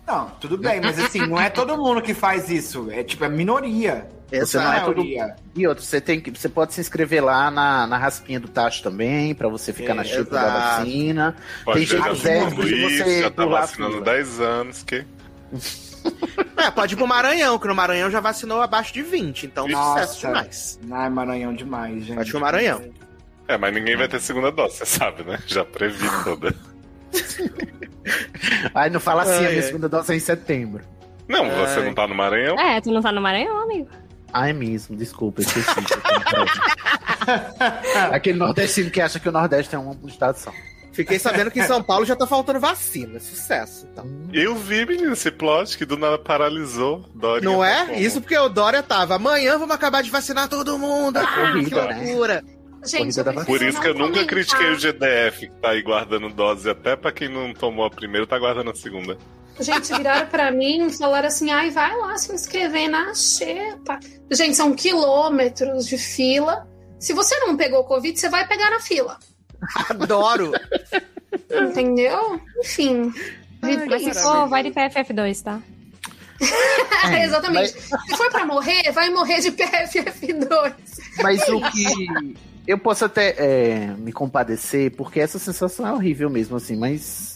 [SPEAKER 6] Não, tudo bem, mas assim, não é todo mundo que faz isso. É tipo, é minoria.
[SPEAKER 3] Você não
[SPEAKER 6] A
[SPEAKER 3] é todo-
[SPEAKER 6] maioria.
[SPEAKER 3] E outro, você tem que. Você pode se inscrever lá na, na raspinha do Tacho também, pra você ficar na chuva da
[SPEAKER 7] Exato.
[SPEAKER 3] vacina.
[SPEAKER 1] Pode
[SPEAKER 3] Tem
[SPEAKER 1] ver
[SPEAKER 3] jeito
[SPEAKER 1] que
[SPEAKER 3] certo
[SPEAKER 1] o
[SPEAKER 3] de
[SPEAKER 1] Luiz
[SPEAKER 3] você
[SPEAKER 1] já tá
[SPEAKER 3] pular a
[SPEAKER 1] vacinando
[SPEAKER 3] fila.
[SPEAKER 1] 10 anos, que...
[SPEAKER 7] É, pode ir pro Maranhão, que no Maranhão já vacinou abaixo de 20, então
[SPEAKER 6] Nossa.
[SPEAKER 7] sucesso demais.
[SPEAKER 6] Ai, Maranhão demais, gente.
[SPEAKER 7] Pode ir pro Maranhão.
[SPEAKER 1] É, mas ninguém vai ter segunda dose, [laughs] você sabe, né? Já previ toda.
[SPEAKER 3] Aí não fala assim,
[SPEAKER 7] Ai,
[SPEAKER 3] a minha
[SPEAKER 7] ai.
[SPEAKER 3] segunda dose é em setembro. [laughs]
[SPEAKER 1] Não, você
[SPEAKER 7] Ai.
[SPEAKER 1] não tá no Maranhão?
[SPEAKER 2] É, tu não tá no Maranhão, amigo.
[SPEAKER 3] Ah, é mesmo, desculpa, eu [laughs] esqueci. que eu tenho prova. Aquele nordestino que acha que o Nordeste é uma estado só.
[SPEAKER 7] Fiquei sabendo que em São Paulo já tá faltando vacina. Sucesso. Então.
[SPEAKER 1] Eu vi, menino, esse plot que do nada paralisou Dória.
[SPEAKER 7] Não
[SPEAKER 1] Tá
[SPEAKER 7] é?
[SPEAKER 1] bom.
[SPEAKER 7] Isso porque o Dória tava. Amanhã vamos acabar de vacinar todo mundo. Ah, que
[SPEAKER 3] Corrida, né?
[SPEAKER 7] loucura.
[SPEAKER 8] Gente,
[SPEAKER 3] Corrida da
[SPEAKER 8] preciso
[SPEAKER 1] Por isso que eu
[SPEAKER 8] não
[SPEAKER 1] nunca
[SPEAKER 8] comentar.
[SPEAKER 1] critiquei o GDF, que tá aí guardando dose até pra quem não tomou a primeira, tá guardando a segunda.
[SPEAKER 8] Gente, viraram pra mim e falaram assim: ai, vai lá se inscrever na xepa. Gente, são quilômetros de fila. Se você não pegou Covid, você vai pegar na fila.
[SPEAKER 7] Adoro.
[SPEAKER 8] Entendeu? Enfim.
[SPEAKER 2] Mas se for, vai de PFF2, tá?
[SPEAKER 8] [laughs] É, exatamente. Se for pra morrer, vai morrer de [laughs] PFF2.
[SPEAKER 3] Mas o que. Eu posso até é, me compadecer, porque essa sensação é horrível mesmo, assim, mas.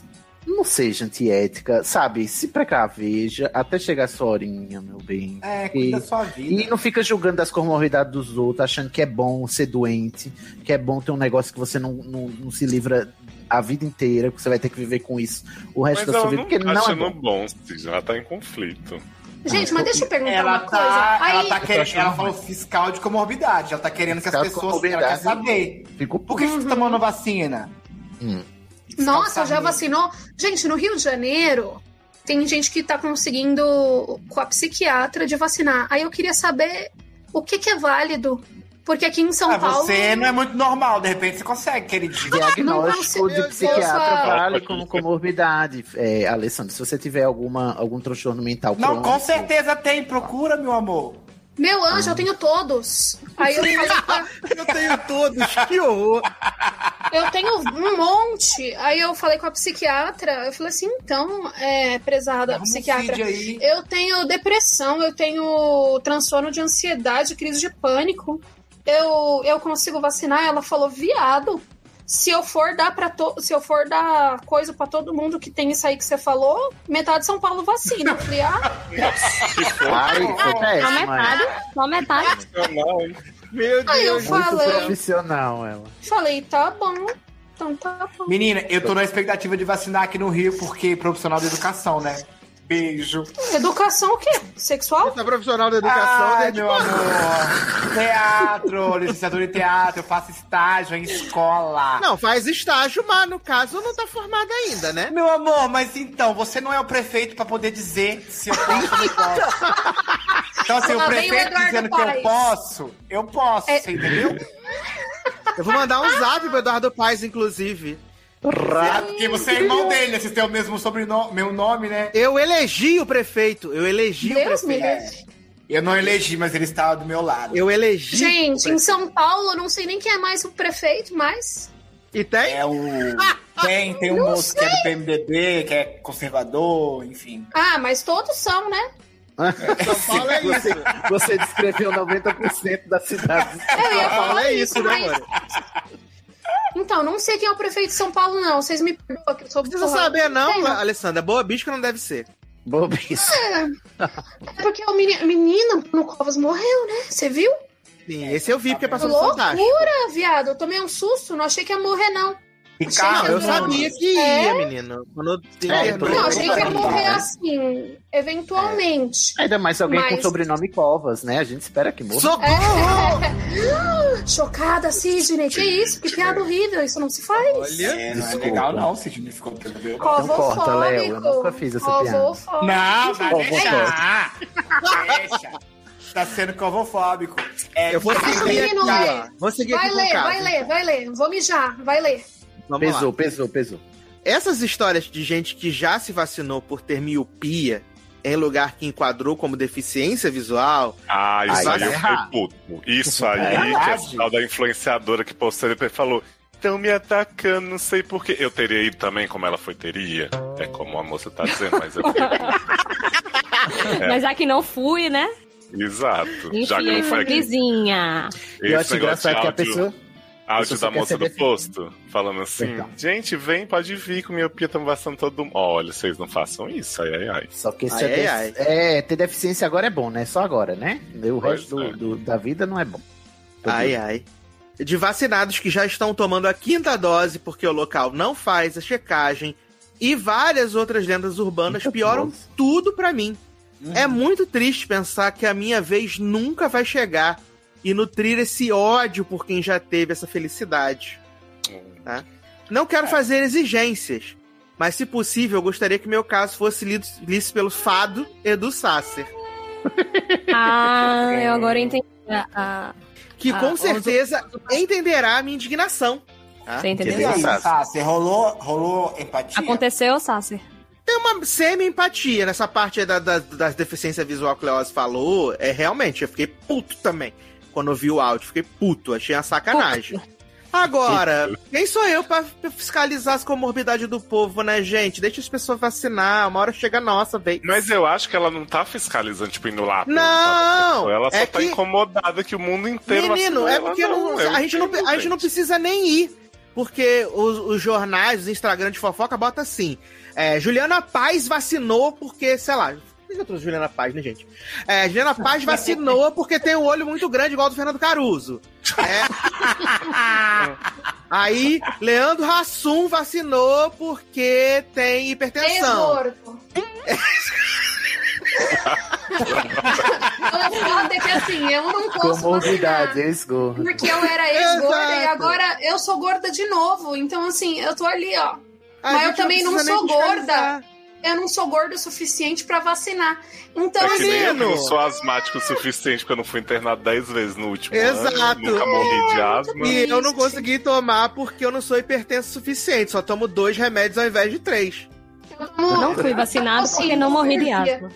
[SPEAKER 3] Não seja antiética, sabe? Se precaveja até chegar a sua horinha, meu bem.
[SPEAKER 6] É, cuida da sua vida.
[SPEAKER 3] E não fica julgando das comorbidades dos outros, achando que é bom ser doente, que é bom ter um negócio que você não, não, não se livra a vida inteira, que você vai ter que viver com isso o resto
[SPEAKER 1] Mas
[SPEAKER 3] da sua
[SPEAKER 1] ela
[SPEAKER 3] vida,
[SPEAKER 1] não
[SPEAKER 3] porque
[SPEAKER 1] tá
[SPEAKER 3] não é
[SPEAKER 1] achando
[SPEAKER 3] bom.
[SPEAKER 1] bom, Cid, ela tá em conflito.
[SPEAKER 8] Gente, mas deixa eu perguntar
[SPEAKER 6] Ela
[SPEAKER 8] uma coisa.
[SPEAKER 6] tá, ela
[SPEAKER 8] Aí-
[SPEAKER 6] tá querendo, ela falou fiscal de comorbidade, ela tá querendo que as
[SPEAKER 3] Fiscal de
[SPEAKER 6] pessoas ela quer
[SPEAKER 3] comorbidade.
[SPEAKER 6] saber.
[SPEAKER 3] Fico
[SPEAKER 6] Por que você tá tomando vacina?
[SPEAKER 8] Nossa, já
[SPEAKER 6] Sabe?
[SPEAKER 8] vacinou? Gente, no Rio de Janeiro tem gente que tá conseguindo com a psiquiatra de vacinar. Aí eu queria saber o que, que é válido. Porque aqui em São
[SPEAKER 6] Ah,
[SPEAKER 8] Paulo.
[SPEAKER 6] você não é muito normal, de repente você consegue, queridinho.
[SPEAKER 3] É, diagnóstico
[SPEAKER 8] Não,
[SPEAKER 3] de
[SPEAKER 8] não,
[SPEAKER 3] psiquiatra
[SPEAKER 8] não,
[SPEAKER 3] vale como comorbidade. É, Alessandro, se você tiver alguma, algum transtorno mental
[SPEAKER 6] Não, com
[SPEAKER 3] crônico,
[SPEAKER 6] certeza tem, procura, meu amor.
[SPEAKER 8] Meu anjo, eu tenho todos. Aí eu falei, pra-
[SPEAKER 6] [laughs]
[SPEAKER 7] Eu tenho todos. [laughs] Que horror.
[SPEAKER 8] eu tenho um monte. Aí eu falei com a psiquiatra, eu falei assim, então, é, prezada
[SPEAKER 6] Arruma um
[SPEAKER 8] psiquiatra,
[SPEAKER 6] feed aí.
[SPEAKER 8] Eu tenho depressão, eu tenho transtorno de ansiedade, crise de pânico. Eu, eu consigo vacinar? Ela falou, viado. Se eu for dar para se eu for dar coisa pra todo mundo que tem isso aí que você falou, metade de São Paulo vacina. Eu falei, ah,
[SPEAKER 3] Ai, foi é.
[SPEAKER 2] Só
[SPEAKER 8] é
[SPEAKER 3] péssima.
[SPEAKER 2] metade,
[SPEAKER 1] [laughs]
[SPEAKER 2] só metade.
[SPEAKER 1] Não, hein?
[SPEAKER 7] Meu
[SPEAKER 8] Aí eu
[SPEAKER 7] Deus.
[SPEAKER 8] falo-
[SPEAKER 3] Muito
[SPEAKER 8] Falei.
[SPEAKER 3] profissional ela.
[SPEAKER 8] falei, tá bom. Então tá bom.
[SPEAKER 6] Menina, eu tô na expectativa de vacinar aqui no Rio, porque profissional da educação, né? Beijo.
[SPEAKER 8] Educação o quê? Sexual?
[SPEAKER 7] Essa profissional da educação,
[SPEAKER 6] Ai,
[SPEAKER 7] né?
[SPEAKER 6] meu amor. Teatro, [laughs] licenciatura em teatro, eu faço estágio em escola.
[SPEAKER 7] Não, faz estágio, mas no caso não tá formada ainda, né?
[SPEAKER 6] Meu amor, mas então, você não é o prefeito pra poder dizer se eu posso
[SPEAKER 8] [laughs]
[SPEAKER 6] ou não posso. Então, assim,
[SPEAKER 8] Lá
[SPEAKER 6] o
[SPEAKER 8] vem o
[SPEAKER 6] prefeito
[SPEAKER 8] Eduardo
[SPEAKER 6] dizendo que
[SPEAKER 8] Paes.
[SPEAKER 6] eu posso, eu posso,
[SPEAKER 8] É.
[SPEAKER 6] você entendeu?
[SPEAKER 7] Eu vou mandar um zap pro Eduardo Paes, inclusive.
[SPEAKER 6] Ah, Porque você é irmão dele, né? Vocês têm o mesmo sobrenome, meu nome, né?
[SPEAKER 7] Eu elegi o prefeito. Eu elegi
[SPEAKER 8] Deus
[SPEAKER 7] o
[SPEAKER 8] me
[SPEAKER 7] prefeito.
[SPEAKER 8] livre.
[SPEAKER 6] Eu não elegi, mas ele estava do meu lado.
[SPEAKER 7] Eu elegi. o
[SPEAKER 8] Gente, em
[SPEAKER 7] prefeito.
[SPEAKER 8] São Paulo, eu não sei nem quem é mais o prefeito, mas.
[SPEAKER 7] E tem?
[SPEAKER 6] É o. Tem, tem um
[SPEAKER 8] Não
[SPEAKER 6] moço que é do PMDB, que é conservador, enfim.
[SPEAKER 8] Ah, mas todos são, né?
[SPEAKER 3] [laughs]
[SPEAKER 7] São Paulo é isso.
[SPEAKER 3] Você, você descreveu 90% da cidade.
[SPEAKER 8] Eu ia
[SPEAKER 7] São Paulo
[SPEAKER 8] falar
[SPEAKER 7] é
[SPEAKER 8] isso,
[SPEAKER 7] isso, né,
[SPEAKER 8] mas.
[SPEAKER 7] mano?
[SPEAKER 8] Então, não sei quem é o prefeito de São Paulo, não. Vocês me perdoam que eu sou
[SPEAKER 7] Não precisa
[SPEAKER 8] burra.
[SPEAKER 7] saber, não,
[SPEAKER 8] Tem, né?
[SPEAKER 7] Alessandra. Boa bicha não deve ser.
[SPEAKER 3] Bobice.
[SPEAKER 8] É porque o meni- menino no Covas morreu, né? Você viu?
[SPEAKER 7] Sim, esse eu vi porque passou no Tá Fantástico.
[SPEAKER 8] Loucura, viado. Eu tomei um susto, não achei que ia morrer, não.
[SPEAKER 7] Não,
[SPEAKER 6] Ricardo,
[SPEAKER 7] Ah, eu sabia que ia, menino. Quando
[SPEAKER 3] É,
[SPEAKER 8] Não, achei que ia
[SPEAKER 3] Não,
[SPEAKER 8] morrer
[SPEAKER 3] né?
[SPEAKER 8] assim, eventualmente.
[SPEAKER 3] Ainda mais alguém com
[SPEAKER 8] Mas-
[SPEAKER 3] sobrenome Covas, né? A gente espera que morra.
[SPEAKER 7] Socorro!
[SPEAKER 8] É. [laughs] Chocada, Sidney. Que isso? Que piada horrível. Isso não se faz.
[SPEAKER 7] Olha.
[SPEAKER 6] É, não é
[SPEAKER 3] Desculpa.
[SPEAKER 6] legal, não, Sidney ficou entendeu?
[SPEAKER 3] Então corta, Léo, eu nunca fiz essa piada.
[SPEAKER 8] Covofóbico.
[SPEAKER 6] Não, vai
[SPEAKER 3] Não,
[SPEAKER 6] deixar. Deixa. Tá sendo covofóbico. É,
[SPEAKER 7] Eu vou seguir aqui,
[SPEAKER 8] Menino,
[SPEAKER 7] ó.
[SPEAKER 8] lê.
[SPEAKER 7] Vou seguir
[SPEAKER 8] Vai
[SPEAKER 7] aqui
[SPEAKER 8] ler,
[SPEAKER 7] com o
[SPEAKER 8] vai
[SPEAKER 7] caso.
[SPEAKER 8] ler, vai ler. Vou mijar, vai ler.
[SPEAKER 7] Vamos lá.
[SPEAKER 3] pesou, pesou, pesou.
[SPEAKER 7] Essas histórias de gente que já se vacinou por ter miopia em lugar que enquadrou como deficiência visual,
[SPEAKER 1] Ah, isso
[SPEAKER 3] Ai,
[SPEAKER 1] aí
[SPEAKER 3] tá
[SPEAKER 1] eu
[SPEAKER 7] errado.
[SPEAKER 1] fiquei puto. Isso aí,
[SPEAKER 6] É
[SPEAKER 1] que é
[SPEAKER 6] verdade.
[SPEAKER 1] o tal da influenciadora que postou depois falou. Estão me atacando, não sei porquê. Eu teria ido também como ela foi, teria. É como a moça tá dizendo, mas eu teria.
[SPEAKER 2] Mas já que não fui, né?
[SPEAKER 1] Exato. Já que não foi
[SPEAKER 2] Enfim, essa
[SPEAKER 1] aqui.
[SPEAKER 2] grisinha.
[SPEAKER 1] Esse
[SPEAKER 3] E eu
[SPEAKER 1] negócio
[SPEAKER 3] acho
[SPEAKER 1] de
[SPEAKER 3] engraçado que a
[SPEAKER 1] áudio,
[SPEAKER 3] pessoa.
[SPEAKER 1] áudio
[SPEAKER 3] pessoa
[SPEAKER 1] da
[SPEAKER 3] só quer
[SPEAKER 1] moça
[SPEAKER 3] ser
[SPEAKER 1] do
[SPEAKER 3] definida.
[SPEAKER 1] posto, falando assim,
[SPEAKER 3] Então.
[SPEAKER 1] gente, vem, pode vir, com miopia, estamos vacinando todo mundo. Olha, vocês não façam isso, ai, ai, ai.
[SPEAKER 3] Só que esse
[SPEAKER 7] Ai,
[SPEAKER 3] é, de-
[SPEAKER 7] ai, ai.
[SPEAKER 3] é, ter deficiência agora é bom, né? Só agora, né? O
[SPEAKER 1] Pois
[SPEAKER 3] resto do-
[SPEAKER 1] é.
[SPEAKER 3] do- da vida não é bom.
[SPEAKER 7] ai ai. De vacinados que já estão tomando a quinta dose porque o local não faz a checagem e várias outras lendas urbanas
[SPEAKER 3] Quinta
[SPEAKER 7] pioram
[SPEAKER 3] dose.
[SPEAKER 7] tudo pra mim. É muito triste pensar que a minha vez nunca vai chegar e nutrir esse ódio por quem já teve essa felicidade. né? Não quero fazer exigências, mas se possível, eu gostaria que meu caso fosse lido, lido pelo fado Edu Sasser,
[SPEAKER 2] Ah, eu agora entendi. Ah,
[SPEAKER 7] que
[SPEAKER 2] Ah,
[SPEAKER 7] com
[SPEAKER 2] onde-
[SPEAKER 7] certeza entenderá a minha indignação.
[SPEAKER 2] você
[SPEAKER 6] E
[SPEAKER 2] entendeu?
[SPEAKER 6] aí,
[SPEAKER 3] É Engraçado.
[SPEAKER 6] Sassi, tá, rolou, rolou empatia?
[SPEAKER 2] Aconteceu, Sassi?
[SPEAKER 7] Tem uma semi-empatia nessa parte aí da, da, da deficiência visual que o Leoz falou. É realmente, eu fiquei puto também. Quando eu vi o áudio, fiquei puto, achei uma sacanagem. Agora, quem sou eu pra fiscalizar as comorbidades do povo, né, gente? Deixa as pessoas vacinar, uma hora chega a nossa vez.
[SPEAKER 1] Mas eu acho que ela não tá fiscalizando, tipo, indo lá.
[SPEAKER 7] Não!
[SPEAKER 1] perguntar pra pessoa. Ela só
[SPEAKER 7] é
[SPEAKER 1] tá
[SPEAKER 7] que-
[SPEAKER 1] incomodada que o mundo inteiro
[SPEAKER 7] Menino,
[SPEAKER 1] vacinou
[SPEAKER 7] é
[SPEAKER 1] ela,
[SPEAKER 7] porque não-
[SPEAKER 1] eu
[SPEAKER 7] a, gente não,
[SPEAKER 1] entendo,
[SPEAKER 7] a gente não precisa nem ir. Porque os, os jornais, os Instagram de fofoca bota assim: é, Juliana Paz vacinou porque, sei lá. Por que eu trouxe Juliana Paz, né, gente? É, Juliana [laughs] Paz vacinou porque tem um olho muito grande, igual ao do Fernando Caruso. [laughs] É. Aí, Leandro Hassum vacinou porque tem hipertensão.
[SPEAKER 3] [laughs]
[SPEAKER 8] Exorto. o foda é que assim, eu não posso vacinar.
[SPEAKER 3] Comorbidade, esgorro.
[SPEAKER 8] Porque eu era ex-gorda e
[SPEAKER 7] Exato.
[SPEAKER 8] agora eu sou gorda de novo. Então, assim, eu tô ali, ó.
[SPEAKER 7] A
[SPEAKER 8] Mas eu
[SPEAKER 7] gente
[SPEAKER 8] também não
[SPEAKER 7] precisa nem
[SPEAKER 8] sou gorda.
[SPEAKER 7] fiscalizar.
[SPEAKER 8] Eu não sou gorda o suficiente pra vacinar. Então,
[SPEAKER 1] É que nem eu que
[SPEAKER 8] assim,
[SPEAKER 1] não
[SPEAKER 7] menino.
[SPEAKER 1] sou asmático o suficiente, porque eu não fui internado 10 vezes no último
[SPEAKER 7] Exato.
[SPEAKER 1] ano. Nunca morri de asma.
[SPEAKER 7] E eu não
[SPEAKER 8] Triste.
[SPEAKER 7] consegui tomar porque eu não sou hipertenso o suficiente. Só tomo dois remédios ao invés de três.
[SPEAKER 8] eu tomo-
[SPEAKER 2] Não fui vacinado porque não morri de asma. Viu,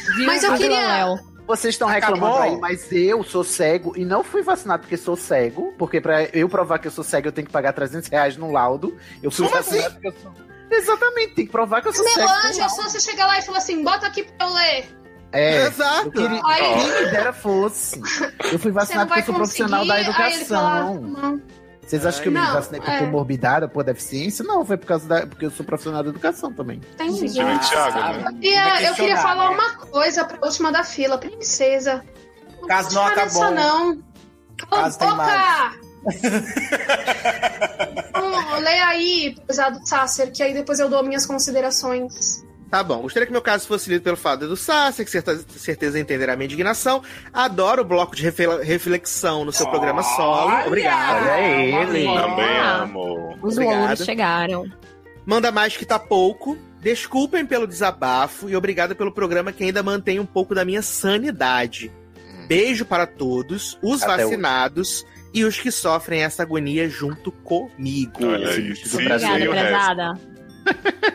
[SPEAKER 8] Assim, Mas eu
[SPEAKER 2] vírgula,
[SPEAKER 8] queria-
[SPEAKER 2] Léo?
[SPEAKER 3] Vocês estão
[SPEAKER 6] Acabou?
[SPEAKER 3] reclamando aí, mas eu sou cego e não fui vacinado porque sou cego. Porque pra eu provar que eu sou cego, eu tenho que pagar 300 reais no laudo. Eu fui
[SPEAKER 7] Como
[SPEAKER 3] vacinado porque eu sou. Exatamente, tem que provar que eu sou
[SPEAKER 8] assim? Meu
[SPEAKER 3] cego.
[SPEAKER 8] anjo, é só você chegar lá e falar assim, bota aqui pra eu ler.
[SPEAKER 3] É,
[SPEAKER 7] Exato.
[SPEAKER 3] eu queria.
[SPEAKER 8] Aí
[SPEAKER 3] Quem me dera fosse. Eu fui
[SPEAKER 8] você não
[SPEAKER 3] vacinado porque
[SPEAKER 8] vai
[SPEAKER 3] eu sou
[SPEAKER 8] conseguir.
[SPEAKER 3] profissional da
[SPEAKER 8] Aí ele fala,
[SPEAKER 3] educação.
[SPEAKER 8] não,
[SPEAKER 3] Vocês acham que eu me
[SPEAKER 8] Não,
[SPEAKER 3] vacinei por
[SPEAKER 8] é.
[SPEAKER 3] comorbidade, por deficiência? Não, foi por causa da. Porque eu sou profissional da educação também.
[SPEAKER 8] Tem
[SPEAKER 1] Gente, é Thiago, né?
[SPEAKER 8] Eu queria, eu queria
[SPEAKER 6] questionar,
[SPEAKER 8] falar
[SPEAKER 6] né?
[SPEAKER 8] uma coisa pra última da fila, princesa. Não
[SPEAKER 6] Caso não
[SPEAKER 8] para nessa,
[SPEAKER 6] acabou. né?
[SPEAKER 8] não. Cala a
[SPEAKER 6] Caso tem
[SPEAKER 8] boca! Então, Leia aí, pesado Sasser, que aí depois eu dou minhas considerações.
[SPEAKER 7] Tá bom. Gostaria que meu caso fosse lido pelo Fábio do Sasser, que certa- certeza entenderá minha indignação. Adoro o bloco de refle- reflexão no seu programa solo.
[SPEAKER 6] Olha!
[SPEAKER 7] Obrigado.
[SPEAKER 3] Olha aí,
[SPEAKER 6] Olha
[SPEAKER 3] ele.
[SPEAKER 6] só.
[SPEAKER 1] Também
[SPEAKER 2] Ah.
[SPEAKER 1] amo.
[SPEAKER 2] Os
[SPEAKER 7] Obrigado.
[SPEAKER 2] louros chegaram.
[SPEAKER 7] Manda mais que tá pouco. Desculpem pelo desabafo e obrigado pelo programa que ainda mantém um pouco da minha sanidade. Beijo para todos, os
[SPEAKER 3] Hum. Até
[SPEAKER 7] vacinados e os que sofrem essa agonia junto comigo.
[SPEAKER 1] Olha aí.
[SPEAKER 3] bicho do
[SPEAKER 1] Sim,
[SPEAKER 3] Brasil.
[SPEAKER 1] sim,
[SPEAKER 2] Obrigada,
[SPEAKER 1] o resto.
[SPEAKER 2] prezada.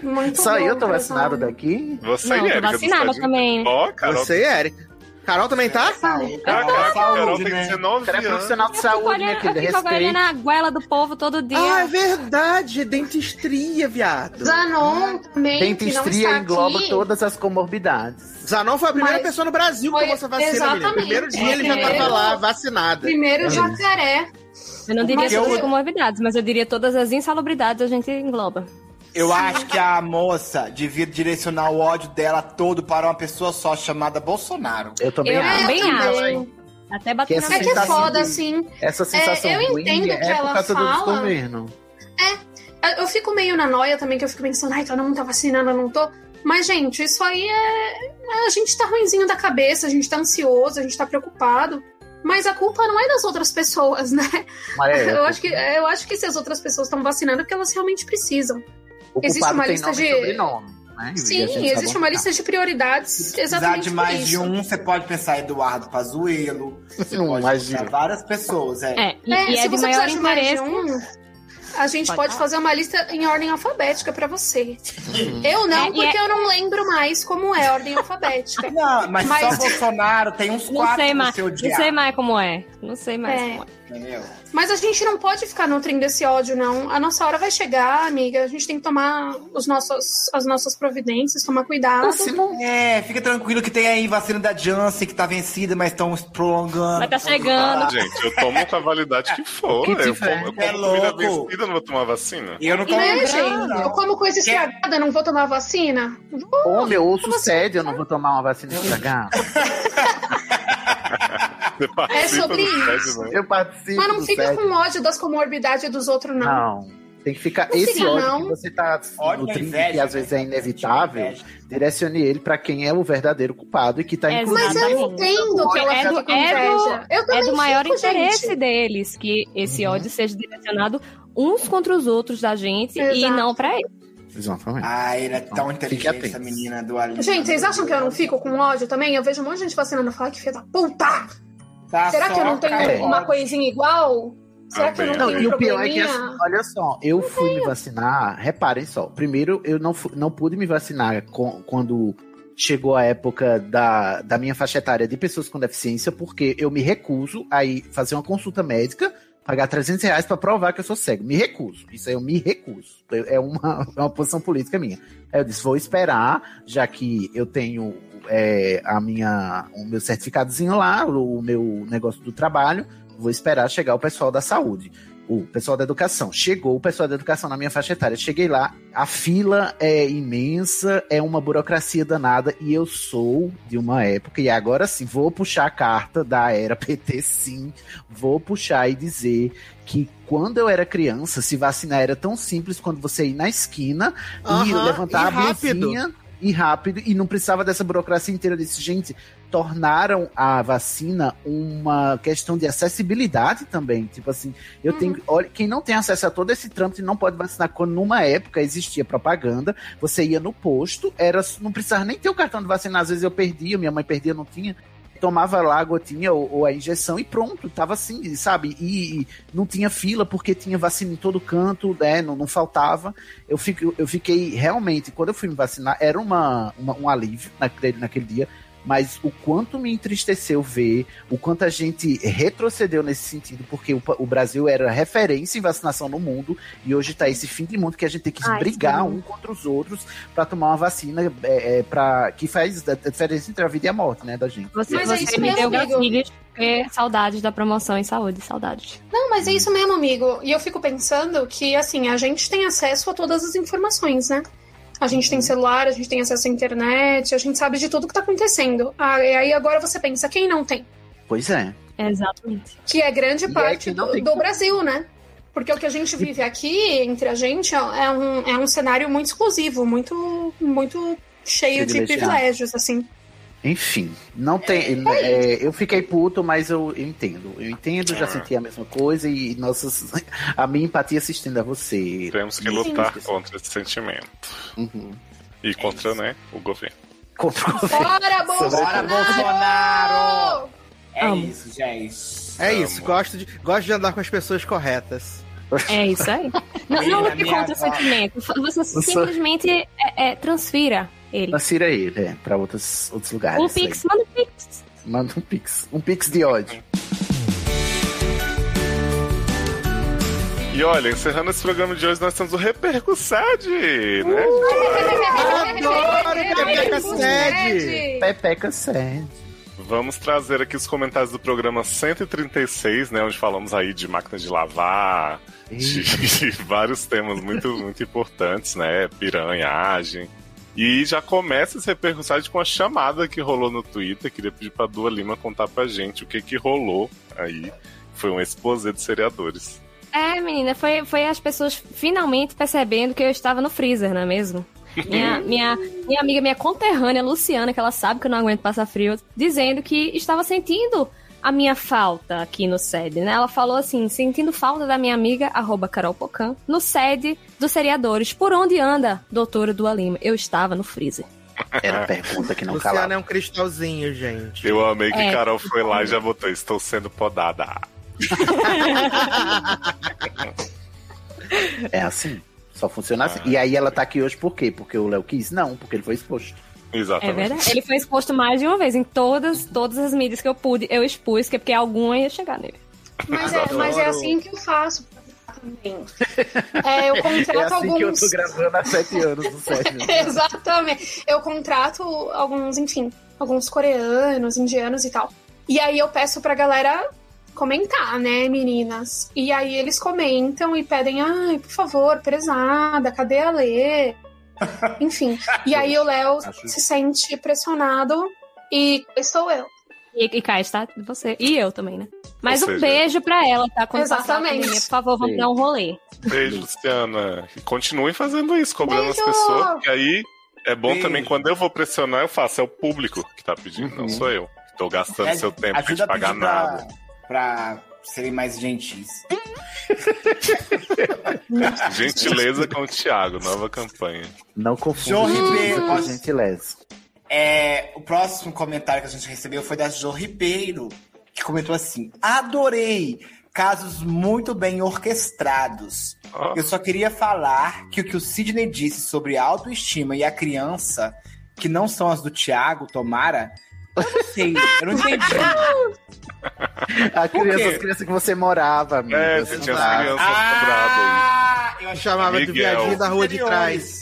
[SPEAKER 8] Muito
[SPEAKER 3] Só
[SPEAKER 8] bom,
[SPEAKER 3] eu tô
[SPEAKER 8] pesado.
[SPEAKER 3] vacinado daqui?
[SPEAKER 1] Você é,
[SPEAKER 2] Não,
[SPEAKER 1] e
[SPEAKER 2] tô
[SPEAKER 1] Erika,
[SPEAKER 2] vacinada
[SPEAKER 1] você tá de-
[SPEAKER 2] também.
[SPEAKER 1] Ó, Carol.
[SPEAKER 7] Você, Eric. Carol também tá?
[SPEAKER 8] Sabe?
[SPEAKER 1] Ah, Carol, Carol
[SPEAKER 6] Saúde,
[SPEAKER 1] tem
[SPEAKER 6] né?
[SPEAKER 1] 19
[SPEAKER 3] Cara é
[SPEAKER 1] anos.
[SPEAKER 3] profissional de saúde, minha
[SPEAKER 2] eu
[SPEAKER 3] querida.
[SPEAKER 2] fico olhando
[SPEAKER 3] Respeito.
[SPEAKER 2] a goela do povo todo dia.
[SPEAKER 7] Ah, é verdade. é Dentistria, viado.
[SPEAKER 8] Zanon também, que não
[SPEAKER 3] Dentistria
[SPEAKER 8] está
[SPEAKER 3] engloba
[SPEAKER 8] aqui.
[SPEAKER 3] todas as comorbidades.
[SPEAKER 7] Zanon foi a primeira
[SPEAKER 8] Mas
[SPEAKER 7] pessoa no Brasil que
[SPEAKER 8] foi-
[SPEAKER 7] tomou essa vacina,
[SPEAKER 8] Exatamente. É.
[SPEAKER 7] menina. Primeiro dia ele já tava
[SPEAKER 8] Primeiro-
[SPEAKER 7] lá, vacinada.
[SPEAKER 3] É.
[SPEAKER 8] Primeiro jacaré.
[SPEAKER 2] Eu não diria
[SPEAKER 7] Mas eu-
[SPEAKER 2] todas as comorbidades, mas eu diria todas as insalubridades a gente engloba.
[SPEAKER 6] Eu acho que a moça devia direcionar o ódio dela todo para uma pessoa só chamada Bolsonaro.
[SPEAKER 3] Eu também
[SPEAKER 2] Eu
[SPEAKER 3] acho.
[SPEAKER 2] também
[SPEAKER 8] também.
[SPEAKER 2] acho. Até bater
[SPEAKER 3] Que
[SPEAKER 2] na
[SPEAKER 3] essa
[SPEAKER 8] É que é
[SPEAKER 3] Sensação
[SPEAKER 8] foda,
[SPEAKER 3] de-
[SPEAKER 8] assim.
[SPEAKER 3] Essa sensação
[SPEAKER 8] eu
[SPEAKER 3] ruim
[SPEAKER 8] entendo
[SPEAKER 3] é
[SPEAKER 8] que
[SPEAKER 3] por
[SPEAKER 8] ela
[SPEAKER 3] causa do
[SPEAKER 8] fala.
[SPEAKER 3] desgoverno.
[SPEAKER 8] Eu- Eu fico meio na noia também, que eu fico pensando, ai, todo mundo tá vacinando, eu não tô. Mas, gente, isso aí é. A gente tá ruinzinho da cabeça, a gente tá ansioso, a gente tá preocupado. Mas a culpa não é das outras pessoas, [laughs] né?
[SPEAKER 3] Mas é,
[SPEAKER 8] Eu, acho que, eu acho que se as outras pessoas estão vacinando, é porque elas realmente precisam.
[SPEAKER 3] o
[SPEAKER 8] existe
[SPEAKER 3] culpado
[SPEAKER 8] uma
[SPEAKER 3] tem
[SPEAKER 8] lista
[SPEAKER 3] nome
[SPEAKER 8] de-
[SPEAKER 3] e sobrenome, né? E a gente
[SPEAKER 8] Sim,
[SPEAKER 3] sabe
[SPEAKER 8] existe uma
[SPEAKER 3] onde
[SPEAKER 8] lista de prioridades
[SPEAKER 6] tá Precisar
[SPEAKER 8] exatamente
[SPEAKER 6] de
[SPEAKER 8] por
[SPEAKER 6] mais de
[SPEAKER 8] isso.
[SPEAKER 6] um, você pode pensar Eduardo Pazuello, você
[SPEAKER 3] Não,
[SPEAKER 6] pode
[SPEAKER 3] tá. imagina.
[SPEAKER 8] Tá.
[SPEAKER 6] pensar várias pessoas, é.
[SPEAKER 2] É, e
[SPEAKER 8] É,
[SPEAKER 2] e é de
[SPEAKER 8] se você
[SPEAKER 2] maior
[SPEAKER 8] precisar de mais de
[SPEAKER 2] interesse.
[SPEAKER 8] um, a gente
[SPEAKER 2] Pode
[SPEAKER 8] pode,
[SPEAKER 2] falar.
[SPEAKER 8] fazer uma lista em ordem alfabética
[SPEAKER 6] [laughs]
[SPEAKER 8] pra você. Eu não,
[SPEAKER 2] É, e é-
[SPEAKER 8] porque eu não lembro mais como é a ordem alfabética.
[SPEAKER 6] Não, mas,
[SPEAKER 8] Mas-
[SPEAKER 6] só Bolsonaro tem uns
[SPEAKER 2] Não
[SPEAKER 6] quatro
[SPEAKER 2] sei
[SPEAKER 6] no
[SPEAKER 2] mais.
[SPEAKER 6] seu
[SPEAKER 2] Não
[SPEAKER 6] dia.
[SPEAKER 2] sei mais como é. Não sei mais
[SPEAKER 8] É.
[SPEAKER 2] como é.
[SPEAKER 6] Entendeu?
[SPEAKER 8] Mas a gente não pode ficar nutrindo esse ódio, não. A nossa hora vai chegar, amiga. A gente tem que tomar os nossos, as nossas providências, tomar cuidado.
[SPEAKER 3] tá. Se não-
[SPEAKER 6] É, fica tranquilo que tem aí vacina da Janssen que tá vencida, mas estão prolongando.
[SPEAKER 2] Mas tá chegando.
[SPEAKER 1] Ah, gente, eu tomo com a validade que for.
[SPEAKER 3] O que
[SPEAKER 1] eu como,
[SPEAKER 3] tiver.
[SPEAKER 1] eu como
[SPEAKER 6] É
[SPEAKER 1] comida
[SPEAKER 6] louco.
[SPEAKER 1] vencida, não vou tomar vacina.
[SPEAKER 6] Eu não
[SPEAKER 8] E né,
[SPEAKER 6] conheço.
[SPEAKER 8] gente? Eu como coisa estragada, não vou tomar vacina? Vou.
[SPEAKER 3] Ô, meu osso cede, eu não vou tomar uma vacina estragada.
[SPEAKER 1] Você participa
[SPEAKER 8] sobre
[SPEAKER 1] do
[SPEAKER 8] isso.
[SPEAKER 1] SED, né?
[SPEAKER 3] Eu participo
[SPEAKER 8] Mas não
[SPEAKER 3] do
[SPEAKER 8] fica
[SPEAKER 3] SED.
[SPEAKER 8] com ódio das comorbidades dos outros, não.
[SPEAKER 3] Não. Tem que ficar.
[SPEAKER 8] Não
[SPEAKER 3] esse
[SPEAKER 8] fica,
[SPEAKER 3] ódio
[SPEAKER 8] não.
[SPEAKER 3] que você tá
[SPEAKER 6] Ódio da
[SPEAKER 3] nutrindo,
[SPEAKER 6] inveja,
[SPEAKER 3] que às
[SPEAKER 6] né?
[SPEAKER 3] vezes é inevitável, direcione ele pra quem é o verdadeiro culpado e que tá
[SPEAKER 2] É,
[SPEAKER 3] incluindo.
[SPEAKER 8] Mas eu
[SPEAKER 2] Exatamente.
[SPEAKER 8] entendo que ela
[SPEAKER 2] É do-
[SPEAKER 8] fica com
[SPEAKER 2] é do-
[SPEAKER 8] inveja. Eu
[SPEAKER 2] É
[SPEAKER 8] também
[SPEAKER 2] do maior
[SPEAKER 8] fico,
[SPEAKER 2] interesse
[SPEAKER 8] tipo, gente. Uhum.
[SPEAKER 2] deles que esse ódio seja direcionado uns contra os outros da gente e
[SPEAKER 8] Exato.
[SPEAKER 2] não pra eles.
[SPEAKER 3] Exatamente.
[SPEAKER 6] Ai, ela é tão
[SPEAKER 3] Fique
[SPEAKER 6] inteligente, essa
[SPEAKER 3] atento.
[SPEAKER 6] menina do Aline.
[SPEAKER 8] Gente, vocês acham que eu não fico com ódio também? Eu vejo um monte de gente vacinando e falo, "Ai, que filha da puta!
[SPEAKER 6] Tá
[SPEAKER 8] Será que
[SPEAKER 6] só
[SPEAKER 8] eu não tenho
[SPEAKER 3] cara,
[SPEAKER 8] uma
[SPEAKER 6] ódio.
[SPEAKER 8] coisinha igual? Será que eu não
[SPEAKER 1] Também,
[SPEAKER 3] é Não,
[SPEAKER 8] tenho
[SPEAKER 3] e o pior é que,
[SPEAKER 8] probleminha?
[SPEAKER 3] assim, olha só, eu fui me vacinar, reparem só, primeiro eu não, fu- não pude me vacinar com- quando chegou a época da, da minha faixa etária de pessoas com deficiência, porque eu me recuso a ir fazer uma consulta médica, pagar 300 reais pra provar que eu sou cego. Me recuso, isso aí eu me recuso. Eu- É uma, [laughs] é uma posição política minha. Aí eu disse, vou esperar, já que eu tenho é, a minha, o meu certificadozinho lá, o meu negócio do trabalho, vou esperar chegar o pessoal da saúde o pessoal da educação. Chegou o pessoal da educação na minha faixa etária. Cheguei lá, a fila é imensa, é uma burocracia danada e eu sou de uma época e agora sim vou puxar a carta da era [laughs] PT sim, vou puxar e dizer que quando eu era criança, se vacinar era tão simples quanto você ir na esquina e
[SPEAKER 7] Aham,
[SPEAKER 3] levantar
[SPEAKER 7] e
[SPEAKER 3] a blusinha e rápido, e não precisava dessa burocracia inteira. Eu disse, gente, tornaram a vacina uma questão de acessibilidade também. Tipo assim, eu tenho. Olha, quem não tem acesso a todo esse trâmite não pode vacinar. Quando numa época existia propaganda, você ia no posto, era não precisava nem ter o cartão de vacina. Às vezes eu perdia, minha mãe perdia, não tinha. Tomava lá a gotinha ou, ou a injeção e pronto, tava assim, sabe? E, e não tinha fila porque tinha vacina em todo canto, né? Não, não faltava eu, fico, eu fiquei realmente, quando eu fui me vacinar, era uma, uma- um alívio naquele, naquele dia, mas o quanto me entristeceu ver, o quanto a gente retrocedeu nesse sentido, porque o, pa- o Brasil era referência em vacinação no mundo, e hoje tá esse fim de mundo que a gente tem que
[SPEAKER 2] Ai,
[SPEAKER 3] brigar
[SPEAKER 2] sim.
[SPEAKER 3] um contra os outros para tomar uma vacina é, é, pra- que faz a diferença entre a vida e a morte, né, da gente.
[SPEAKER 2] Você,
[SPEAKER 8] Mas é
[SPEAKER 2] você me
[SPEAKER 8] isso mesmo,
[SPEAKER 2] deu
[SPEAKER 8] amigo.
[SPEAKER 2] gatilhos. É, saudades da promoção em saúde, saudades.
[SPEAKER 8] Não, mas é isso mesmo, amigo. E eu fico pensando que, assim, a gente tem acesso a todas as informações, né? A gente
[SPEAKER 6] Uhum.
[SPEAKER 8] tem celular, a gente tem acesso à internet, a gente sabe de tudo que tá acontecendo. Ah, e aí agora você pensa, quem não tem?
[SPEAKER 3] Pois é.
[SPEAKER 2] Exatamente.
[SPEAKER 8] Que é grande
[SPEAKER 6] E é
[SPEAKER 8] parte
[SPEAKER 6] que não
[SPEAKER 8] do,
[SPEAKER 6] tem
[SPEAKER 8] do
[SPEAKER 6] como.
[SPEAKER 8] Brasil, né? Porque o que a gente vive aqui, entre a gente, é é um, é um cenário muito exclusivo, muito, muito cheio de
[SPEAKER 3] Privilegiado.
[SPEAKER 8] privilégios, assim.
[SPEAKER 3] Enfim, não tem. é, eu fiquei puto, mas eu, eu entendo. Eu entendo,
[SPEAKER 6] Ah.
[SPEAKER 3] já senti a mesma coisa e nossas, [laughs] a minha empatia se estende a você.
[SPEAKER 1] Temos que
[SPEAKER 3] Sim.
[SPEAKER 1] lutar contra esse sentimento.
[SPEAKER 3] Uhum.
[SPEAKER 1] E contra, né, o governo.
[SPEAKER 3] [laughs] Contra o governo.
[SPEAKER 8] Bora,
[SPEAKER 6] Bora, Bolsonaro!
[SPEAKER 8] Bolsonaro!
[SPEAKER 6] É
[SPEAKER 4] Amo.
[SPEAKER 6] isso, gente.
[SPEAKER 7] É
[SPEAKER 1] Amo.
[SPEAKER 7] isso, gosto de, gosto de andar com as pessoas corretas.
[SPEAKER 2] É isso aí. Não, não
[SPEAKER 6] Minha,
[SPEAKER 2] lute
[SPEAKER 6] minha
[SPEAKER 2] contra o
[SPEAKER 6] avó.
[SPEAKER 2] sentimento. Você simplesmente é, é, transfira ele.
[SPEAKER 3] Transfira ele, é, pra outros, outros lugares.
[SPEAKER 2] O
[SPEAKER 3] aí.
[SPEAKER 2] Um Pix, manda o Pix.
[SPEAKER 3] Manda um pix. Um pix de ódio.
[SPEAKER 1] E olha, encerrando esse programa de hoje, nós temos o Repercussade, né?
[SPEAKER 7] Adoro Pepeca
[SPEAKER 8] É.
[SPEAKER 7] Sede!
[SPEAKER 3] Pepeca sério.
[SPEAKER 1] Vamos trazer aqui os comentários do programa 136, né? Onde falamos aí de máquina de lavar,
[SPEAKER 6] [laughs]
[SPEAKER 1] [laughs] de vários temas muito, muito importantes, né? Piranhagem. E já começa esse repercussão com a chamada que rolou no Twitter. Queria pedir pra Dua Lima contar pra gente o que que rolou aí. Foi um exposé de seriadores.
[SPEAKER 2] É, menina, foi, foi as pessoas finalmente percebendo que eu estava no freezer, não é mesmo? Minha, minha, minha amiga, minha conterrânea, Luciana, que ela sabe que eu não aguento passar frio, dizendo que estava sentindo a minha falta aqui no sede, né? Ela falou assim, sentindo falta da minha amiga, arroba Carol Pocan, no sede dos seriadores. Por onde anda, doutora Dua Lima? Eu estava no freezer.
[SPEAKER 3] Era a pergunta que não
[SPEAKER 7] Luciano
[SPEAKER 3] calava.
[SPEAKER 7] é um cristalzinho, gente.
[SPEAKER 1] Eu amei que
[SPEAKER 2] É.
[SPEAKER 1] Carol foi lá e já botou: Estou sendo podada.
[SPEAKER 3] É assim. Só funciona
[SPEAKER 6] Ah.
[SPEAKER 3] assim. E aí ela tá aqui hoje por quê? Porque o Léo quis? Não, porque ele foi exposto. Tá
[SPEAKER 1] Exatamente.
[SPEAKER 2] É verdade. Ele foi exposto mais de uma vez. Em todas, todas as mídias que eu pude, eu expus, que é porque alguma ia chegar nele.
[SPEAKER 8] Mas é, mas é assim que eu faço também. É, eu contrato
[SPEAKER 3] É assim
[SPEAKER 8] alguns.
[SPEAKER 3] que eu tô gravando há sete anos no sete.
[SPEAKER 8] [laughs] Exatamente. Eu contrato alguns, enfim, alguns coreanos, indianos e tal. E aí eu peço pra galera comentar, né, meninas? E aí eles comentam e pedem, ai, por favor, prezada, cadê a Lê? Enfim. E aí o Léo
[SPEAKER 3] Acho-
[SPEAKER 8] se sente pressionado e estou eu.
[SPEAKER 2] E, e cá está você. E eu também, né? Mas
[SPEAKER 1] Ou
[SPEAKER 2] um
[SPEAKER 1] seja-
[SPEAKER 2] beijo pra ela, tá? Quando passar a
[SPEAKER 8] Exatamente.
[SPEAKER 2] pandemia, por favor, vamos
[SPEAKER 3] Sim.
[SPEAKER 2] dar um rolê.
[SPEAKER 1] Beijo, Luciana. E continuem fazendo isso, cobrando as
[SPEAKER 8] Beijo!
[SPEAKER 1] pessoas. Porque aí é bom
[SPEAKER 6] Beijo.
[SPEAKER 1] também, quando eu vou pressionar, eu faço. É o público que tá pedindo, não sou eu. que Tô gastando
[SPEAKER 6] Uhum. É,
[SPEAKER 1] seu tempo sem
[SPEAKER 6] ajuda
[SPEAKER 1] te
[SPEAKER 6] a
[SPEAKER 1] pagar
[SPEAKER 6] pedir pra, [laughs]
[SPEAKER 1] nada.
[SPEAKER 6] pra serem mais gentis.
[SPEAKER 1] Gentileza com o Thiago, nova campanha.
[SPEAKER 3] Não
[SPEAKER 6] João
[SPEAKER 3] confunda
[SPEAKER 6] Ribeiro,
[SPEAKER 3] gentileza com
[SPEAKER 6] posso-
[SPEAKER 3] gentileza.
[SPEAKER 6] É, o próximo comentário que a gente recebeu foi da Jo Ribeiro, que comentou assim: Adorei! Casos muito bem orquestrados.
[SPEAKER 1] Ó,
[SPEAKER 6] Eu só queria falar que o que o Sidney disse sobre a autoestima e a criança, que não são as do Thiago, tomara. Eu não sei, eu
[SPEAKER 1] [laughs]
[SPEAKER 6] não entendi.
[SPEAKER 3] A criança,
[SPEAKER 6] quê?
[SPEAKER 3] as crianças que você morava, amiga.
[SPEAKER 1] É,
[SPEAKER 3] você
[SPEAKER 1] você tinha
[SPEAKER 3] sabe.
[SPEAKER 1] as crianças
[SPEAKER 6] Ah!
[SPEAKER 1] cobradas
[SPEAKER 6] eu achei
[SPEAKER 7] Chamava
[SPEAKER 1] Miguel.
[SPEAKER 7] do viadinho da rua de trás.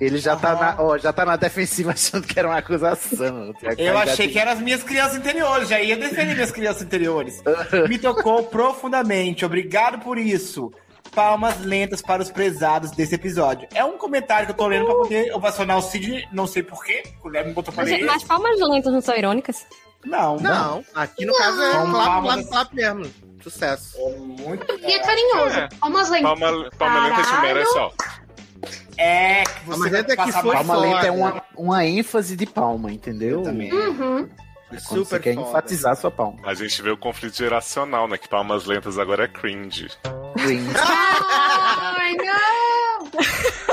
[SPEAKER 3] Ele já tá,
[SPEAKER 6] Aham.
[SPEAKER 3] na, ó, já tá na defensiva [laughs] achando que era uma acusação.
[SPEAKER 6] Eu achei que eram as minhas crianças interiores, já ia defender minhas
[SPEAKER 7] [laughs]
[SPEAKER 6] crianças interiores. Me tocou profundamente, obrigado por isso. Palmas lentas para os prezados desse episódio. É um comentário que eu tô lendo pra poder ovacionar o Sidney, não sei porquê, o Léo me botou pra
[SPEAKER 2] Mas,
[SPEAKER 6] ler.
[SPEAKER 2] mas palmas lentas não são irônicas?
[SPEAKER 6] Não, não.
[SPEAKER 7] Não, aqui no caso é
[SPEAKER 6] Não.
[SPEAKER 7] clap, clap, clap mesmo. Sucesso.
[SPEAKER 6] É muito.
[SPEAKER 8] E é carinhoso.
[SPEAKER 1] É.
[SPEAKER 8] Palmas lentas.
[SPEAKER 1] Palma, palma lenta te
[SPEAKER 8] Caralho.
[SPEAKER 1] merece, ó.
[SPEAKER 6] É, que
[SPEAKER 7] Ah, Mas
[SPEAKER 6] você vai
[SPEAKER 7] até que
[SPEAKER 6] passar
[SPEAKER 7] foi
[SPEAKER 6] mal.
[SPEAKER 3] Palma lenta é
[SPEAKER 7] foda.
[SPEAKER 3] uma, uma ênfase de palma, entendeu?
[SPEAKER 6] Também.
[SPEAKER 8] Uhum.
[SPEAKER 3] Quando
[SPEAKER 7] Super
[SPEAKER 3] você quer
[SPEAKER 7] foda.
[SPEAKER 3] enfatizar sua palma.
[SPEAKER 1] A gente vê o conflito geracional, né? Que palmas lentas agora é cringe.
[SPEAKER 3] Green.
[SPEAKER 8] Ai, não!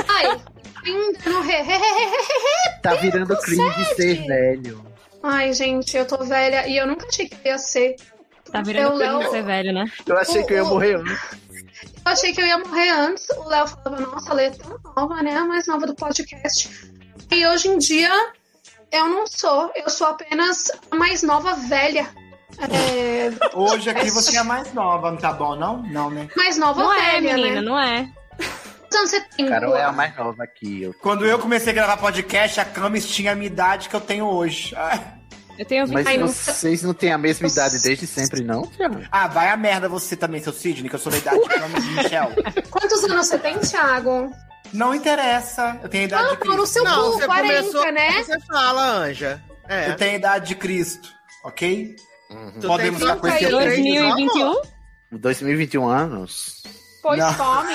[SPEAKER 8] Ai, ainda no re, re, re, re, re.
[SPEAKER 3] Tá virando cringe ser velho.
[SPEAKER 8] Ai, gente, eu tô velha e eu nunca achei que eu ia ser.
[SPEAKER 2] Tá virando
[SPEAKER 8] Eu
[SPEAKER 2] crime
[SPEAKER 8] não.
[SPEAKER 2] ser velho, né?
[SPEAKER 3] Eu achei que eu ia
[SPEAKER 8] O- o-
[SPEAKER 3] morrer antes.
[SPEAKER 8] Eu achei que eu ia morrer antes. O Léo falava, nossa, a Lê é tão nova, né? A mais nova do podcast. E hoje em dia, eu não sou. Eu sou apenas a mais nova velha. É,
[SPEAKER 6] Hoje aqui você é a mais nova, não tá bom, não? Não, né?
[SPEAKER 8] mais nova
[SPEAKER 2] Não é,
[SPEAKER 8] velha,
[SPEAKER 2] menina,
[SPEAKER 8] né?
[SPEAKER 2] não é.
[SPEAKER 8] Quantos anos você tem?
[SPEAKER 3] Carol é a
[SPEAKER 8] Lua?
[SPEAKER 3] mais nova aqui. Eu...
[SPEAKER 6] Quando eu comecei a gravar podcast, a Camis tinha a minha idade que eu tenho hoje. Ai,
[SPEAKER 2] Eu tenho um.
[SPEAKER 3] Mas
[SPEAKER 2] 20
[SPEAKER 8] Ai, não sei.
[SPEAKER 3] vocês não têm a mesma idade desde sempre, não? Thiago?
[SPEAKER 6] Ah, vai a merda você também, seu Sidney, que eu sou da idade de Michel.
[SPEAKER 8] Quantos anos você
[SPEAKER 3] [laughs]
[SPEAKER 8] tem, Thiago?
[SPEAKER 6] Não interessa. Eu tenho a idade de
[SPEAKER 8] Ah, no
[SPEAKER 6] Cristo.
[SPEAKER 8] seu cu, 40,
[SPEAKER 7] começou,
[SPEAKER 8] né?
[SPEAKER 7] Você fala, Anja. É.
[SPEAKER 6] Eu tenho a idade de Cristo, ok?
[SPEAKER 7] Tu
[SPEAKER 6] Podemos
[SPEAKER 7] Uhum. tem
[SPEAKER 6] já
[SPEAKER 3] é
[SPEAKER 6] conhecer
[SPEAKER 7] trinta e três
[SPEAKER 2] 2021?
[SPEAKER 7] anos?
[SPEAKER 3] 2021 anos.
[SPEAKER 8] Pois
[SPEAKER 6] Não.
[SPEAKER 8] tome.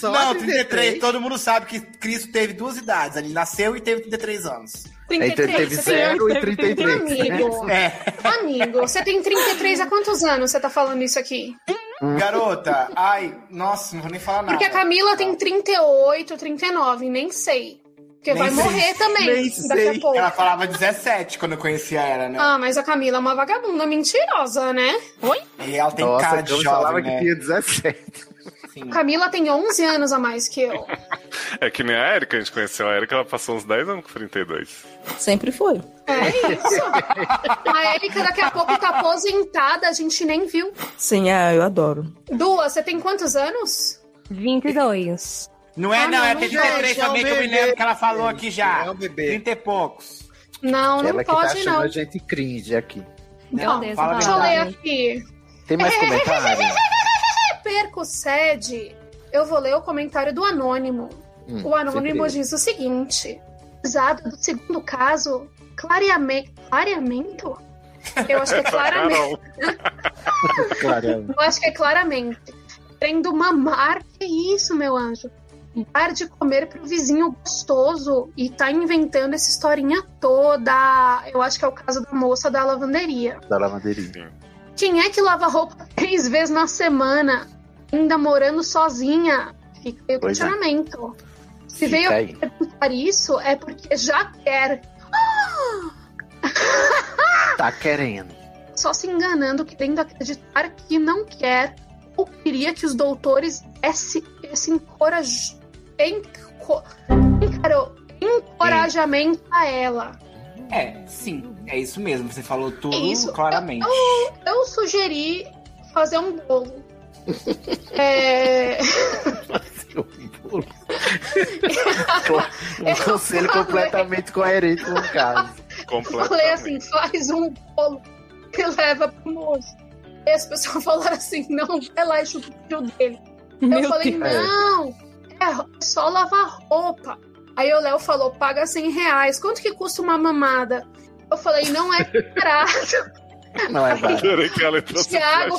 [SPEAKER 7] Só né?
[SPEAKER 6] não, 33, todo mundo sabe que Cristo teve duas idades. Ele nasceu e teve 33 anos.
[SPEAKER 3] Então
[SPEAKER 8] 33.
[SPEAKER 3] ele teve
[SPEAKER 8] você tem-
[SPEAKER 3] zero e 33. né?
[SPEAKER 8] Amigo,
[SPEAKER 6] É.
[SPEAKER 8] amigo, você tem 33 há quantos anos você tá falando isso aqui?
[SPEAKER 7] Uhum.
[SPEAKER 6] Garota, ai, nossa, não vou nem falar nada.
[SPEAKER 8] Porque a Camila tem 38, 39, nem sei. Porque
[SPEAKER 6] Nem
[SPEAKER 8] vai
[SPEAKER 6] sei, Ah,
[SPEAKER 8] morrer também
[SPEAKER 7] nem
[SPEAKER 8] daqui
[SPEAKER 7] sei.
[SPEAKER 8] a pouco.
[SPEAKER 6] Ela falava 17 quando eu conhecia ela, né?
[SPEAKER 8] Ah, mas a Camila é uma vagabunda mentirosa, né?
[SPEAKER 6] E ela tem
[SPEAKER 3] Nossa,
[SPEAKER 6] cara
[SPEAKER 3] eu
[SPEAKER 6] de
[SPEAKER 3] falava
[SPEAKER 6] jovem,
[SPEAKER 3] que
[SPEAKER 6] né?
[SPEAKER 3] tinha 17.
[SPEAKER 6] Sim.
[SPEAKER 8] Camila tem 11 anos a mais que eu.
[SPEAKER 1] É que nem a Erika, a gente conheceu a Erika, ela passou uns 10 anos com 32.
[SPEAKER 5] Sempre foi.
[SPEAKER 8] É isso. A Erika daqui a pouco tá aposentada, a gente nem viu.
[SPEAKER 5] Sim, ah, eu adoro.
[SPEAKER 8] Duas, você tem quantos anos?
[SPEAKER 2] 22.
[SPEAKER 6] Não é,
[SPEAKER 8] Ah,
[SPEAKER 6] não,
[SPEAKER 8] não,
[SPEAKER 6] é
[SPEAKER 8] não
[SPEAKER 6] 33
[SPEAKER 7] pode, é um
[SPEAKER 6] também, que eu me
[SPEAKER 7] bebê.
[SPEAKER 6] lembro que ela falou aqui já.
[SPEAKER 7] É um bebê.
[SPEAKER 6] 30 e poucos.
[SPEAKER 8] Não, não
[SPEAKER 3] Ela que tá
[SPEAKER 8] pode,
[SPEAKER 3] achando
[SPEAKER 8] não.
[SPEAKER 3] a gente cringe aqui.
[SPEAKER 2] Meu
[SPEAKER 8] Não,
[SPEAKER 2] Deus,
[SPEAKER 6] fala a
[SPEAKER 8] Deixa eu ler
[SPEAKER 2] Laura.
[SPEAKER 8] aqui.
[SPEAKER 3] Tem mais
[SPEAKER 8] [laughs]
[SPEAKER 3] comentário?
[SPEAKER 8] Perco sede. Eu vou ler o comentário do anônimo.
[SPEAKER 3] Hum,
[SPEAKER 8] O anônimo
[SPEAKER 3] sempre.
[SPEAKER 8] diz o seguinte: usado do segundo caso, clareamento. Clareamento? Eu acho
[SPEAKER 3] [laughs]
[SPEAKER 8] que é claramente.
[SPEAKER 1] Carol,
[SPEAKER 8] [laughs]
[SPEAKER 3] Claro.
[SPEAKER 8] Eu acho que é claramente. Querendo mamar, que é isso, meu anjo? Dar de comer pro vizinho gostoso e tá inventando essa historinha toda. Eu acho que é o caso da moça da lavanderia.
[SPEAKER 3] Da lavanderia.
[SPEAKER 8] Quem é que lava roupa [laughs] três vezes na semana, ainda morando sozinha? Fica aí o
[SPEAKER 3] Pois é.
[SPEAKER 8] questionamento. Se
[SPEAKER 3] Fica
[SPEAKER 8] veio
[SPEAKER 3] aí.
[SPEAKER 8] perguntar isso, é porque já quer.
[SPEAKER 3] Tá querendo.
[SPEAKER 8] só se enganando, querendo acreditar que não quer ou queria que os doutores esse, esse encoraj... enco- encaro- encorajamento a ela.
[SPEAKER 6] É, sim, é isso mesmo. Você falou tudo
[SPEAKER 8] É Isso. [laughs]
[SPEAKER 6] claramente.
[SPEAKER 8] Eu sugeri fazer um bolo. É,
[SPEAKER 3] Seu
[SPEAKER 8] [laughs]
[SPEAKER 3] burro. um conselho completamente coerente com o caso.
[SPEAKER 6] [laughs]
[SPEAKER 8] eu falei
[SPEAKER 1] completamente.
[SPEAKER 8] assim, faz um bolo e leva pro moço. E as pessoas [laughs] falaram assim, não, vai lá e chupa o tio dele. eu falei, não, é só lavar roupa. Aí o Léo falou, paga 100 reais. Quanto que custa uma mamada? Eu falei, não
[SPEAKER 1] [laughs]
[SPEAKER 8] é barato.
[SPEAKER 3] Não é
[SPEAKER 1] Eu
[SPEAKER 3] barato.
[SPEAKER 1] adorei que ela
[SPEAKER 8] O
[SPEAKER 1] trouxe
[SPEAKER 8] Thiago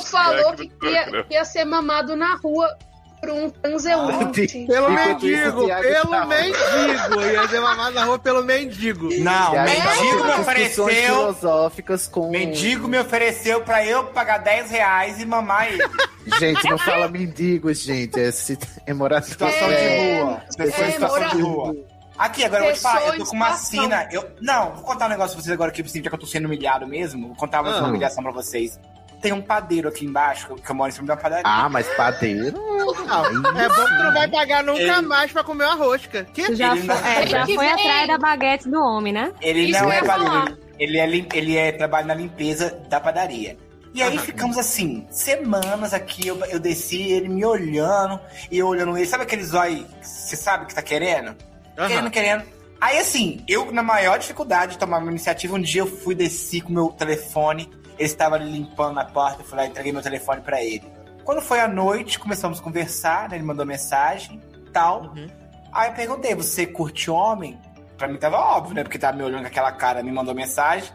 [SPEAKER 1] flashback né?
[SPEAKER 8] falou
[SPEAKER 1] do
[SPEAKER 8] que ia,
[SPEAKER 1] programa.
[SPEAKER 8] ia ser mamado na rua por um transeunte.
[SPEAKER 7] Pelo
[SPEAKER 3] Enquanto isso,
[SPEAKER 7] mendigo,
[SPEAKER 3] o Thiago
[SPEAKER 7] pelo
[SPEAKER 3] tá-
[SPEAKER 7] mendigo. Ia ser mamado na rua pelo mendigo.
[SPEAKER 6] Não,
[SPEAKER 3] E aí, tava
[SPEAKER 6] mendigo me
[SPEAKER 3] tendo discussões
[SPEAKER 6] ofereceu.
[SPEAKER 3] filosóficas com.
[SPEAKER 6] Mendigo me ofereceu pra eu pagar 10 reais e mamar
[SPEAKER 8] [laughs]
[SPEAKER 6] ele.
[SPEAKER 3] Gente, não fala mendigos, gente. É, se- é moração.
[SPEAKER 6] Situação
[SPEAKER 8] É,
[SPEAKER 6] de rua. Pessoa
[SPEAKER 8] é,
[SPEAKER 6] em situação de
[SPEAKER 8] moral.
[SPEAKER 6] rua. Aqui, agora eu vou te falar, eu tô
[SPEAKER 8] Pessoa
[SPEAKER 6] com
[SPEAKER 8] em
[SPEAKER 6] uma
[SPEAKER 8] situação.
[SPEAKER 6] sina. Eu... Não, vou contar um negócio pra vocês agora que eu sinto que eu tô sendo humilhado mesmo. Vou contar mais
[SPEAKER 3] Ah.
[SPEAKER 6] uma humilhação pra vocês. Tem um padeiro aqui embaixo, que eu- que eu moro em cima de uma padaria.
[SPEAKER 3] Ah, mas padeiro?
[SPEAKER 7] Não, é bom que tu não vai pagar nunca
[SPEAKER 6] Ei.
[SPEAKER 7] mais pra comer uma rosca. Que?
[SPEAKER 2] Tu já,
[SPEAKER 6] Ele não-
[SPEAKER 2] foi, é, já
[SPEAKER 8] Ele que
[SPEAKER 2] foi
[SPEAKER 8] vem.
[SPEAKER 2] atrás da baguete do homem, né?
[SPEAKER 6] Ele
[SPEAKER 8] Isso
[SPEAKER 6] não
[SPEAKER 8] que eu
[SPEAKER 6] é
[SPEAKER 8] ia falar.
[SPEAKER 6] padeiro, ele é, lim- ele é trabalha na limpeza da padaria. E aí ficamos assim, semanas aqui, eu, eu desci, ele me olhando, e eu olhando ele. Sabe aqueles olhos que você sabe que tá querendo? Querendo,
[SPEAKER 7] Aham.
[SPEAKER 6] querendo. Aí assim, eu na maior dificuldade de tomar uma iniciativa, um dia eu fui desci com meu telefone, ele estava ali limpando a porta, eu fui lá e entreguei meu telefone pra ele. Quando foi à noite, começamos a conversar, né, ele mandou mensagem, tal.
[SPEAKER 7] Uhum.
[SPEAKER 6] Aí eu perguntei, você curte homem? Pra mim tava óbvio, né? Porque tava me olhando com aquela cara, me
[SPEAKER 7] [laughs]
[SPEAKER 6] mandou mensagem.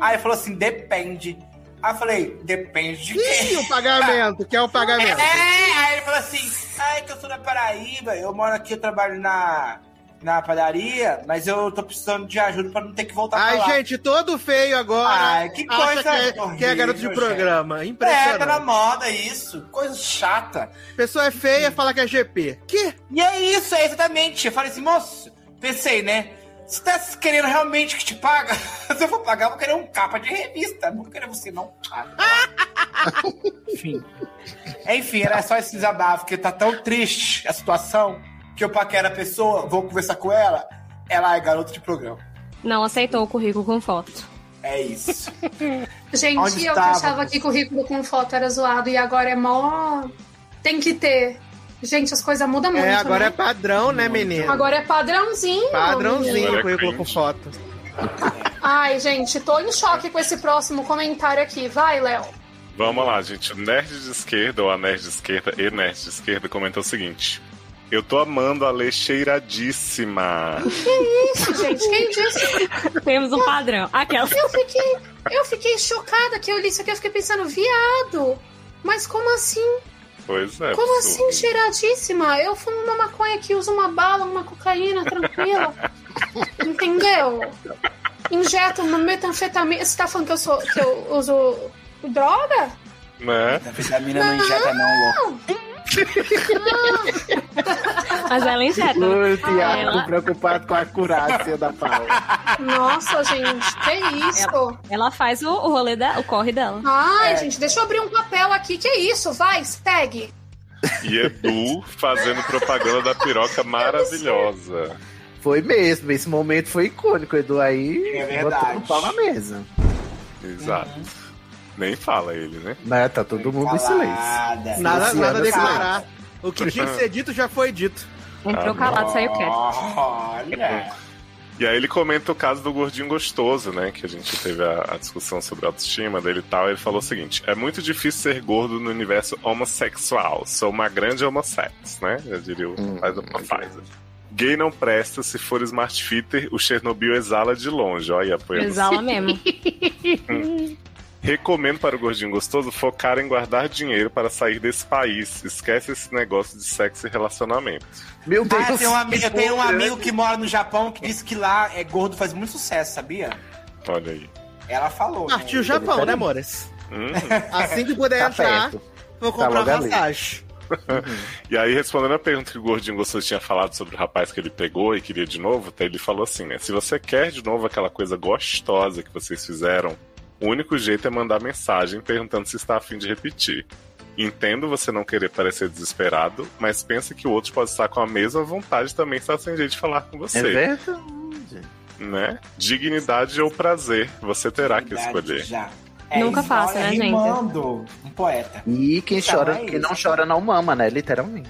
[SPEAKER 6] Aí ele falou assim, depende. Aí eu falei, depende de quê?
[SPEAKER 7] Ih, o pagamento, que é o pagamento.
[SPEAKER 6] É, aí ele falou assim, ai, que eu sou da Paraíba, eu moro aqui, eu trabalho na, na padaria, mas eu tô precisando de ajuda pra não ter que voltar
[SPEAKER 7] Ai,
[SPEAKER 6] pra lá.
[SPEAKER 7] gente, todo feio agora.
[SPEAKER 6] Ai, que
[SPEAKER 7] acha
[SPEAKER 6] coisa
[SPEAKER 7] que é, que é
[SPEAKER 6] horrível,
[SPEAKER 7] garoto de
[SPEAKER 6] gente.
[SPEAKER 7] programa.
[SPEAKER 6] É, tá na
[SPEAKER 7] Impressionante.
[SPEAKER 6] moda isso, coisa chata.
[SPEAKER 7] Pessoa é feia, fala que é GP. Que?
[SPEAKER 6] E é isso, é exatamente. Eu falei assim, moço, pensei, né? Você tá querendo realmente que te paga? [laughs] Se eu for pagar, eu vou querer um capa de revista. Não vou querer você, não. Ah,
[SPEAKER 3] [laughs]
[SPEAKER 6] tá. Enfim. Enfim, era só esse desabafo, porque tá tão triste a situação que eu paquero a pessoa, vou conversar com ela, ela é garota de programa.
[SPEAKER 2] Não aceitou o currículo com foto.
[SPEAKER 7] [laughs]
[SPEAKER 6] É isso.
[SPEAKER 8] Gente,
[SPEAKER 6] Onde
[SPEAKER 8] eu que
[SPEAKER 6] estávamos?
[SPEAKER 8] achava que currículo com foto era zoado e agora é mó... Tem que ter. Gente, as coisas mudam muito,
[SPEAKER 7] É, agora é
[SPEAKER 8] né?
[SPEAKER 7] padrão, né, menino?
[SPEAKER 8] Agora é padrãozinho. menino.
[SPEAKER 7] Padrãozinho,
[SPEAKER 1] Agora é
[SPEAKER 7] currículo com
[SPEAKER 1] cringe.
[SPEAKER 7] foto.
[SPEAKER 8] Ai, gente, tô em choque com esse próximo comentário aqui. Vai, Léo.
[SPEAKER 1] Vamos lá, gente. O nerd de esquerda, ou a nerd de esquerda e nerd de esquerda, comentou o seguinte. Eu tô amando a lei cheiradíssima.
[SPEAKER 8] Que isso, gente? Quem disse?
[SPEAKER 2] Temos um padrão. Aquela.
[SPEAKER 8] Eu fiquei, eu fiquei chocada que eu li isso aqui. Eu fiquei pensando, viado. Mas como assim?
[SPEAKER 1] Pois é.
[SPEAKER 8] Como
[SPEAKER 1] absurdo.
[SPEAKER 8] assim, cheiradíssima? Eu fumo uma maconha aqui, uso uma bala, uma cocaína, tranquila. Entendeu? Injeto uma metanfetamina. Você tá falando que eu, sou, que eu uso droga?
[SPEAKER 1] Né?
[SPEAKER 6] A vitamina não injeta, não, louco.
[SPEAKER 2] Mas ela é injeta.
[SPEAKER 3] Oi,
[SPEAKER 2] Ah,
[SPEAKER 3] Tiago,
[SPEAKER 2] ela-
[SPEAKER 3] preocupado com a acurácia da Paula.
[SPEAKER 8] Nossa, gente, que isso?
[SPEAKER 2] Ela faz o, o rolê da, o corre dela.
[SPEAKER 8] Ai, gente, deixa eu abrir um papel aqui. Que isso? Vai, segue.
[SPEAKER 1] E Edu fazendo propaganda da piroca maravilhosa.
[SPEAKER 3] Foi mesmo, esse momento foi icônico, Edu. Aí
[SPEAKER 6] É verdade.
[SPEAKER 3] botou o pau na mesa.
[SPEAKER 1] Exato. Nem fala ele, né?
[SPEAKER 3] Né, tá todo mundo em silêncio.
[SPEAKER 7] Nada,
[SPEAKER 6] Calada.
[SPEAKER 3] Luciana
[SPEAKER 7] nada a
[SPEAKER 3] sabe.
[SPEAKER 7] declarar. O que tinha que ser dito já foi dito.
[SPEAKER 2] Entrou
[SPEAKER 1] Ah,
[SPEAKER 2] calado, saiu quieto.
[SPEAKER 6] Olha.
[SPEAKER 1] E aí ele comenta o caso do gordinho gostoso, né? Que a gente teve a, a discussão sobre a autoestima dele e tal. Ele falou o seguinte: é muito difícil ser gordo no universo homossexual. Sou uma grande homossex, né? Eu diria o
[SPEAKER 3] Hum,
[SPEAKER 1] faz uma Pfizer. Gay não presta, se for smart fitter, o Chernobyl exala de longe. Olha, apoiando.
[SPEAKER 2] Exala
[SPEAKER 3] [laughs]
[SPEAKER 2] mesmo.
[SPEAKER 1] Recomendo para o gordinho gostoso focar em guardar dinheiro para sair desse país. Esquece esse negócio de sexo e relacionamento.
[SPEAKER 3] Meu Deus.
[SPEAKER 6] Ah, eu tenho um, ami- eu tenho um
[SPEAKER 3] que
[SPEAKER 6] amigo que mora no Japão que disse que lá é gordo faz muito sucesso, sabia?
[SPEAKER 1] Olha aí.
[SPEAKER 6] Ela falou.
[SPEAKER 7] Partiu o Japão, né, Mores?
[SPEAKER 1] Hum.
[SPEAKER 7] Assim que puder
[SPEAKER 3] Tá
[SPEAKER 7] entrar,
[SPEAKER 3] perto.
[SPEAKER 7] vou comprar
[SPEAKER 3] logo
[SPEAKER 7] uma
[SPEAKER 3] ali.
[SPEAKER 7] passagem.
[SPEAKER 1] E aí, respondendo a pergunta que o Gordinho Gostoso tinha falado sobre o rapaz que ele pegou e queria de novo, tá, ele falou assim, né? Se você quer de novo aquela coisa gostosa que vocês fizeram, o único jeito é mandar mensagem perguntando se está afim de repetir. Entendo você não querer parecer desesperado, mas pensa que o outro pode estar com a mesma vontade e também estar sem jeito de falar com
[SPEAKER 3] É
[SPEAKER 1] você,
[SPEAKER 3] verdade.
[SPEAKER 1] né? Dignidade ou prazer, você terá que escolher.
[SPEAKER 6] Já. É
[SPEAKER 2] Nunca
[SPEAKER 6] isso,
[SPEAKER 2] faço,
[SPEAKER 6] olha,
[SPEAKER 2] né, gente?
[SPEAKER 6] rimando. Um poeta.
[SPEAKER 3] E quem
[SPEAKER 6] Tá,
[SPEAKER 3] chora,
[SPEAKER 6] é
[SPEAKER 3] quem não
[SPEAKER 6] isso.
[SPEAKER 3] chora não mama, né? Literalmente.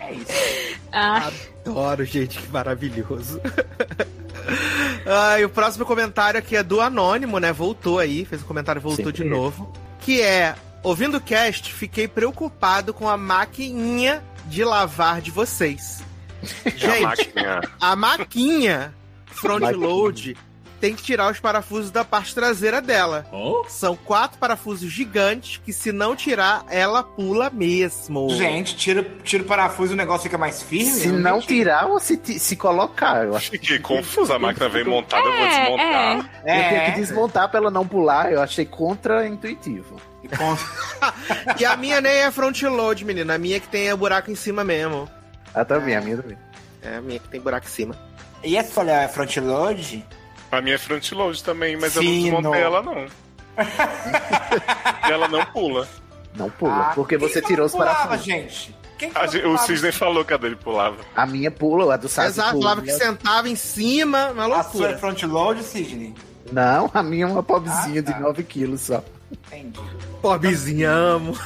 [SPEAKER 6] É isso.
[SPEAKER 2] Ah,
[SPEAKER 7] Adoro, gente, que maravilhoso. [laughs] ah, e o próximo comentário aqui é do Anônimo, né? Voltou aí, fez um comentário, voltou
[SPEAKER 3] Sempre
[SPEAKER 7] de
[SPEAKER 3] ele.
[SPEAKER 7] novo. Que é: ouvindo o cast, fiquei preocupado com a maquininha de lavar de vocês.
[SPEAKER 1] É a
[SPEAKER 7] Gente,
[SPEAKER 1] máquina. [laughs]
[SPEAKER 7] a maquinha front load tem que tirar os parafusos da parte traseira dela. São quatro parafusos gigantes que, se não tirar, ela pula mesmo.
[SPEAKER 6] Gente, tira, tira o parafuso e o negócio fica mais firme. né?
[SPEAKER 3] Se
[SPEAKER 6] Eu
[SPEAKER 3] não
[SPEAKER 6] entendi.
[SPEAKER 3] tirar ou se, ti- se colocar, eu acho.
[SPEAKER 1] Fiquei confuso, a máquina vem montada, eu vou
[SPEAKER 2] É,
[SPEAKER 1] desmontar.
[SPEAKER 2] é.
[SPEAKER 3] Eu tenho que
[SPEAKER 6] É,
[SPEAKER 3] desmontar pra ela não pular, eu achei contra-intuitivo.
[SPEAKER 6] e com-
[SPEAKER 7] E a minha nem é front load, menina. A minha que tem é buraco em cima mesmo.
[SPEAKER 3] Ah, também, a minha também.
[SPEAKER 7] É a minha que tem buraco em cima.
[SPEAKER 6] e essa folha é front load?
[SPEAKER 1] A minha é front load também, mas eu
[SPEAKER 6] Fino.
[SPEAKER 1] não desmontei ela, não. e ela não pula.
[SPEAKER 3] Não pula,
[SPEAKER 6] Ah,
[SPEAKER 3] porque
[SPEAKER 6] quem
[SPEAKER 3] você
[SPEAKER 6] que
[SPEAKER 3] tirou
[SPEAKER 6] não
[SPEAKER 3] os
[SPEAKER 6] pulava,
[SPEAKER 3] parafusos.
[SPEAKER 6] gente. Quem que
[SPEAKER 1] A
[SPEAKER 6] não
[SPEAKER 1] Ah, gente- o
[SPEAKER 6] pulava?
[SPEAKER 1] Cisne falou que a dele pulava.
[SPEAKER 3] A minha pula, a do Sassi
[SPEAKER 7] Exato,
[SPEAKER 3] pula. né?
[SPEAKER 6] né?
[SPEAKER 7] lava que sentava em cima, uma
[SPEAKER 6] A sua é
[SPEAKER 7] loucura.
[SPEAKER 6] front load, Sidney?
[SPEAKER 3] Não, a minha é uma pobrezinha
[SPEAKER 6] Ah, tá.
[SPEAKER 3] de 9 quilos só.
[SPEAKER 6] Entendi.
[SPEAKER 7] Pobrezinha, amo.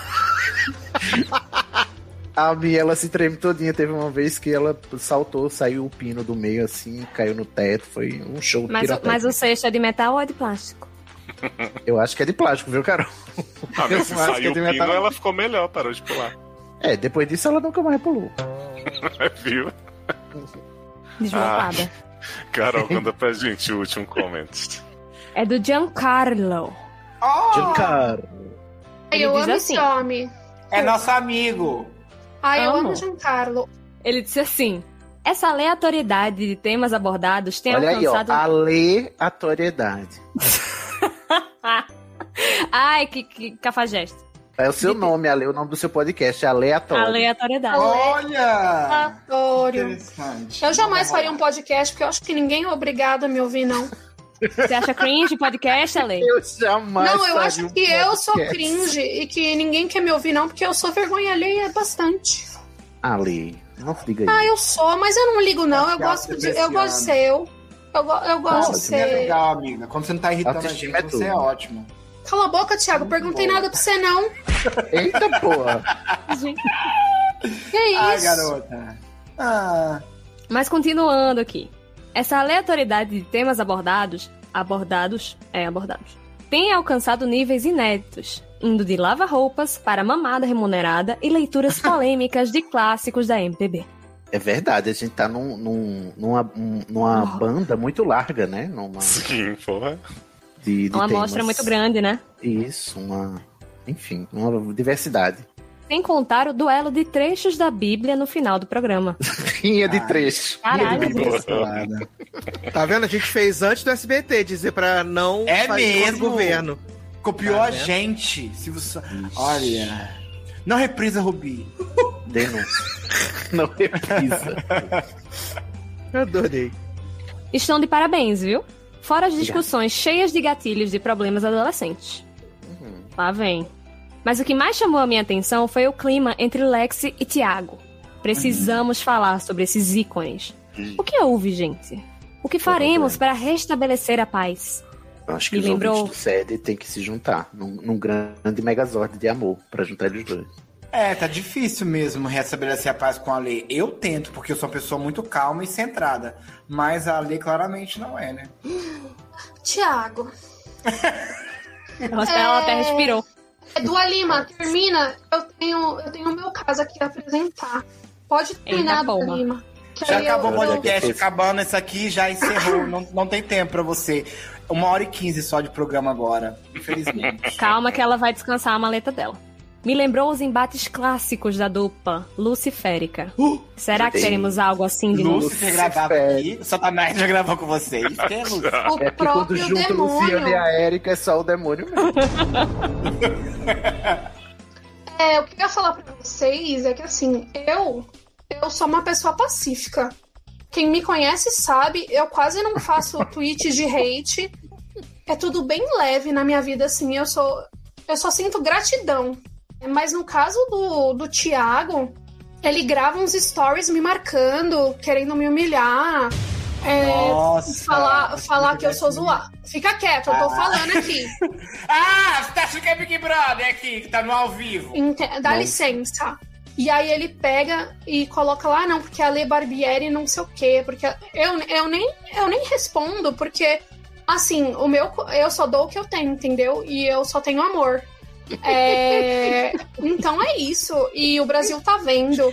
[SPEAKER 3] A minha, ela se treme todinha. Teve uma vez que ela saltou, saiu o pino do meio assim, caiu no teto. Foi um show
[SPEAKER 2] Mas, o-
[SPEAKER 3] pirotécnico.
[SPEAKER 2] mas o cesto é de metal ou é de plástico?
[SPEAKER 3] Eu acho que é de plástico, viu, Carol?
[SPEAKER 1] Ah, mas se
[SPEAKER 3] Eu acho que é
[SPEAKER 1] saiu o
[SPEAKER 3] ele vai
[SPEAKER 1] pino,
[SPEAKER 3] parar.
[SPEAKER 1] ela ficou melhor, parou de pular. [laughs]
[SPEAKER 3] É, depois disso ela nunca mais pulou.
[SPEAKER 1] Viu?
[SPEAKER 2] Desmontada.
[SPEAKER 1] Carol, manda pra gente o último comment.
[SPEAKER 2] É do Giancarlo.
[SPEAKER 6] Oh,
[SPEAKER 3] Giancarlo.
[SPEAKER 2] Ele
[SPEAKER 8] Ai, eu
[SPEAKER 2] diz
[SPEAKER 8] amo
[SPEAKER 2] assim.
[SPEAKER 8] esse homem.
[SPEAKER 6] é nosso amigo.
[SPEAKER 8] Ai, eu
[SPEAKER 2] Amo.
[SPEAKER 8] amo o Giancarlo.
[SPEAKER 2] Ele disse assim: essa aleatoriedade de temas abordados tem
[SPEAKER 3] Olha aí, ó. Ah.
[SPEAKER 2] alcançado.
[SPEAKER 3] Aleatoriedade.
[SPEAKER 2] Ai, que, que cafajeste.
[SPEAKER 3] É o seu nome, Ale, o nome do seu podcast, é aleatório.
[SPEAKER 2] Aleatoriedade.
[SPEAKER 6] Olha!
[SPEAKER 8] Adoro.
[SPEAKER 6] Interessante.
[SPEAKER 8] Eu jamais faria um podcast, porque eu acho que ninguém é obrigado a me
[SPEAKER 3] [laughs]
[SPEAKER 8] ouvir, não.
[SPEAKER 2] Você acha cringe podcast, Ale?
[SPEAKER 3] Eu jamais.
[SPEAKER 8] não, eu
[SPEAKER 3] faria
[SPEAKER 8] acho
[SPEAKER 3] um
[SPEAKER 8] que eu sou
[SPEAKER 3] podcast.
[SPEAKER 8] cringe e que ninguém quer me ouvir, não, porque eu sou vergonha alheia bastante.
[SPEAKER 3] Ale, não diga
[SPEAKER 8] Ah,
[SPEAKER 3] isso.
[SPEAKER 8] eu sou, mas eu não ligo, não. Eu
[SPEAKER 6] Tá
[SPEAKER 8] gosto de, eu
[SPEAKER 6] depreciando.
[SPEAKER 8] gosto de ser eu. Eu, go- eu gosto de
[SPEAKER 6] Você é
[SPEAKER 8] ser.
[SPEAKER 6] legal, amiga. Quando você não tá irritando a
[SPEAKER 3] Autoestima
[SPEAKER 6] gente,
[SPEAKER 3] é tudo.
[SPEAKER 6] você é ótimo.
[SPEAKER 8] Cala a boca, Thiago. Perguntei
[SPEAKER 6] boa.
[SPEAKER 8] nada pra você, não.
[SPEAKER 3] Eita porra.
[SPEAKER 2] Gente.
[SPEAKER 8] Que
[SPEAKER 6] Ah,
[SPEAKER 8] isso?
[SPEAKER 6] garota. Ah,
[SPEAKER 2] Mas continuando aqui. Essa aleatoriedade de temas abordados, abordados, é, abordados, tem alcançado níveis inéditos, indo de lava-roupas para mamada remunerada e leituras polêmicas de clássicos da MPB.
[SPEAKER 3] É verdade, a gente tá num- num- numa, um- numa banda muito larga, né? Numa,
[SPEAKER 1] Sim, porra.
[SPEAKER 3] de, de
[SPEAKER 2] É Uma
[SPEAKER 3] temas.
[SPEAKER 2] amostra muito grande, né?
[SPEAKER 3] Isso, uma. Enfim, uma diversidade.
[SPEAKER 2] Sem contar o duelo de trechos da Bíblia no final do programa.
[SPEAKER 3] Rinha de trecho.
[SPEAKER 2] Caralho,
[SPEAKER 3] Rinha de
[SPEAKER 2] gente.
[SPEAKER 3] trecho.
[SPEAKER 7] Tá vendo? A gente fez antes do SBT dizer pra não
[SPEAKER 6] É
[SPEAKER 7] fazer contra o
[SPEAKER 6] mesmo?
[SPEAKER 7] governo.
[SPEAKER 6] Copiou
[SPEAKER 7] Tá
[SPEAKER 6] a
[SPEAKER 7] vendo?
[SPEAKER 6] gente. Se você... Olha. Não reprisa, Rubi.
[SPEAKER 3] [laughs] Denúncia. Não repisa.
[SPEAKER 7] Eu adorei.
[SPEAKER 2] Estão de parabéns, viu? Fora as
[SPEAKER 3] Obrigado.
[SPEAKER 2] discussões cheias de gatilhos de problemas adolescentes.
[SPEAKER 3] Uhum.
[SPEAKER 2] Lá vem. Mas o que mais chamou a minha atenção foi o clima entre Lexi e Tiago. Precisamos falar sobre esses ícones.
[SPEAKER 1] Ih.
[SPEAKER 2] O que houve, gente? O que faremos para restabelecer a paz?
[SPEAKER 3] Eu Acho que
[SPEAKER 2] Me
[SPEAKER 3] os
[SPEAKER 2] lembrou-
[SPEAKER 3] ouvintes do SED tem que se juntar num, num grande megazord de amor pra juntar eles dois.
[SPEAKER 6] É, tá difícil mesmo restabelecer a paz com a Lê. Eu tento, porque eu sou uma pessoa muito calma e centrada. Mas a Lê claramente não é, né?
[SPEAKER 8] Tiago,
[SPEAKER 2] Ela, ela até respirou.
[SPEAKER 8] é Dua Lima, termina. Eu tenho eu tenho o meu caso aqui a apresentar. Pode terminar,
[SPEAKER 2] Eita,
[SPEAKER 8] Dua
[SPEAKER 2] bomba.
[SPEAKER 8] Lima. que
[SPEAKER 6] Já
[SPEAKER 8] aí eu-
[SPEAKER 6] acabou o
[SPEAKER 3] Olha,
[SPEAKER 6] podcast,
[SPEAKER 3] que fez-
[SPEAKER 6] acabando isso aqui, já encerrou. não, não tem tempo pra você. Uma hora e quinze só de programa agora, infelizmente.
[SPEAKER 2] Calma que ela vai descansar a maleta dela. Me lembrou os embates clássicos da dupla luciférica. Será que
[SPEAKER 3] Sim.
[SPEAKER 2] teremos algo assim de novo?
[SPEAKER 6] Lúcifer gravava aqui, Satanás já gravou com vocês. Que é Lúcifer?
[SPEAKER 8] O
[SPEAKER 3] É porque quando
[SPEAKER 8] próprio
[SPEAKER 3] junta o Luciano e
[SPEAKER 8] demônio.
[SPEAKER 3] a Érica é só o demônio mesmo.
[SPEAKER 8] É, o que eu ia falar pra vocês é que assim, eu eu sou uma pessoa pacífica. Quem me conhece sabe, eu quase não faço
[SPEAKER 6] [laughs]
[SPEAKER 8] tweet de hate. É tudo bem leve na minha vida, assim, eu sou. Eu só sinto gratidão. Mas no caso do, do Thiago, ele grava uns stories me marcando, querendo me humilhar. é,
[SPEAKER 6] Nossa,
[SPEAKER 8] falar
[SPEAKER 6] acho
[SPEAKER 8] falar
[SPEAKER 6] que
[SPEAKER 8] que eu sou
[SPEAKER 6] vai ser-
[SPEAKER 8] zoar. Fica quieto, eu tô falando aqui.
[SPEAKER 6] Ah, você tá achando que é Big Brother aqui, que tá no ao vivo?
[SPEAKER 8] Ente- Dá
[SPEAKER 3] Não.
[SPEAKER 8] licença. E aí ele pega e coloca lá, "Ah, não, porque a Lei Barbieri não sei o quê, porque eu, eu, nem, eu nem respondo, porque assim, o meu co- eu só dou o que eu tenho, entendeu? E eu só tenho amor. [laughs] É, então é isso. E o Brasil tá vendo.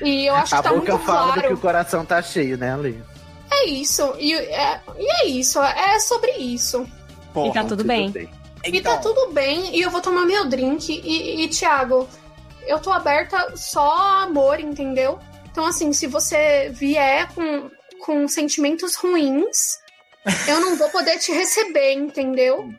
[SPEAKER 8] E eu acho
[SPEAKER 3] a
[SPEAKER 8] que tá
[SPEAKER 3] boca
[SPEAKER 8] muito
[SPEAKER 3] fala que o
[SPEAKER 8] claro.
[SPEAKER 3] coração tá cheio, né, Ali?
[SPEAKER 8] É isso. E é, e é isso. É sobre isso.
[SPEAKER 2] E tá tudo bem.
[SPEAKER 8] E Então,
[SPEAKER 6] então,
[SPEAKER 8] tá tudo bem, e eu vou tomar meu drink. E, e, Thiago, eu tô aberta só a amor, entendeu? Então, assim, se você vier com, com sentimentos ruins, eu não vou poder te receber,
[SPEAKER 6] [laughs]
[SPEAKER 8] entendeu?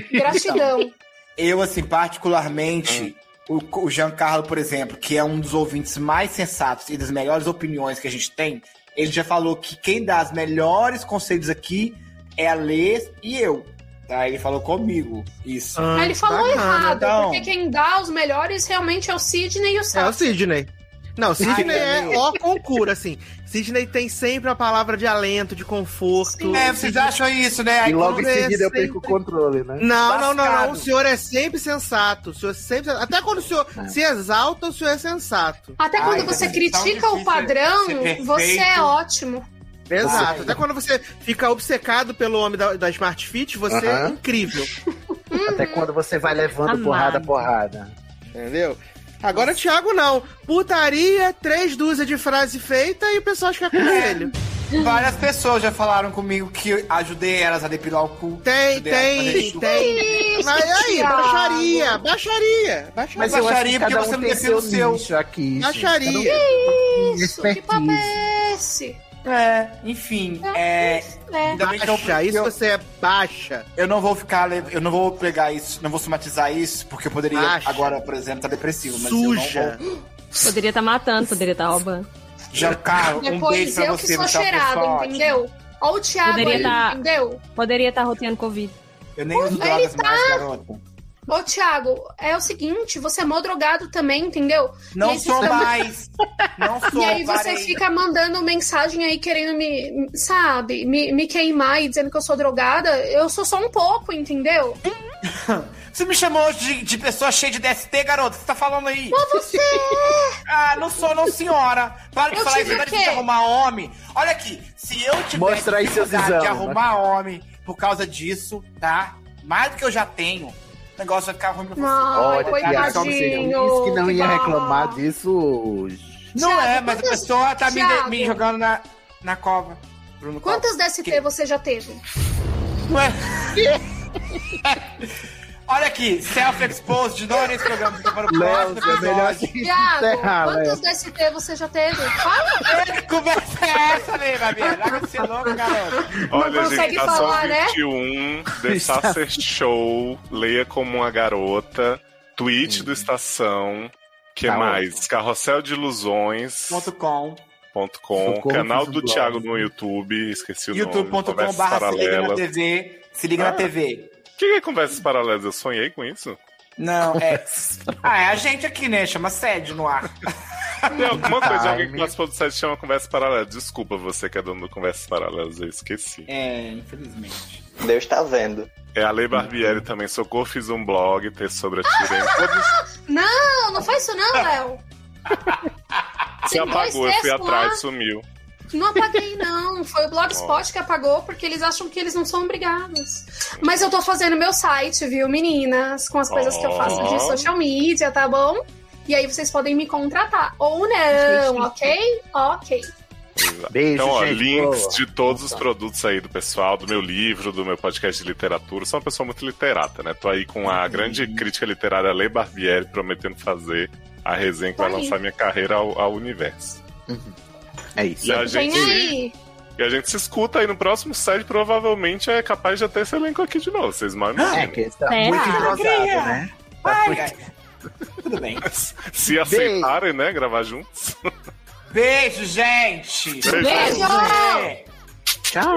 [SPEAKER 8] Gratidão.
[SPEAKER 6] Eu, assim, particularmente, o, o Giancarlo, por exemplo, que é um dos ouvintes mais sensatos e das melhores opiniões que a gente tem, ele já falou que quem dá as melhores conselhos aqui é a Lê e eu. Tá? Ele falou comigo isso.
[SPEAKER 7] Ah,
[SPEAKER 8] Mas ele falou
[SPEAKER 7] bacana.
[SPEAKER 8] errado,
[SPEAKER 6] então.
[SPEAKER 8] porque quem dá os melhores realmente é o Sidney e o
[SPEAKER 7] É o
[SPEAKER 8] Sassi.
[SPEAKER 7] Sidney. Não, Sidney
[SPEAKER 6] Ai,
[SPEAKER 7] é
[SPEAKER 6] meu.
[SPEAKER 7] ó com cura, assim. Sidney tem sempre a palavra de alento, de conforto.
[SPEAKER 6] É, vocês acham isso, né? Aí
[SPEAKER 3] E logo em
[SPEAKER 7] quando é
[SPEAKER 3] seguida eu
[SPEAKER 7] sempre-
[SPEAKER 3] perco o controle, né?
[SPEAKER 7] Não, não, não, não.
[SPEAKER 6] Lascado.
[SPEAKER 7] O senhor é sempre sensato. O senhor é sempre. Até quando o senhor
[SPEAKER 3] É.
[SPEAKER 7] se exalta, o senhor é sensato.
[SPEAKER 8] Até
[SPEAKER 6] Ai,
[SPEAKER 8] quando
[SPEAKER 6] mas
[SPEAKER 8] você
[SPEAKER 6] é tão
[SPEAKER 8] critica o
[SPEAKER 6] difícil
[SPEAKER 8] padrão,
[SPEAKER 6] ser perfeito.
[SPEAKER 8] você é ótimo.
[SPEAKER 7] Exato.
[SPEAKER 6] Vai.
[SPEAKER 7] Até quando você fica obcecado pelo homem da, da Smart Fit, você é
[SPEAKER 3] Aham.
[SPEAKER 7] incrível.
[SPEAKER 3] Até quando você vai levando
[SPEAKER 2] Amado.
[SPEAKER 3] porrada a porrada.
[SPEAKER 7] Entendeu? Agora, Thiago, não. Putaria, três dúzias de frase feita e o pessoal fica com
[SPEAKER 6] É.
[SPEAKER 7] ele.
[SPEAKER 6] Várias pessoas já falaram comigo que eu ajudei elas a depilar o cu.
[SPEAKER 7] Tem,
[SPEAKER 6] ajudei elas a fazer
[SPEAKER 7] tem,
[SPEAKER 6] chuva.
[SPEAKER 7] tem. Mas aí,
[SPEAKER 8] Thiago.
[SPEAKER 7] baixaria, baixaria, baixaria.
[SPEAKER 6] Mas
[SPEAKER 3] eu acho
[SPEAKER 6] baixaria
[SPEAKER 3] que
[SPEAKER 6] porque
[SPEAKER 3] cada um
[SPEAKER 6] você não
[SPEAKER 3] tem
[SPEAKER 6] defende o seu.
[SPEAKER 3] nicho aqui. gente.
[SPEAKER 7] Baixaria.
[SPEAKER 3] Cada um-
[SPEAKER 8] Isso, que papo é esse?
[SPEAKER 6] É, enfim. É,
[SPEAKER 8] É.
[SPEAKER 6] ainda bem que eu-
[SPEAKER 7] Baixa, isso
[SPEAKER 6] eu-
[SPEAKER 7] você é baixa.
[SPEAKER 6] Eu não vou ficar, le- eu não vou pegar isso, não vou somatizar isso, porque eu poderia
[SPEAKER 7] Acha.
[SPEAKER 6] agora, por exemplo, estar depressivo, mas eu não
[SPEAKER 7] Suja.
[SPEAKER 6] vou.
[SPEAKER 2] Poderia estar matando, poderia estar roubando.
[SPEAKER 6] Giancarlo, um beijo
[SPEAKER 8] Depois
[SPEAKER 6] pra
[SPEAKER 8] É eu que
[SPEAKER 6] você,
[SPEAKER 8] sou
[SPEAKER 6] você é uma
[SPEAKER 8] cheirado,
[SPEAKER 6] pessoa ótima.
[SPEAKER 8] entendeu? Olha o Thiago
[SPEAKER 2] Poderia
[SPEAKER 8] aí,
[SPEAKER 2] tá-
[SPEAKER 8] entendeu?
[SPEAKER 2] Poderia estar roteando Covid.
[SPEAKER 6] Eu nem uso
[SPEAKER 8] Ele tá
[SPEAKER 6] drogas mais, garota.
[SPEAKER 8] Ô, Thiago, é o seguinte, você é mó drogado também, entendeu? E
[SPEAKER 6] Não
[SPEAKER 8] aí
[SPEAKER 6] sou
[SPEAKER 8] você fica-
[SPEAKER 6] mais. Não sou,
[SPEAKER 8] [laughs] E aí você
[SPEAKER 6] parei.
[SPEAKER 8] fica mandando mensagem aí querendo me, sabe, me, me queimar e dizendo que eu sou drogada. Eu sou só um pouco, entendeu?
[SPEAKER 6] Você me chamou de, de pessoa cheia de DST, garoto? Você tá falando aí?
[SPEAKER 8] Mas você! é.
[SPEAKER 6] [laughs] Ah, não sou, não, senhora. Para de
[SPEAKER 8] Eu
[SPEAKER 6] falar
[SPEAKER 8] tive
[SPEAKER 6] isso, para
[SPEAKER 8] o
[SPEAKER 6] de
[SPEAKER 8] quê?
[SPEAKER 6] arrumar homem. Olha aqui, se eu tivesse
[SPEAKER 3] Mostra aí seus
[SPEAKER 6] dificuldade de
[SPEAKER 3] exames. né?
[SPEAKER 6] arrumar homem por causa disso, tá? Mais do que eu já tenho, o negócio vai ficar ruim pra você.
[SPEAKER 8] Ai,
[SPEAKER 3] Olha, Thiago,
[SPEAKER 8] coitadinho. Ah.
[SPEAKER 3] você disse que não ia
[SPEAKER 8] dó.
[SPEAKER 3] reclamar disso hoje.
[SPEAKER 6] Não
[SPEAKER 8] Thiago,
[SPEAKER 6] é, mas a
[SPEAKER 8] quantas-
[SPEAKER 6] pessoa tá me,
[SPEAKER 8] Thiago.
[SPEAKER 6] me jogando na, na cova. Bruno Cova.
[SPEAKER 8] Quantas DST
[SPEAKER 6] Que-
[SPEAKER 8] você já teve?
[SPEAKER 6] Não
[SPEAKER 8] [laughs]
[SPEAKER 6] é? Olha aqui, self-exposed, não é nesse programa que eu falo pro
[SPEAKER 3] Léo,
[SPEAKER 6] próximo
[SPEAKER 3] é melhor a
[SPEAKER 6] episódio.
[SPEAKER 3] gente
[SPEAKER 8] Thiago,
[SPEAKER 3] encerrar,
[SPEAKER 8] quantas
[SPEAKER 3] Léo.
[SPEAKER 8] DST você já teve? Fala!
[SPEAKER 6] Que [laughs] conversa é essa, né, Gabriela? Larga de ser louco, garoto.
[SPEAKER 1] Olha,
[SPEAKER 8] consegue
[SPEAKER 1] gente, tá
[SPEAKER 8] falar,
[SPEAKER 1] só
[SPEAKER 8] né?
[SPEAKER 1] 21,
[SPEAKER 3] [laughs]
[SPEAKER 1] The Sasser Show, Leia Como Uma Garota, tweet do Estação, que
[SPEAKER 3] Tá
[SPEAKER 1] mais? Carrossel de Ilusões.
[SPEAKER 6] Ponto com.
[SPEAKER 1] Ponto com,
[SPEAKER 3] Socorro,
[SPEAKER 1] canal
[SPEAKER 3] fiz um
[SPEAKER 1] do
[SPEAKER 3] blog.
[SPEAKER 1] Thiago no YouTube, esqueci o nome.
[SPEAKER 6] youtube.com
[SPEAKER 1] Conversas
[SPEAKER 6] barra se liga na
[SPEAKER 1] Paralelas.
[SPEAKER 6] TV. Se liga
[SPEAKER 1] Ah.
[SPEAKER 6] na TV.
[SPEAKER 1] O que é Conversas Paralelas? Eu sonhei com isso?
[SPEAKER 6] Não, é. Ah, é a gente aqui, né? Chama sede no ar.
[SPEAKER 1] Tem alguma coisa de alguém que
[SPEAKER 3] Time.
[SPEAKER 1] participou do site que chama Conversas Paralelas. Desculpa você que é dono do Conversas Paralelas, eu esqueci.
[SPEAKER 6] É, infelizmente.
[SPEAKER 11] Deus tá vendo.
[SPEAKER 1] É a Lei Barbieri também, socorro, fiz um blog, texto sobre a Tirem. Todos-
[SPEAKER 8] Não, não faz isso não, Léo!
[SPEAKER 1] Se
[SPEAKER 8] Tem dois
[SPEAKER 1] apagou, eu fui
[SPEAKER 8] textos lá.
[SPEAKER 1] atrás, sumiu.
[SPEAKER 8] Não apaguei, não. Foi o Blogspot que apagou porque eles acham que eles não são obrigados. Mas eu tô fazendo meu site, viu, meninas? Com as coisas que eu faço
[SPEAKER 1] Ó.
[SPEAKER 8] de social media, tá bom? E aí vocês podem me contratar. Ou não, ok? Ok.
[SPEAKER 3] Beijo,
[SPEAKER 1] Então, ó,
[SPEAKER 3] gente.
[SPEAKER 1] links
[SPEAKER 3] Boa.
[SPEAKER 1] de todos os produtos aí do pessoal, do meu livro, do meu podcast de literatura. Sou uma pessoa muito literata, né? Tô aí com a grande crítica literária Lei Barbieri, prometendo fazer a resenha que
[SPEAKER 8] Tá
[SPEAKER 1] vai
[SPEAKER 8] aí.
[SPEAKER 1] lançar minha carreira ao, ao universo.
[SPEAKER 3] É isso.
[SPEAKER 1] E a,
[SPEAKER 8] Vem
[SPEAKER 1] gente,
[SPEAKER 8] aí.
[SPEAKER 1] e a gente se escuta aí no próximo site, provavelmente é capaz de até esse elenco aqui de novo. Vocês mal
[SPEAKER 3] É,
[SPEAKER 1] imaginam.
[SPEAKER 3] que tá
[SPEAKER 2] Será?
[SPEAKER 3] muito entrosado, né? Tá
[SPEAKER 6] Ai,
[SPEAKER 3] muito-
[SPEAKER 6] ai. Tudo bem.
[SPEAKER 1] Se aceitarem, né, gravar juntos.
[SPEAKER 6] Beijo, gente!
[SPEAKER 1] Beijo.
[SPEAKER 8] Beijo!
[SPEAKER 6] É.
[SPEAKER 3] Tchau.